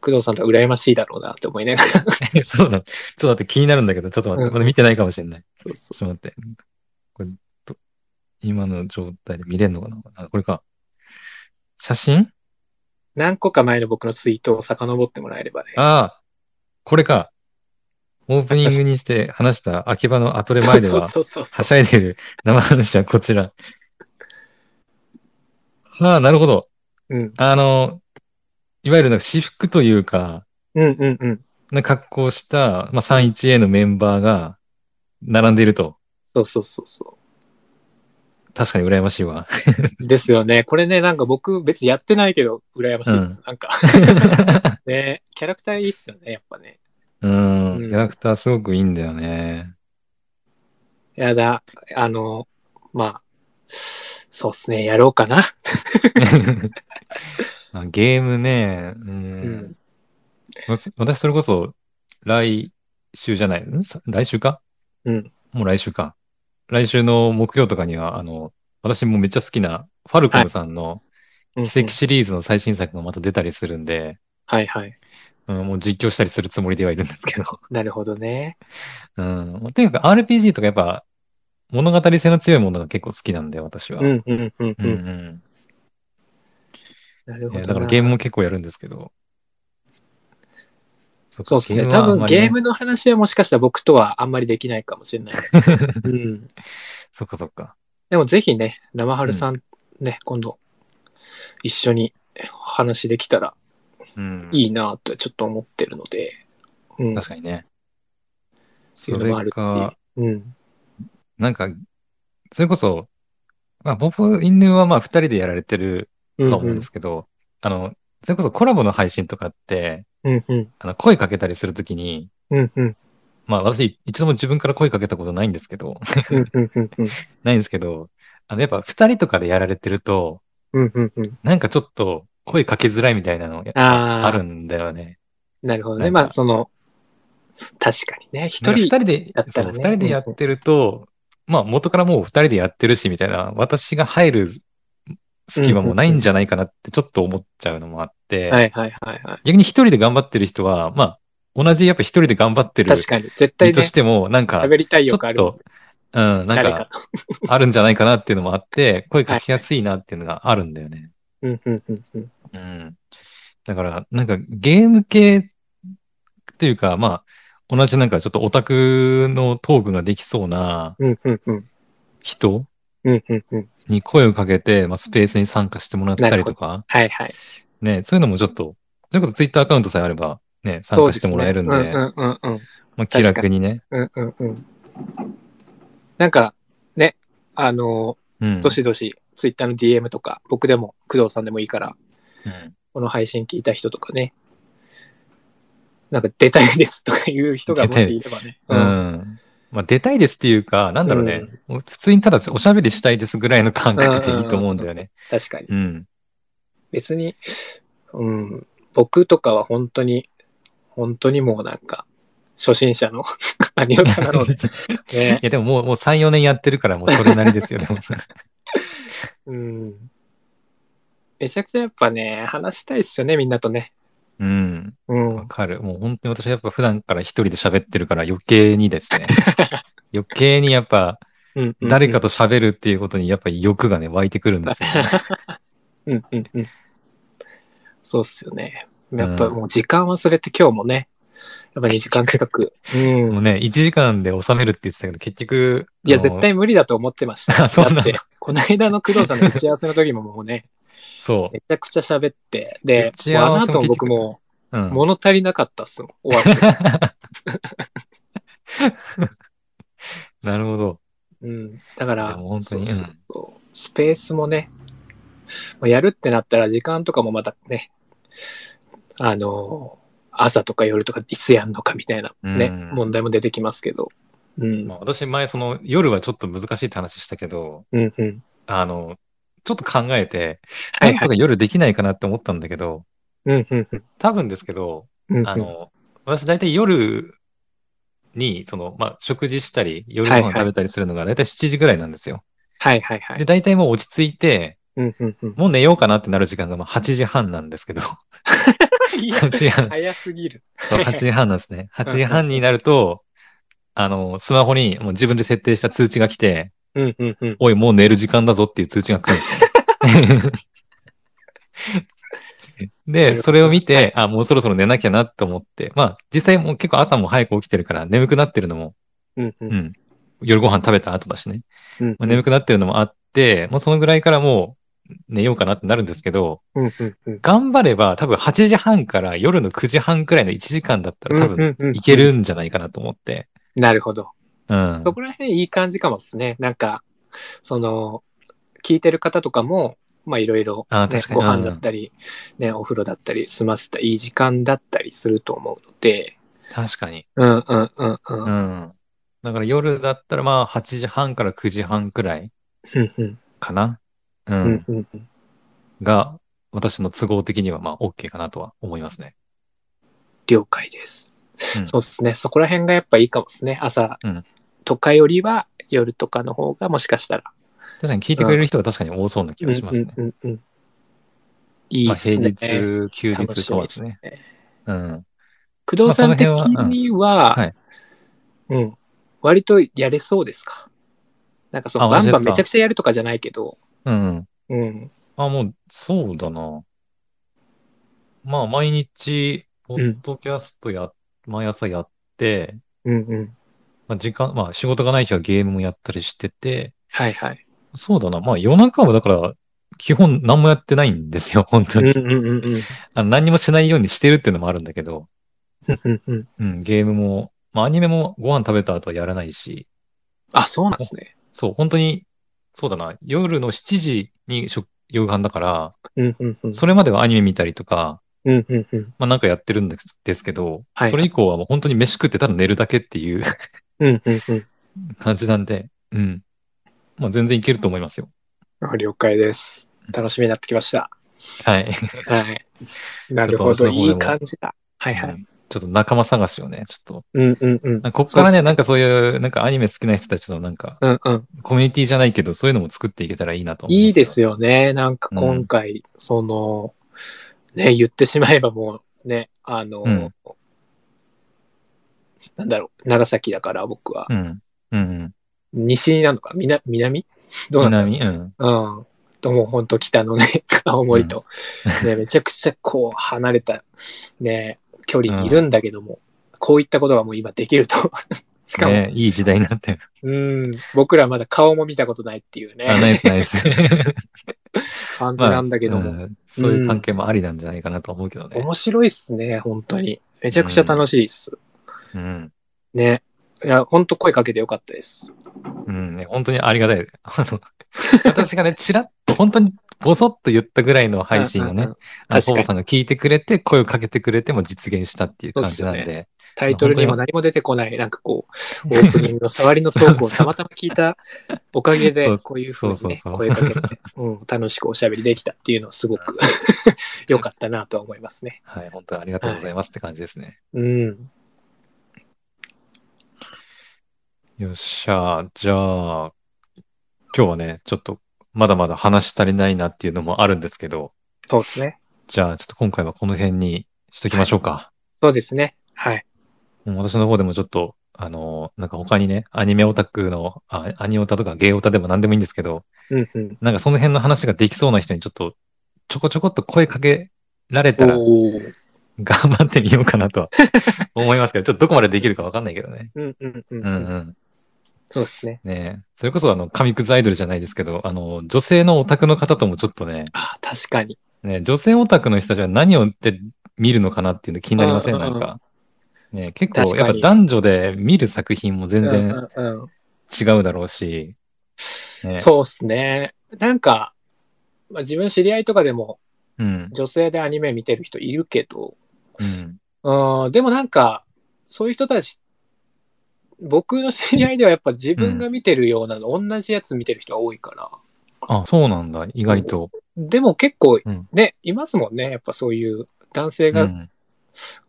S3: 工藤さんとは羨ましいだろうなって思いながら。
S1: え [laughs] そうだ。ちょっと待って、気になるんだけど、ちょっと待っ
S3: う
S1: て、
S3: ん
S1: まだ見てないかもしれない。
S3: そうそ
S1: ちょっと待って。これど今の状態で見れるのかなあ、これか。写真
S3: う何個か前の僕のツイートを遡ってもらえればね。
S1: ああ、これか。オープニングにして話した秋葉のアトレ前では、
S3: [laughs] そうそ
S1: は
S3: うそう
S1: し
S3: そう。
S1: ゃいでいる生話はこちら。ああ、なるほど。
S3: うん、
S1: あの、いわゆるなんか私服というか、
S3: うんうんうん。
S1: な格好した、まあ、31A のメンバーが並んでいると、
S3: そうそうそうそ
S1: 確かに羨ましいわ。
S3: う。ですよね。これね、なんか僕別にやってないけど、羨ましいです。
S1: うん
S3: な
S1: [laughs]
S3: んかね、キャラクターいいっすよね、やっぱね。
S1: うん、
S3: うん
S1: キャラクターすごくいいんだよ
S3: [laughs]
S1: ね。
S3: やだ、あの、まあ、そうっすね、やろうかな。
S1: まあゲームね、う
S3: うんん、
S1: わ私それこそ来週じゃない、んさ来週か
S3: うん。
S1: もう来週か。来週の木曜とかには、あの、私もめっちゃ好きなファルコムさんの
S3: うん
S1: 奇跡シリーズの最新作がまた出たりするんで、
S3: はいはい。
S1: うん、もう実況したりするつもりではいるんですけど。 [laughs]
S3: なるほどね。
S1: うん。とにかく RPG とかやっぱ物語性の強いものが結構好きなんで、私は。
S3: うんうん
S1: う
S3: うんうん。
S1: うんん
S3: なる
S1: い
S3: ほど
S1: や
S3: な。
S1: だからゲームも結構やるんですけど。っか
S3: そうですね。
S1: ゲーム
S3: 多
S1: はあん
S3: 分
S1: まり
S3: ゲ
S1: ね
S3: ームの話はもしかしたら僕とはあんまりできないかもしれないです
S1: [laughs]
S3: けど。うん。
S1: そっかそっか。
S3: でもぜひね、生春さんね、今度一緒に話できたら
S1: うん。
S3: いいなとちょっと思ってるので。うん。
S1: 確かにね。
S3: て
S1: そ
S3: いうのもあ
S1: れ
S3: るっていう
S1: か、
S3: うん。
S1: なんか、それこそ、まあ、僕、犬はまあ二人でやられてる
S3: う
S1: と
S3: ん
S1: は
S3: う
S1: 思うん
S3: ん
S1: ですけど、あの、それこそコラボの配信とかって、
S3: うんうん
S1: あの声かけたりするときに、
S3: うんうん
S1: まあ私、一度も自分から声かけたことないんですけど、 [laughs]
S3: うんうんうんうん
S1: ないんですけど、あの、やっぱ二人とかでやられてると、
S3: うんうんうん
S1: なんかちょっと声かけづらいみたいなのや
S3: ああ
S1: あるんだよね。
S3: なるほど
S1: な
S3: ね。
S1: んか
S3: まあその確かにね。一
S1: なんか
S3: 人
S1: 二人で
S3: だっ、た
S1: そう
S3: らね
S1: 二人でやってると、まあ元からもう二人でやってるしみたいな、私が入る隙間もないんじゃないかなってちょっと思っちゃうのもあって、
S3: はいはいはいは
S1: 逆に一人で頑張ってる人は、まあ同じやっぱ一人で頑張って
S3: い。
S1: る
S3: 確かに。絶対
S1: 身と
S3: ね
S1: し、ても、なんか、
S3: 喋りたい
S1: ちょ
S3: 欲あ
S1: っ
S3: るもんね。
S1: と、うん、なん
S3: 誰
S1: か
S3: かと。
S1: あるんじゃないかなっていうのもあって、声かけやすいなっていうのがあるんだよね。
S3: うんうんうんうん。
S1: うん。だから、なんかゲーム系っていうか、まあ、同じなんかちょっとオタクのトークができそうな
S3: うんうんうん。
S1: 人
S3: うんうんうん。
S1: に声をかけて、まあ、スペースに参加してもらったりとか、
S3: はいはい。
S1: ね、そういうのもちょっと、それこそツイッターアカウントさえあれば、ね、参
S3: そう
S1: 加
S3: で
S1: し
S3: す
S1: て
S3: ね
S1: もらえるんで、
S3: うんうんうんうん。
S1: まあ、気楽にね、
S3: うんうんうん。なんか、ね、あの
S1: うん
S3: ー、どしどし、ツイッターの DM とか、僕でも、工藤さんでもいいから、
S1: うん
S3: この配信聞いた人とかね、なんか出たいですとかいう人がもしいればね。
S1: う。んまあ、出たいですっていうか、なんだろうね、もう普通にただおしゃべりしたいですぐらいの感覚でいいと思うんだよね。
S3: 確かに。
S1: うん。
S3: 別に、うん、僕とかは本当に、本当にもうなんか、初心者の [laughs] アニオタなので、ね
S1: い、や、でももう、もう3、4年やってるから、もうそれなりですよ、でも。 [laughs]
S3: うん。めちゃくちゃやっぱね、話したいっすよね、みんなとね。
S1: うん。
S3: う
S1: わ
S3: ん。
S1: かる。もう本当に私はやっぱ普段から一人で喋ってるから余計にです [laughs] ね。余計にやっぱ
S3: うんうん
S1: 誰かと喋るっていうことにやっぱり欲がね、湧いてくるんですよ、ね。
S3: [laughs] うんうんうん。そうっすよね。やっぱもう時間忘れて今日もね、やっぱ2時間近く。う。
S1: もうんね、1時間で収めるって言ってたけど、結局。
S3: いや、
S1: あの
S3: 絶。対無理だと思ってまし
S1: あ [laughs]
S3: た。
S1: そうなんだ
S3: だって、この間の工藤さんの打ち合わせの時ももうね、
S1: そ
S3: めちゃくちゃ喋って、
S1: 打
S3: で、
S1: ち合わせも
S3: もうあの後も僕
S1: 結局う。
S3: も
S1: うん。
S3: 物足りなかったっすもん、終わって。
S1: なるほど。
S3: うん。だか
S1: いや
S3: ら、
S1: もう本当に
S3: そうそう
S1: うん
S3: そうスペースもね、まあやるってなったら時間とかもまたね、あの朝とか夜とかいつやんのかみたいなね、
S1: うん
S3: 問題も出てきますけど。うん
S1: まあ、私前その夜はちょっと難しいって話したけど、
S3: うんうん。
S1: あの、ちょっと考えて、
S3: は
S1: ないん
S3: は
S1: と
S3: い。
S1: か夜できないかなって思ったんだけど、
S3: うんうんうん
S1: 多分ですけど、
S3: うんうん。
S1: あの、私大体夜に、その、まあ、食事したり、夜ご
S3: は
S1: 飯
S3: いはい
S1: 食べたりするのが大体7時ぐらいなんですよ。
S3: はいはいは
S1: で、
S3: い。
S1: 大体もう落ち着いて、
S3: うんうんうん。
S1: もう寝ようかなってなる時間がまあ8時半なんですけど、
S3: いや
S1: 8時半、
S3: 早すぎる。
S1: そう、8時半なんです
S3: [laughs]
S1: ね。8時半になると、あの、スマホにもう自分で設定した通知が来て、
S3: うんうんうん。
S1: おい、もう寝る時間だぞっていう通知が来るんです
S3: [laughs]
S1: よ。で、それを見て、あ、もうそろそろ寝なきゃなと思って、まあ、実際もう結構朝も早く起きてるから、眠くなってるのも、
S3: うんう
S1: うんん、夜ご飯食べた後だしね、
S3: うん
S1: まあ、眠くなってるのもあって、もうそのぐらいからもう寝ようかなってなるんですけど、
S3: うんうんうん。
S1: 頑張れば多分8時半から夜の9時半くらいの1時間だったら多
S3: うんう
S1: 分
S3: んうん
S1: いけるんじゃないかなと思って。
S3: なるほど。
S1: うん。
S3: そこら辺いい感じかもですね。なんか、その、聞いてる方とかも、まあいろいろ、
S1: あ
S3: ね
S1: 確、かに
S3: ご飯だったり、ね、お風呂だったり、済ませたいい時間だったりすると思うので、
S1: 確かに。
S3: うんうんうんう。
S1: うんん。だから夜だったらまあ8時半から9時半くらい
S3: うんうん
S1: かな。う。
S3: うんんうんうん
S1: が、私の都合的にはまあ OK かなとは思いますね。
S3: 了解です。
S1: うん
S3: そうですね。そこら辺がやっぱいいかもですね。朝
S1: うん
S3: とかよりは夜とかの方がもしかしたら。
S1: 確かに聞いてくれる人は確かに多そうな気がしますね。
S3: うんうんうんうん。いい
S1: まあ
S3: っすね。
S1: 平日、休
S3: 楽
S1: 日
S3: し
S1: と
S3: み
S1: は
S3: で
S1: ですすね。
S3: ね。
S1: うん。
S3: 工藤さん的
S1: まあその辺
S3: には、
S1: うんはい
S3: うん、割とやれそうですかなんかその
S1: あ
S3: バン
S1: 私で
S3: バン
S1: すか
S3: めちゃくちゃやるとかじゃないけど、
S1: うん。
S3: うん、
S1: あ、もう、そうだな。まあ、毎日、ポッドキャストや、毎朝やって、
S3: うん、うん。
S1: まあ、時間、まあ、仕事がない日はゲームもやったりしてて、
S3: はいはい。
S1: そうだな。まあ、夜中はだから、基本何もやってないんですよ、 [laughs] 本当
S3: うん
S1: に。
S3: うんうんうん
S1: あの何にもしないようにしてるっていうのもあるんだけど、
S3: うんうんうん。
S1: うん、ゲームも、まあ、アニメもご飯食べた後はやらないし、
S3: あ、そうなんですね。
S1: そう、本当に、そうだな。夜の7時に食夕飯だから、
S3: うんうんうん。
S1: それまではアニメ見たりとか、
S3: うんうんうん。
S1: まあなんかやってるんですですけど、
S3: はい
S1: それ以降はもう本当に飯食ってただ寝るだけっていう [laughs]
S3: うんうんうん
S1: 感じなんで、うん。まあ全然いけると思いますよ。
S3: あ。了解です。楽しみになってきました。
S1: はい。
S3: はい。なるほ
S1: ちょっと私の方で
S3: ど。
S1: も
S3: いい感じだ。はいは
S1: う
S3: い。
S1: ん [laughs] ちょっと仲間探しをね、ちょっと。
S3: うんうんうん。
S1: なんかこっから
S3: そうっ
S1: ね、
S3: す
S1: なんかそういう、なんかアニメ好きな人たちのなんか、
S3: うんうん。
S1: コミュニティじゃないけど、そういうのも作っていけたらいいなと思
S3: いいです
S1: よ。
S3: よね。なんか今回、その、ね、言ってしまえばもうね、あの、
S1: うん
S3: なんだろう、長崎だから僕は。
S1: うん。うん。
S3: 西なのか、みな南どうなんだろう
S1: 南、うん。
S3: うん。ともうほんと
S1: [laughs]
S3: 北のね、青森と、ね、めちゃくちゃこう離れた、ね、距離にいるんだけども、こういったことがもう今でき
S1: [laughs]
S3: ると。しかも、
S1: ね、いい時代になってる。
S3: うん、僕らまだ顔も見たことないっていう
S1: あ、ナ
S3: ね、
S1: イスナイス。
S3: 感じ
S1: まあ
S3: なんだけども。
S1: うんそういう関係もありなんじゃないかなと思うけどね。
S3: 面白いっすね、本当に。めちゃくちゃ楽しいっす。
S1: うん。
S3: ね。いや、本当声かけてよかったです。
S1: うん、ね本当にありがたい。あの [laughs] 私がね、ちらっと本当にぼそっと言ったぐらいの配信を
S3: うんうん
S1: ね
S3: う
S1: あ
S3: ん、
S1: の
S3: 確か
S1: ポ
S3: に
S1: ポさんが聞いてくれて、声をかけてくれても実現したっていう感じなん
S3: そうっすよ
S1: で、
S3: タイトルにも何も出てこない、なんかこう、オープニングの触りのトー
S1: [laughs]
S3: クをたまたま聞いたおかげ
S1: そう
S3: で、こういうふうにね、
S1: そうそうそう
S3: 声かけて、うん、楽しくおしゃべりできたっていうのはす
S1: [laughs]
S3: ごく良かったなとは思いますね。
S1: はい、本当にありがとうございますって感じですね。
S3: うん。
S1: よっしゃ、じゃあ、今日はね、ちょっとまだまだ話し足りないなっていうのもあるんですけど、
S3: そうですね。
S1: じゃあちょっと今回はこの辺にしときましょうか。
S3: そうですね。はい。
S1: もう私の方でもちょっと、あの、なんか他にね、アニメオタクの、あアニオタとかゲイオタでも何でもいいんですけど、
S3: うんうん。
S1: なんかその辺の話ができそうな人にちょっとちょこちょこっと声かけられたら
S3: おお。
S1: 頑張ってみようかなとは思いますけど、ちょっとどこまでできるかわかんないけどね。
S3: うんうんう
S1: う
S3: んうん。
S1: うんん。
S3: そうですね。
S1: ねえそれこそあの、神くずアイドルじゃないですけど、あの、女性のオタクの方ともちょっとね、
S3: あー、確かに。
S1: ね女性オタクの人たちは何をって見るのかなっていうの気になりません
S3: うんうん
S1: な
S3: うん
S1: んか。ねえ結構
S3: 確か
S1: やっ
S3: に
S1: ぱ男女で見る作品も全
S3: う
S1: 然
S3: んうんうん
S1: 違うだろうし、ね
S3: そうっすね。なんか、まあ、自分知り合いとかでも
S1: うん。
S3: 女性でアニメ見てる人いるけど、
S1: うん。
S3: うん、でもなんか、そういう人たち、僕の知り合いではやっぱ自分が見てるようなの、同じやつ見てる人が多いから。
S1: あ、そうなんだ。意外と。
S3: でも結構
S1: うん
S3: ね、いますもんね。やっぱそういう男性
S1: う
S3: が
S1: ん。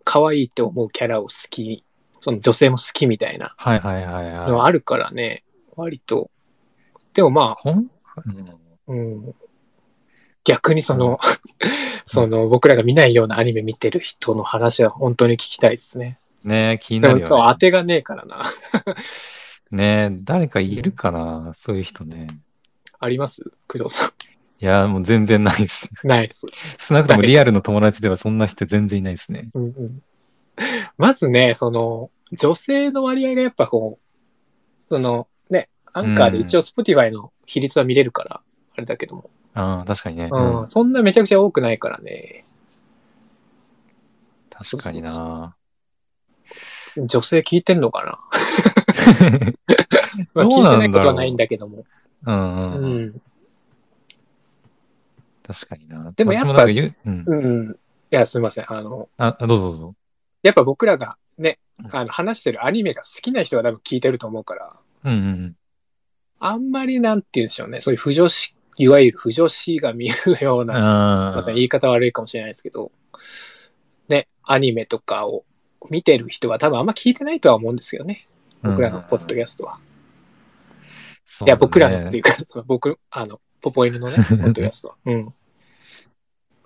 S3: 可愛いって思うキャラを好き、その女性も好きみたいな
S1: はいはいはい
S3: のは
S1: はい。
S3: あるからね、割と。でもまあ、
S1: こんうん
S3: うん、逆にそうの、 [laughs] その僕らが見ないようなアニメ見てる人の話は本当に聞きたいですね。
S1: ねえ、気に
S3: で
S1: な
S3: も
S1: る
S3: そう
S1: よ
S3: 当てがねえからな。 [laughs]
S1: ね。ねえ、誰かいるかなそういう人ね。
S3: あります工藤さ
S1: いや、もう全然ないです。
S3: ん。 [laughs] ナイス。
S1: 少なくともリアルの友達ではそんな人全然いないですね。
S3: うんうん、まずね、その、女性の割合がやっぱこう、そのね、アンカーで一応 Spotify の比率は見れるから、あれだけども、
S1: ああ、確かにね。
S3: うん
S1: うん
S3: そんなめちゃくちゃ多くないからね、
S1: 確かに
S3: [laughs]
S1: な。
S3: 女性聞いてんのかなまあ
S1: ど
S3: 聞
S1: う
S3: い
S1: なんだろう
S3: てないことはないんだけども。
S1: うん
S3: う
S1: うんうん。
S3: ん。
S1: 確かにな。
S3: でもやっぱ
S1: 私なんか言ううん
S3: うん、うん。いや、すみません。あの、
S1: あ、あどうぞどうぞ。
S3: やっぱ僕らがね
S1: う、ん
S3: あの話してるアニメが好きな人が多分聞いてると思うから、
S1: うんうんうん。
S3: あんまりなんて言うんでしょうね、そういう不女子、いわゆる不女子が見るようなま
S1: あ。
S3: た言い方悪いかもしれないですけど、ね、アニメとかを見てる人は多分あんま聞いてないとは思うんですけどね。僕らのポッドキャストは。いや、僕らのっていううか、その僕、あの、ポポイル
S1: [laughs]
S3: のね、ポッドキャストは。うん。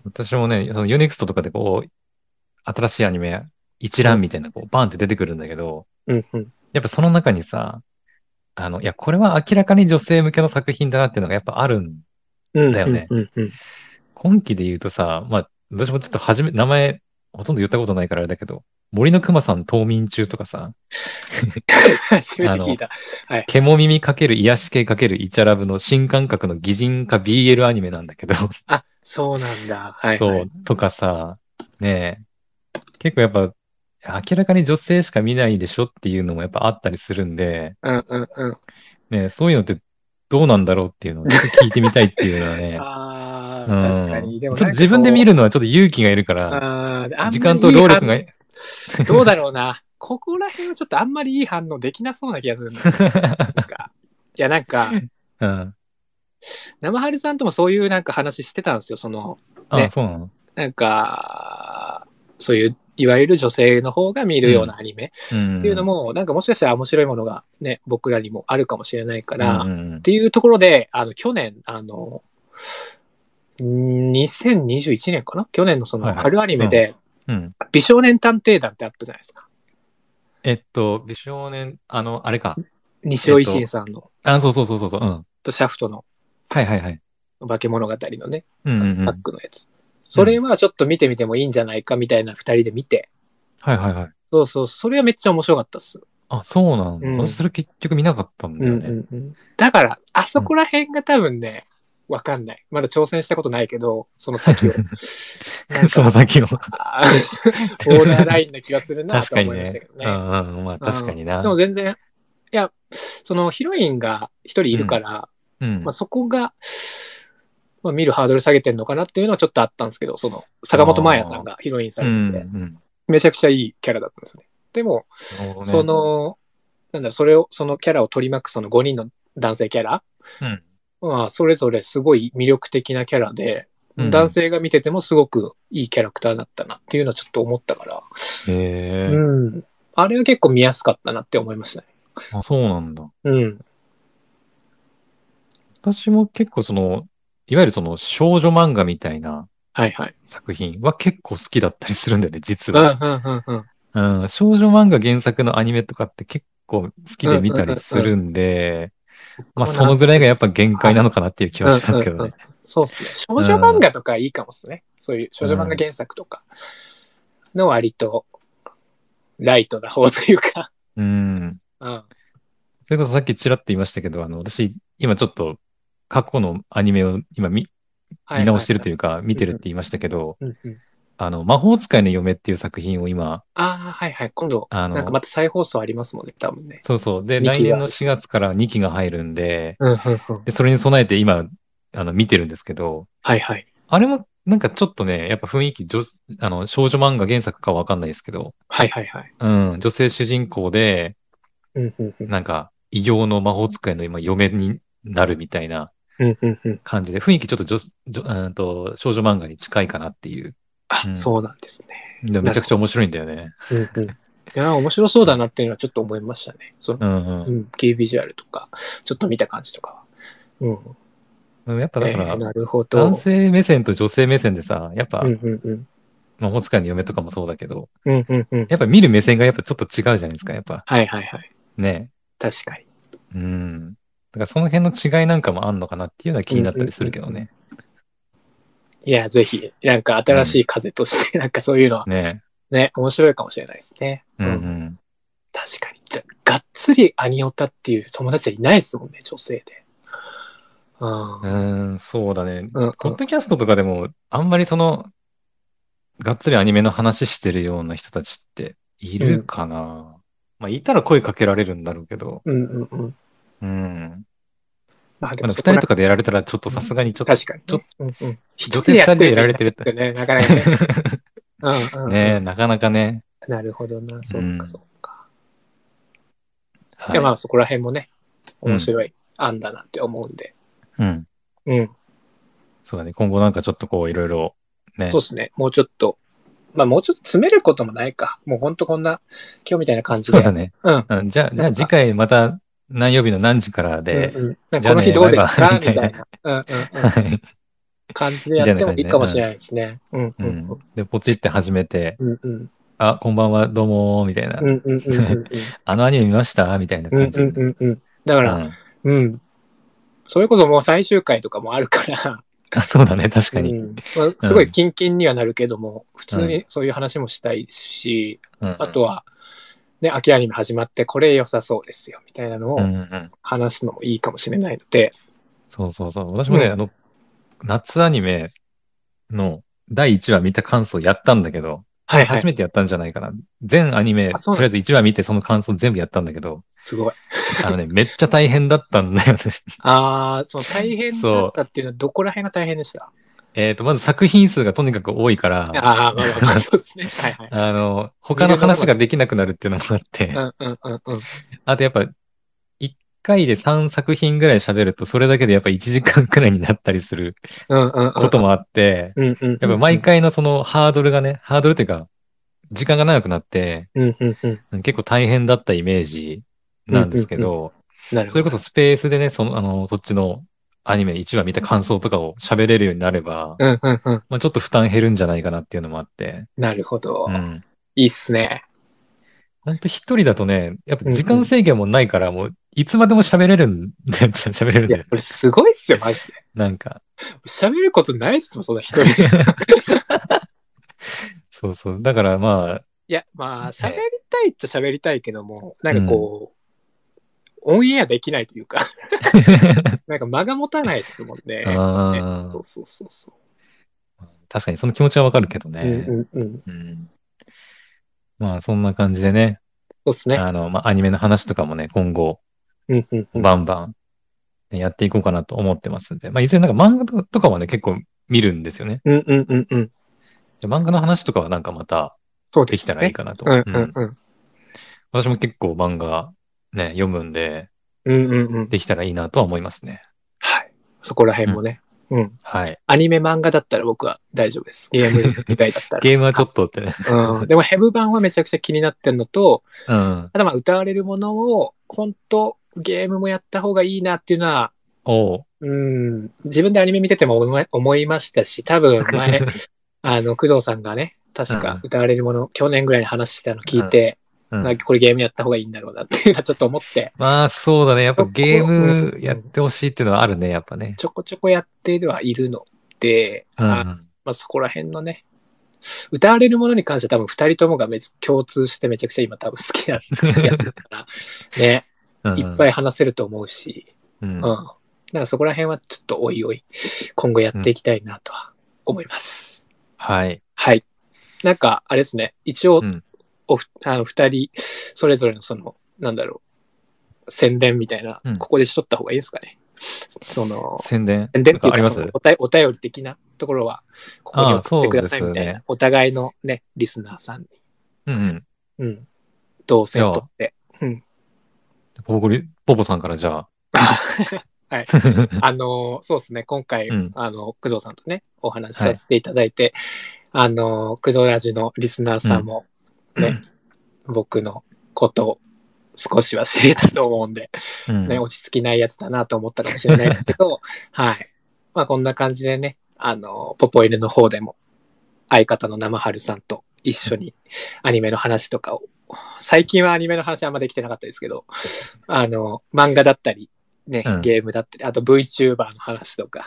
S1: 私もね、そのユネクストとかでこう、新しいアニメ一覧みたいな、こう、バンって出てくるんだけど、
S3: うんうん。
S1: やっぱその中にさ、あの、いや、これは明らかに女性向けの作品だなっていうのがやっぱあるん。
S3: うん。
S1: だよね
S3: うんうん。 [laughs]
S1: 今期で言うとさ、まあ、私もちょっと初め、名前、ほとんど言ったことないからあれだけど、森の熊さん冬眠中とかさ、
S3: 初めて聞いた。
S1: ケモ耳かける癒し系かけるイチャラブの新感覚の擬人化 BL アニメなんだけど、
S3: あ、そうなんだ。はい、はい。
S1: そう、とかさ、ねえ、結構やっぱ、明らかに女性しか見ないでしょっていうのもやっぱあったりするんで、
S3: うんうんうん。
S1: ねえ、そういうのってどうなんだろうっていうのをちょっと聞いてみたいっていうのはね、
S3: [laughs] あ
S1: うん
S3: あ、確かに。でも
S1: ちょっと自分で見
S3: る。
S1: るのはちょっと勇気がいるから、
S3: あーあんまりいい反
S1: 時間と労力が、
S3: どうだろうな。ここら辺はちょっとあんまりいい反応できなそうな気がするんだよなんかいや、なんか、
S1: [laughs] うん。
S3: 生春さんともそういうなんか話してたんですよ。その、
S1: あ、
S3: ね
S1: そうなの
S3: なんか、そういう、いわゆる女性の方が見るようなアニメ
S1: うん。
S3: っていうのも、なんかもしかしたら面白いものがね、僕らにもあるかもしれないか
S1: う
S3: ら、
S1: ん
S3: っ
S1: うんうん
S3: ていうところで、あの、去年、あの、2021年かな去年のそ
S1: は
S3: の
S1: いはい
S3: 春アニメで、
S1: うん。
S3: 美少年探偵団ってあったじゃないですか。
S1: えっと、美少年、あの、あれか。
S3: 西尾維新さんの、
S1: あ、そうそうそうそうそう。うん。
S3: とシャフトの
S1: はいはいはい。
S3: 化け物語のね、
S1: うんうんうん。
S3: パックのやつ。それはちょっと見てみてもいいんじゃないかみたいな二人で見て、
S1: はいはいはい。
S3: そうそう、それはめっちゃ面白かったっす。
S1: あ、そうなんだ。
S3: うん
S1: 私それ結局見なかったんだよね。
S3: だから、あそこら辺が多分ね、わかんない。まだ挑戦したことないけど、そ
S1: [laughs]
S3: の先を。なん
S1: その
S3: か、
S1: 先を。確
S3: あーボーダーラインな気がするなと
S1: か
S3: は
S1: に
S3: 思いまし
S1: ね
S3: たけど。
S1: う
S3: ね。
S1: んうん。まあ確かに
S3: う
S1: なん
S3: で。も全然、いや、そのヒロインが一人いるから、
S1: うん
S3: まあ、。そこが、まあ、見るハードル下げてんのかなっていうのはちょっとあったんですけど、その坂本真綾さんがヒロインさ
S1: うん
S3: れ
S1: う
S3: てて、
S1: ん。
S3: めちゃくちゃいいキャラだったんですよね。でも、
S1: なるほどね
S3: そ、の、なんだろう、それを、そのキャラを取り巻くその5人の男性キャラ
S1: うん
S3: まあ、それぞれすごい魅力的なキャラで、
S1: うん
S3: 男性が見ててもすごくいいキャラクターだったなっていうのはちょっと思ったから、
S1: へえ。
S3: うん。あれは結構見やすかったなって思いましたね。
S1: あ、そうなんだ。
S3: うん。
S1: 私も結構その、いわゆるその少女漫画みたいな
S3: はいはい。
S1: 作品は結構好きだったりするんだよね、実
S3: うんう
S1: は。
S3: んうんうん。
S1: うん、少女漫画原作のアニメとかって結構好きで見たりするんで、まあそのぐらいがやっぱ限界なのかなっていう気はしますけ
S3: うんう
S1: ど
S3: ん
S1: ね
S3: うん。そうっすね。少女漫画とかいいかもっすね。そういう少女漫画原作とかの割とライトな方というか。
S1: うん。
S3: うん。
S1: それこそさっきちらっと言いましたけど、あの、私、今ちょっと過去のアニメを今見見直してると
S3: いう。
S1: いうか、見てるって言いましたけど、
S3: うんうん
S1: あの、魔法使いの嫁っていう作品を今、
S3: ああ、はいはい。今度、
S1: あ
S3: なん
S1: の
S3: か、また再放送ありますもんね、多分ね。
S1: そうそう。で、
S3: 二期が
S1: 来年の4月から2期が入るんで、
S3: うんうんうん。
S1: でそれに備えて今、あの、見てるんですけど、
S3: はいはい。
S1: あれもなんかちょっとね、やっぱ雰囲気女、あの少女漫画原作かわかんないですけど、
S3: はいはいはい。
S1: うん、女性主人公で、
S3: うんうんうん。
S1: なんか、異形の魔法使いの今、嫁になるみたいな
S3: うんうんうん。
S1: 感じで、雰囲気ちょっと女女うんと少女漫画に近いかなっていう。
S3: あ、
S1: うん
S3: そうなんですね。
S1: でもめちゃくちゃ面白いんだよね。
S3: うんうん。いやー、面白そうだなっていうのはちょっと思いましたね。その、
S1: うん
S3: うん、キービジュアルとか、ちょっと見た感じとかは。うん。
S1: うん。やっぱだか
S3: え
S1: ら
S3: ー、なるほど。
S1: 男性目線と女性目線でさ、やっぱ
S3: うん、うんうん。
S1: 魔法使いの嫁とかもそうだけど、
S3: うんうんうん。
S1: やっぱ見る目線がやっぱちょっと違うじゃないですか、やっぱ。
S3: はいはいはい。
S1: ね。
S3: 確かに。
S1: うん。だからその辺の違いなんかもあんのかなっていうのは気になったりするけどね。
S3: いや、ぜひ、なんか新しい風として、 [laughs] なんかそういうのは
S1: ね。
S3: ね、面白いかもしれないですね。
S1: うんうん。
S3: 確かに。じゃがっつりアニオタっていう友達はいないですもんね、女性で。う
S1: う
S3: ん。うん
S1: ーん、そうだね。
S3: うん
S1: ポッドキャストとかでも、あんまりその、がっつりアニメの話してるような人たちっているかな、まあ、いたら声かけられるんだろうけど、
S3: うんうんうん。
S1: うん。
S3: まあで
S1: まあ、
S3: も
S1: 2
S3: そこ
S1: 人
S3: ら
S1: とかでやられたら、ちょっとさすがにちょっと、
S3: 確かに、
S1: ちょっ
S3: ね。うんうん。
S1: 女性2人でやられてるっ
S3: って
S1: て。
S3: ね、なかなかね。
S1: [laughs]
S3: うんうん、うん。
S1: ねえ、なかなかね。
S3: なるほどな。そっかそっか。
S1: はい
S3: いやまあそこら辺もね、
S1: うん
S3: 面白い案だなって思うんで。
S1: うん。
S3: うん。
S1: そうだね。今後なんかちょっとこう、いろいろ、ね
S3: そう。ですね。もうちょっと、まあもうちょっと詰めることもないか。もうほんとこんな、今日みたいな感じ
S1: そ
S3: で。
S1: うだね。
S3: うん。
S1: うん、じゃあ、じゃ
S3: な
S1: あ
S3: んか
S1: 次回また何曜日の何時からで、
S3: うんうん、なん
S1: じゃ
S3: か
S1: あね
S3: この日どうですか、
S1: バイ
S3: みた
S1: バイ
S3: いな、うんうんうん、
S1: はい。
S3: 感じでやってもいいかもしれないですね。うんう
S1: うんん。で、ポチって始めて、
S3: うんうん
S1: あ、こんばんは、どうもー、みたいな。
S3: うんうんうんうん
S1: あのアニメ見ましたみたいな
S3: う
S1: 感
S3: ん
S1: じ。
S3: うんうんうんだか
S1: う
S3: ら、
S1: ん
S3: うん、それこそもう最終回とかもあるから、
S1: あそうだね、確か
S3: う
S1: に。
S3: んまあ、すごいキンキンにはなるけども、普通にそういう話もしたいし、
S1: うん
S3: あとは、ね、秋アニメ始まってこれ良さそうですよみたいなの
S1: うんう
S3: を
S1: ん。
S3: 話すのもいいかもしれないので、
S1: そうそうそう。私もね、
S3: うん
S1: あの、夏アニメの第1話見た感想やったんだけど、
S3: はいは
S1: 初
S3: い、
S1: めてやったんじゃないかな。全アニメ、
S3: あ
S1: と
S3: そう
S1: り
S3: な
S1: あ
S3: ん
S1: え
S3: で
S1: ず
S3: す
S1: 1話見てその感想全部やったんだけど、
S3: すごい。
S1: あの
S3: [laughs]
S1: ね、めっちゃ大変だったんだよね。 [laughs]
S3: ああ、その大変だったっていうのはどこら辺が大変でした
S1: えっと、まず作品数がとにかく多いから、
S3: ああ、まあまあまあ、そうですね。 [laughs] はいはい。
S1: あの、他の話ができなくなるっていうのもあって
S3: う、んうんうんうん。
S1: あとやっぱ、1回で3作品ぐらい喋ると、それだけでやっぱ1時間くらいになったりする
S3: うんうんうん。
S1: こともあって、
S3: うんうんうん。
S1: やっぱ毎。回のそのハードルがね、ハードルっていうか、時間が長くなって、
S3: うんうんうん。
S1: 結構大変だったイメージなんですけど、
S3: なる
S1: そ
S3: ほ
S1: れこ
S3: ど。
S1: そスペースでね、その、あの、そっちのアニメ1話見た感想とかを喋れるようになれば、
S3: うんうんうん。
S1: まあちょっと負担減るんじゃないかなっていうのもあって、
S3: なるほど
S1: う。ん。
S3: いいっすね。
S1: ほんと一人だとね、やっぱ時間制限もないから、もういつまでも喋れるんで、 [laughs] 喋れるん
S3: いや
S1: で、、
S3: これすごいっすよ、マジで。
S1: なんか、
S3: 喋ることないっすもん、そんな一人で。
S1: そうそう。だからまあ、
S3: いや、まあ、喋りたいっちゃ喋りたいけども、なんかこう、オンエアできないという [laughs] か、なんか間が持たないっすもんね。
S1: あ
S3: そうそうそうそ
S1: ー確かにその気持ちはわかるけど
S3: う。
S1: ね。
S3: うんうんうん。
S1: うんまあ、そんな感じでね、
S3: そうっすね。
S1: あの、まあ、アニメの話とかもね、今後、
S3: うんうんうん。
S1: バンバン、ねやっていこうかなと思ってますんで、まあ、いずれなんか漫画とかはね、結構見るんですよね。
S3: うんうんうんうん。
S1: で漫画の話とかはなんかまた
S3: そうで
S1: でき
S3: す
S1: た
S3: ね。
S1: らいいかなと。
S3: うん
S1: う
S3: うん
S1: ん
S3: うん。
S1: 私も結構漫画、ね、読むんで、
S3: うんうんうん。
S1: できたらいいなとは思いますね。
S3: はい。そこら辺もね。うん。
S1: はい。
S3: アニメ漫画だったら僕は大丈夫です。ゲーム以外だったら。
S1: ゲームはちょっと
S3: [laughs]
S1: ってね。
S3: うん、でもヘブ版はめちゃくちゃ気になってるのと、
S1: うん。
S3: あとまあ歌われるものを、本当ゲームもやった方がいいなっていうのは、
S1: おう。
S3: うん、自分でアニメ見てても思い思いましたし、多分 [laughs] 前、あの、工藤さんがね、確
S1: うん
S3: か歌われるもの、去年ぐらいに話してたの聞いて、
S1: うん
S3: まあこれゲームやった方がいいんだろうなっていうのはちょっと思って、
S1: まあ、そうだね。やっぱゲームやってほしいっていうのはあるね、やっぱね。
S3: ちょこちょこやってはいるので、
S1: うん。
S3: あまあ、そこら辺のね、歌われるものに関して多分2人ともがめち共通してめちゃくちゃ今多分好きなやつ
S1: [laughs]
S3: だから、ね、いっぱ
S1: い。
S3: い話せると思うし、
S1: うん
S3: うん。だからそこら辺はちょっとおいおい、今後やっていきたいなとは思います。
S1: はい。
S3: はい。なんか、あれですね、一応
S1: うん
S3: おふ、あの2人、それぞれのその、なんだろう、宣伝みたいな
S1: うん、
S3: ここでしとった方がいいですかね。そその、
S1: 宣伝
S3: 宣伝ってい
S1: なんかあり
S3: うか
S1: ま
S3: そ
S1: す
S3: のおたお便り的なところは、ここに送ってください
S1: ああそう
S3: み
S1: です
S3: た
S1: よね
S3: いな、お互いのね、リスナーさんに、
S1: うんうん。
S3: うん、動線を取って、
S1: ポポリポポさんからじゃあ。
S3: [laughs] はい。あの、そうですね、今回、
S1: うん
S3: あの、工藤さんとね、お話し
S1: はい
S3: させていただいて、あの、工藤ラジのリスナーさんも、ね、僕のことを少しは知れたと思うんで、
S1: [laughs] うん
S3: ね、落ち着きないやつだなと思ったかもしれないけ
S1: [laughs]
S3: ど、はい。まあ、こんな感じでね、あの、ポポイルの方でも、相方の生春さんと一緒にアニメの話とかを、最近はアニメの話あんまできてなかったですけど、あの、漫画だったり、ね
S1: うん、
S3: ゲームだったり、あと VTuber の話とか、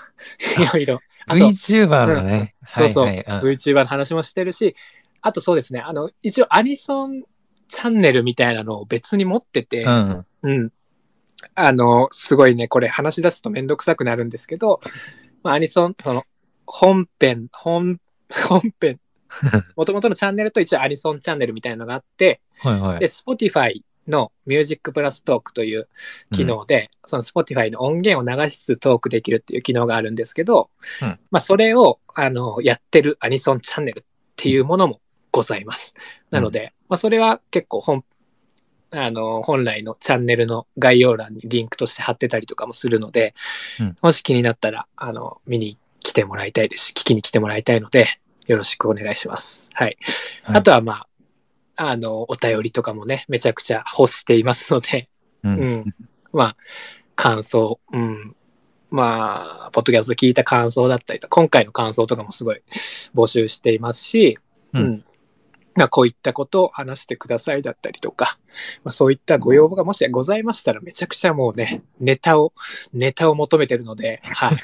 S3: いろいろ、あと
S1: VTuber のね。
S3: そうそう
S1: はいはい
S3: VTuber の話もしてるし、あとそうですね、あの、一応アニソンチャンネルみたいなのを別に持ってて、
S1: うんうん。 [laughs]
S3: うん。あの、すごいね、これ話し出すとめんどくさくなるんですけど、 [laughs] まあ、アニソン、その、本編、本、 [laughs] 本編、もともとのチャンネルと一応アニソンチャンネルみたいなのがあって、
S1: はいは
S3: で、
S1: い。
S3: Spotify のミュージックプラストークという機能で、その Spotify の音源を流しつつトークできるっていう機能があるんですけど、
S1: うん
S3: まあ、それを、あの、やってるアニソンチャンネルっていうものもございます。なので、まあ、それは結構本、あの、本来のチャンネルの概要欄にリンクとして貼ってたりとかもするので、
S1: うん
S3: もし気になったら、あの、見に来てもらいたいですし、聞きに来てもらいたいので、よろしくお願いします。はい。
S1: はい
S3: あとは、まあ、あの、お便りとかもね、めちゃくちゃ欲していますので、
S1: う。
S3: うんん。まあ、感想、うん。まあ、ポッドキャスト聞いた感想だったりと、今回の感想とかもすごい募集していますし、
S1: うん
S3: まあこういったことを話してくださいだったりとか、まあ、そういったご要望がもしございましたら、めちゃくちゃもうね、ネタを、ネタを求めてるので、
S1: [laughs]
S3: はい。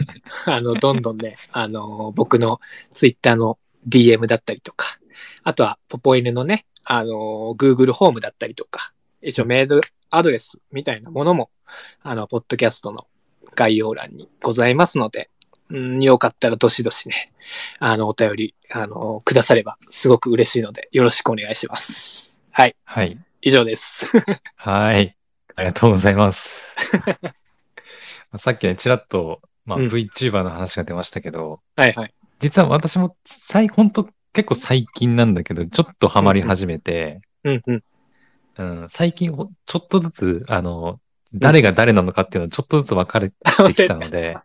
S3: あの、どんどんね、あの、僕のツイッターの DM だったりとか、あとは、ポポイヌのね、あの、Google ホームだったりとか、一応メールアドレスみたいなものも、あの、ポッドキャストの概要欄にございますので、うん、よかったらどしどしね、あの、お便り、あの、くださればすごく嬉しいので、よろしくお願いします。はい、
S1: はい。
S3: 以上です。 [laughs]
S1: はい。ありがとうございます。さっきね、ちらっと、まあ、
S3: うん
S1: VTuber の話が出ましたけど、
S3: はいはい。
S1: 実は私も、最、ほんと、結構最近なんだけど、ちょっとハマり始めて、
S3: うんうん。
S1: うん、最近ほ、ちょっとずつ、あの、誰が誰なのかっていうのをちょっとずつ分かれてきたので、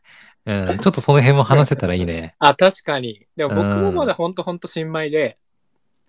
S1: うん、ちょっとその辺も話せたらいいね。
S3: [laughs] あ、確かに。でも
S1: う
S3: 僕も
S1: ん
S3: まだほんとほんと新米で、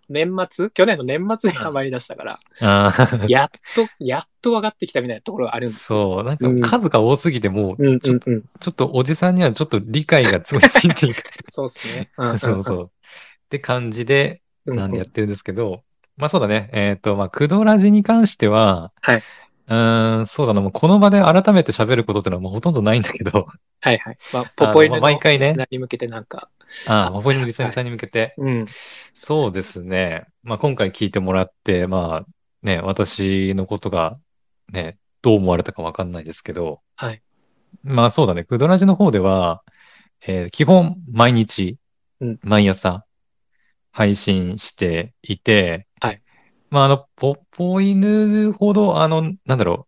S3: 年末去年の年末にハマり出したから、
S1: あー
S3: やっ
S1: [laughs]
S3: と、やっと分かってきたみたいなところがあるんですよ。
S1: そう、なんか数が多すぎて、もう、
S3: うん
S1: ちょ
S3: うんうん。
S1: ちょっとおじさんにはちょっと理解がついついていく。
S3: そうですね。うんん
S1: [laughs]
S3: ん
S1: そうそう。って感じで、
S3: うんうん。
S1: なんでやってるんですけど、まあそうだね。えっ、と、まあ、クドラジに関しては、
S3: はいう
S1: ーん、そうだな、もうこの場で改めて喋ることってのはもうほとんどないんだけど、 [laughs]
S3: はいはい。まあ、ポポイヌ
S1: まあ
S3: の
S1: 毎回ね
S3: リスナーに向けてなんか、
S1: ああ、まあここにもリスナーさんに向けて、
S3: うん。
S1: そうですね。まあ今回聞いてもらって、まあね、私のことがね、どう思われたかわかんないですけど、
S3: はい。
S1: まあそうだね、クドラジの方では、えー基本毎日
S3: うん、
S1: 毎朝配信していて、
S3: はい。
S1: まああの、ポッポ犬ほど、あの、なんだろう、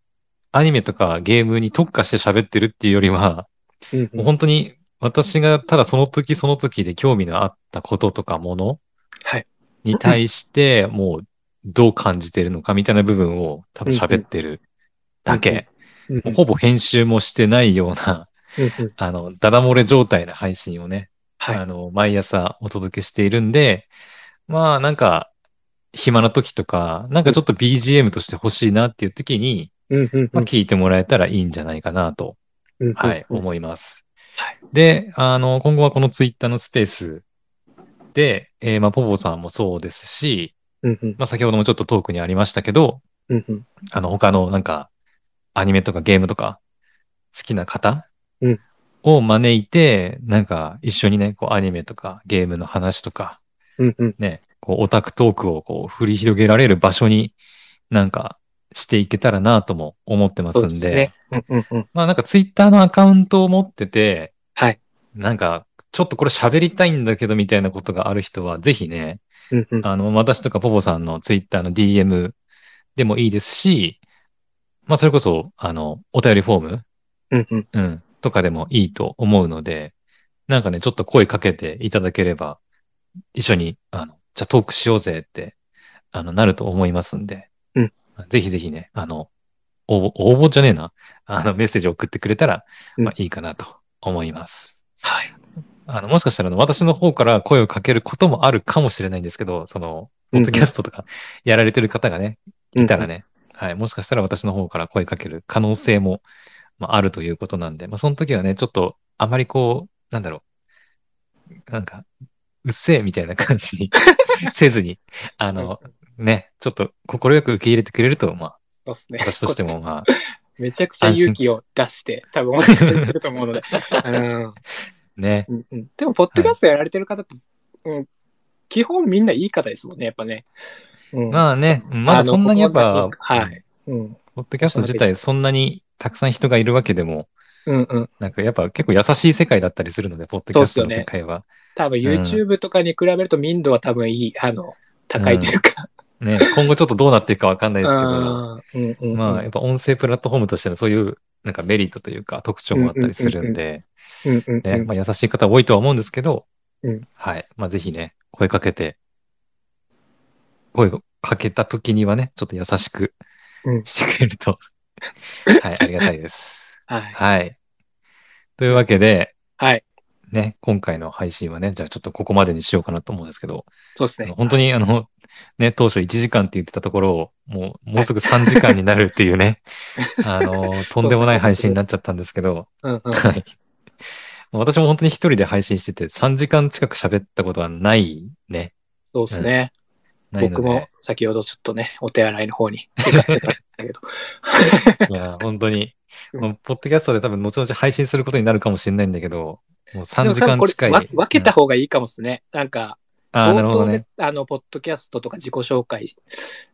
S1: アニメとかゲームに特化して喋ってるっていうよりは、
S3: うんう、
S1: もうん本当に私がただその時その時で興味のあったこととかもの
S3: はい
S1: に対してもうどう感じてるのかみたいな部分をただ喋ってるだけ。
S3: うんう
S1: もうんほぼ編集もしてないような、 [laughs]
S3: うんうん
S1: あの、ダダ漏れ状態な配信をね、
S3: はい
S1: あの、毎朝お届けしているんで、まあなんか暇な時とか、なんかちょっと BGM として欲しいなっていう時に、
S3: うんうんう
S1: まあ
S3: ん
S1: 聞いてもらえたらいいんじゃないかなと
S3: うんうん
S1: はい、
S3: うん
S1: 思います
S3: はい。
S1: で、あの、今後はこのツイッターのスペースで、えーまあ、ポポさんもそうですし、
S3: うんうん
S1: まあ、先ほどもちょっとトークにありましたけど、
S3: うんうん
S1: あの、他のなんか、アニメとかゲームとか、好きな方
S3: うん
S1: を招いて、なんか、一緒にね、こう、アニメとかゲームの話とか、
S3: うんうん
S1: ね、こう、オタクトークをこう、振り広げられる場所になんか、していけたらなとも思ってま
S3: そ
S1: す
S3: うんで
S1: で、
S3: すね。うんうんうん。
S1: まあなんかツイッターのアカウントを持ってて、
S3: はい。
S1: なんか、ちょっとこれ喋りたいんだけどみたいなことがある人は、ぜひね、
S3: うんうん。
S1: あの、私とかポポさんのツイッターの DM でもいいですし、まあ、それこそ、あの、お便りフォーム、
S3: うんうん。
S1: うん、とかでもいいと思うので、なんかね、ちょっと声かけていただければ、一緒に、あの、じゃあトークしようぜって、あの、なると思いますんで、
S3: うん
S1: ぜひぜひね、あの、応募、応募じゃねえな、あの、メッセージを送ってくれたら、まあいいかなと思います。
S3: はい。
S1: あの、もしかしたらあの私の方から声をかけることもあるかもしれないんですけど、その、ポッドキャストとかやられてる方がね、いたら
S3: ね。
S1: ね、はい、もしかしたら私の方から声かける可能性も、まあ、あるということなんで、まあ、その時はね、ちょっと、あまりこう、なんだろう、なんか、うっせえみたいな感じ
S3: [laughs]
S1: にせずに、あの、ね、ちょっと快く受け入れてくれると、まあ、
S3: そうですね。
S1: 私として
S3: こ
S1: も、まあ、
S3: っち。めちゃくちゃ勇気を出して、多分お伝えすると思うの
S1: [laughs]
S3: で。うん
S1: ね、
S3: うんうんでも、ポッドキャストやられてる方って、うん、基本みんないい方ですもんね、やっぱね。うん
S1: まあね、まだそんなにやっぱ、
S3: はい。うん。
S1: ポッドキャスト自体そんなにたくさん人がいるわけでも、
S3: うんうん。
S1: なんかやっぱ結構優しい世界だったりするので、ポッドキャストの世界は。
S3: 多分 YouTube とかに比べると民度は多分いい、あの、高いというか。
S1: ね、今後ちょっとどうなっていくかわかんないですけど、
S3: うんうんうんうん
S1: まあ、やっぱ音声プラットフォームとしてのそういうなんかメリットというか特徴もあったりするんで、
S3: うんうんう
S1: ね、
S3: ん
S1: まあ優しい方多いとは思うんですけど
S3: うん、
S1: はい。まあぜひね、声かけて、声をかけた時にはね、ちょっと優しく
S3: うん
S1: してくれると、 [laughs] はい、ありがたいです。
S3: はい。
S1: はい。というわけで、
S3: はい。
S1: ね、今回の配信はね、じゃあちょっとここまでにしようかなと思うんですけど、
S3: そうです
S1: あの
S3: ね。
S1: 本当にあの、ね、当初1時間って言ってたところを、もう、もうすぐ3時間になるっていうね、あの、とんでもない配信になっちゃったんですけど、
S3: うんうん。
S1: はい。もう私も本当に一人で配信してて、3時間近く喋ったことはないね。
S3: そうですね。
S1: ないの
S3: 僕
S1: で
S3: も先ほどちょっとね、お手洗いの方に行かせても
S1: [laughs]
S3: らったけ
S1: い
S3: ど。
S1: や、本当に。
S3: うん
S1: もうポッドキャストで多分後々配信することになるかもしれないんだけど、もう
S3: で
S1: 3
S3: も
S1: 時
S3: 多分
S1: 間
S3: これ
S1: 近い。
S3: わ分けた
S1: うん
S3: 方がいいかもですね。なんか、
S1: あーなる
S3: 冒
S1: ほ
S3: 頭
S1: ど
S3: で、
S1: ね。
S3: あの、ポッドキャストとか自己紹介、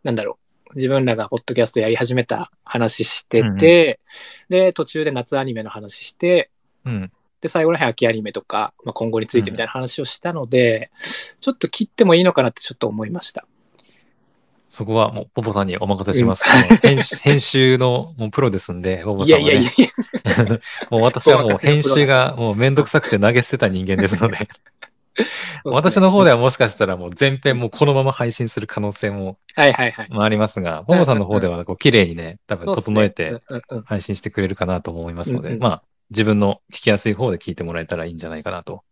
S3: なんだろう。自分らがポッドキャストやり始めた話してて、で、途中で夏アニメの話して、
S1: うん。
S3: で、最後らへん秋アニメとか、まあ、今後についてみたいな話をしたので、ちょっと切ってもいいのかなってちょっと思いました。
S1: そこはもう、ポポさんにお任せします。もう編集編集のもうプロですんで、ポポ
S3: い
S1: さんは、ね。
S3: やいやいやいや、
S1: [laughs] もう私はもう
S3: そう私の
S1: 編
S3: プロだ
S1: 集がもうめんどくさくて投げ捨てた人間です
S3: [laughs]
S1: ので、私
S3: の
S1: の方ではもしかしたらもう全編もうこのまま配信する可能性も
S3: はいはいはい。
S1: まあありますが、ももさんの方ではこう綺麗にね、多分整え
S3: そ
S1: て
S3: うっすね。うんうん
S1: 配信してくれるかなと思いますの
S3: うん
S1: で、
S3: うん
S1: まあ自分の聞きやすい方で聞いてもらえたらいいんじゃないかなと、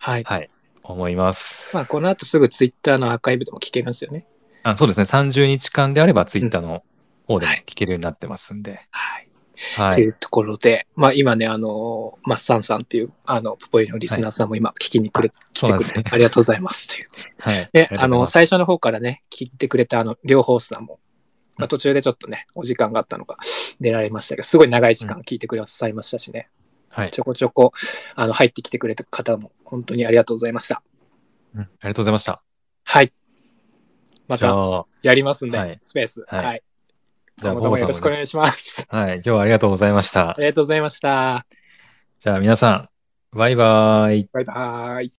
S3: はい。
S1: はい、思います
S3: ま。あ、この後すぐツイッターのアーカイブでも聞けるんですよね。
S1: あそうですね、30日間であればツイッターの方でも
S3: はい
S1: 聞けるようになってますんで、
S3: はい。
S1: は
S3: とい
S1: い。
S3: うところで、まあ今ね、あの、マッサンさんっていう、あの、ポポイのリスナーさんも今聞きにくれ、来
S1: そう
S3: て
S1: なんで
S3: くれ
S1: す
S3: て
S1: ね、
S3: ありがとうございますという。
S1: はい。
S3: で、
S1: りがと
S3: あ
S1: うご
S3: の、
S1: ざいます
S3: 最初の方からね、聞いてくれたあの、両方さんも、まあ途中でちょっとね、お時間があったのか出られましたけど、すごい長い時間聞いてくださいましたしね、
S1: はい
S3: ちょこちょこ、あの、入ってきてくれた方も本当にありがとうございました。
S1: うんありがとうございました。
S3: はい。ま
S1: じゃ
S3: た
S1: あ、
S3: やりますんで、
S1: はい
S3: スペース。
S1: はい
S3: はい。
S1: じゃあ
S3: 今後ともよろしく
S1: ポポさんも
S3: お
S1: ね
S3: 願いします。 [laughs]
S1: はい、今日はありがとうございました
S3: あ。りがとうございました。
S1: じゃあ皆さん、バイバイ。
S3: バイバーイ。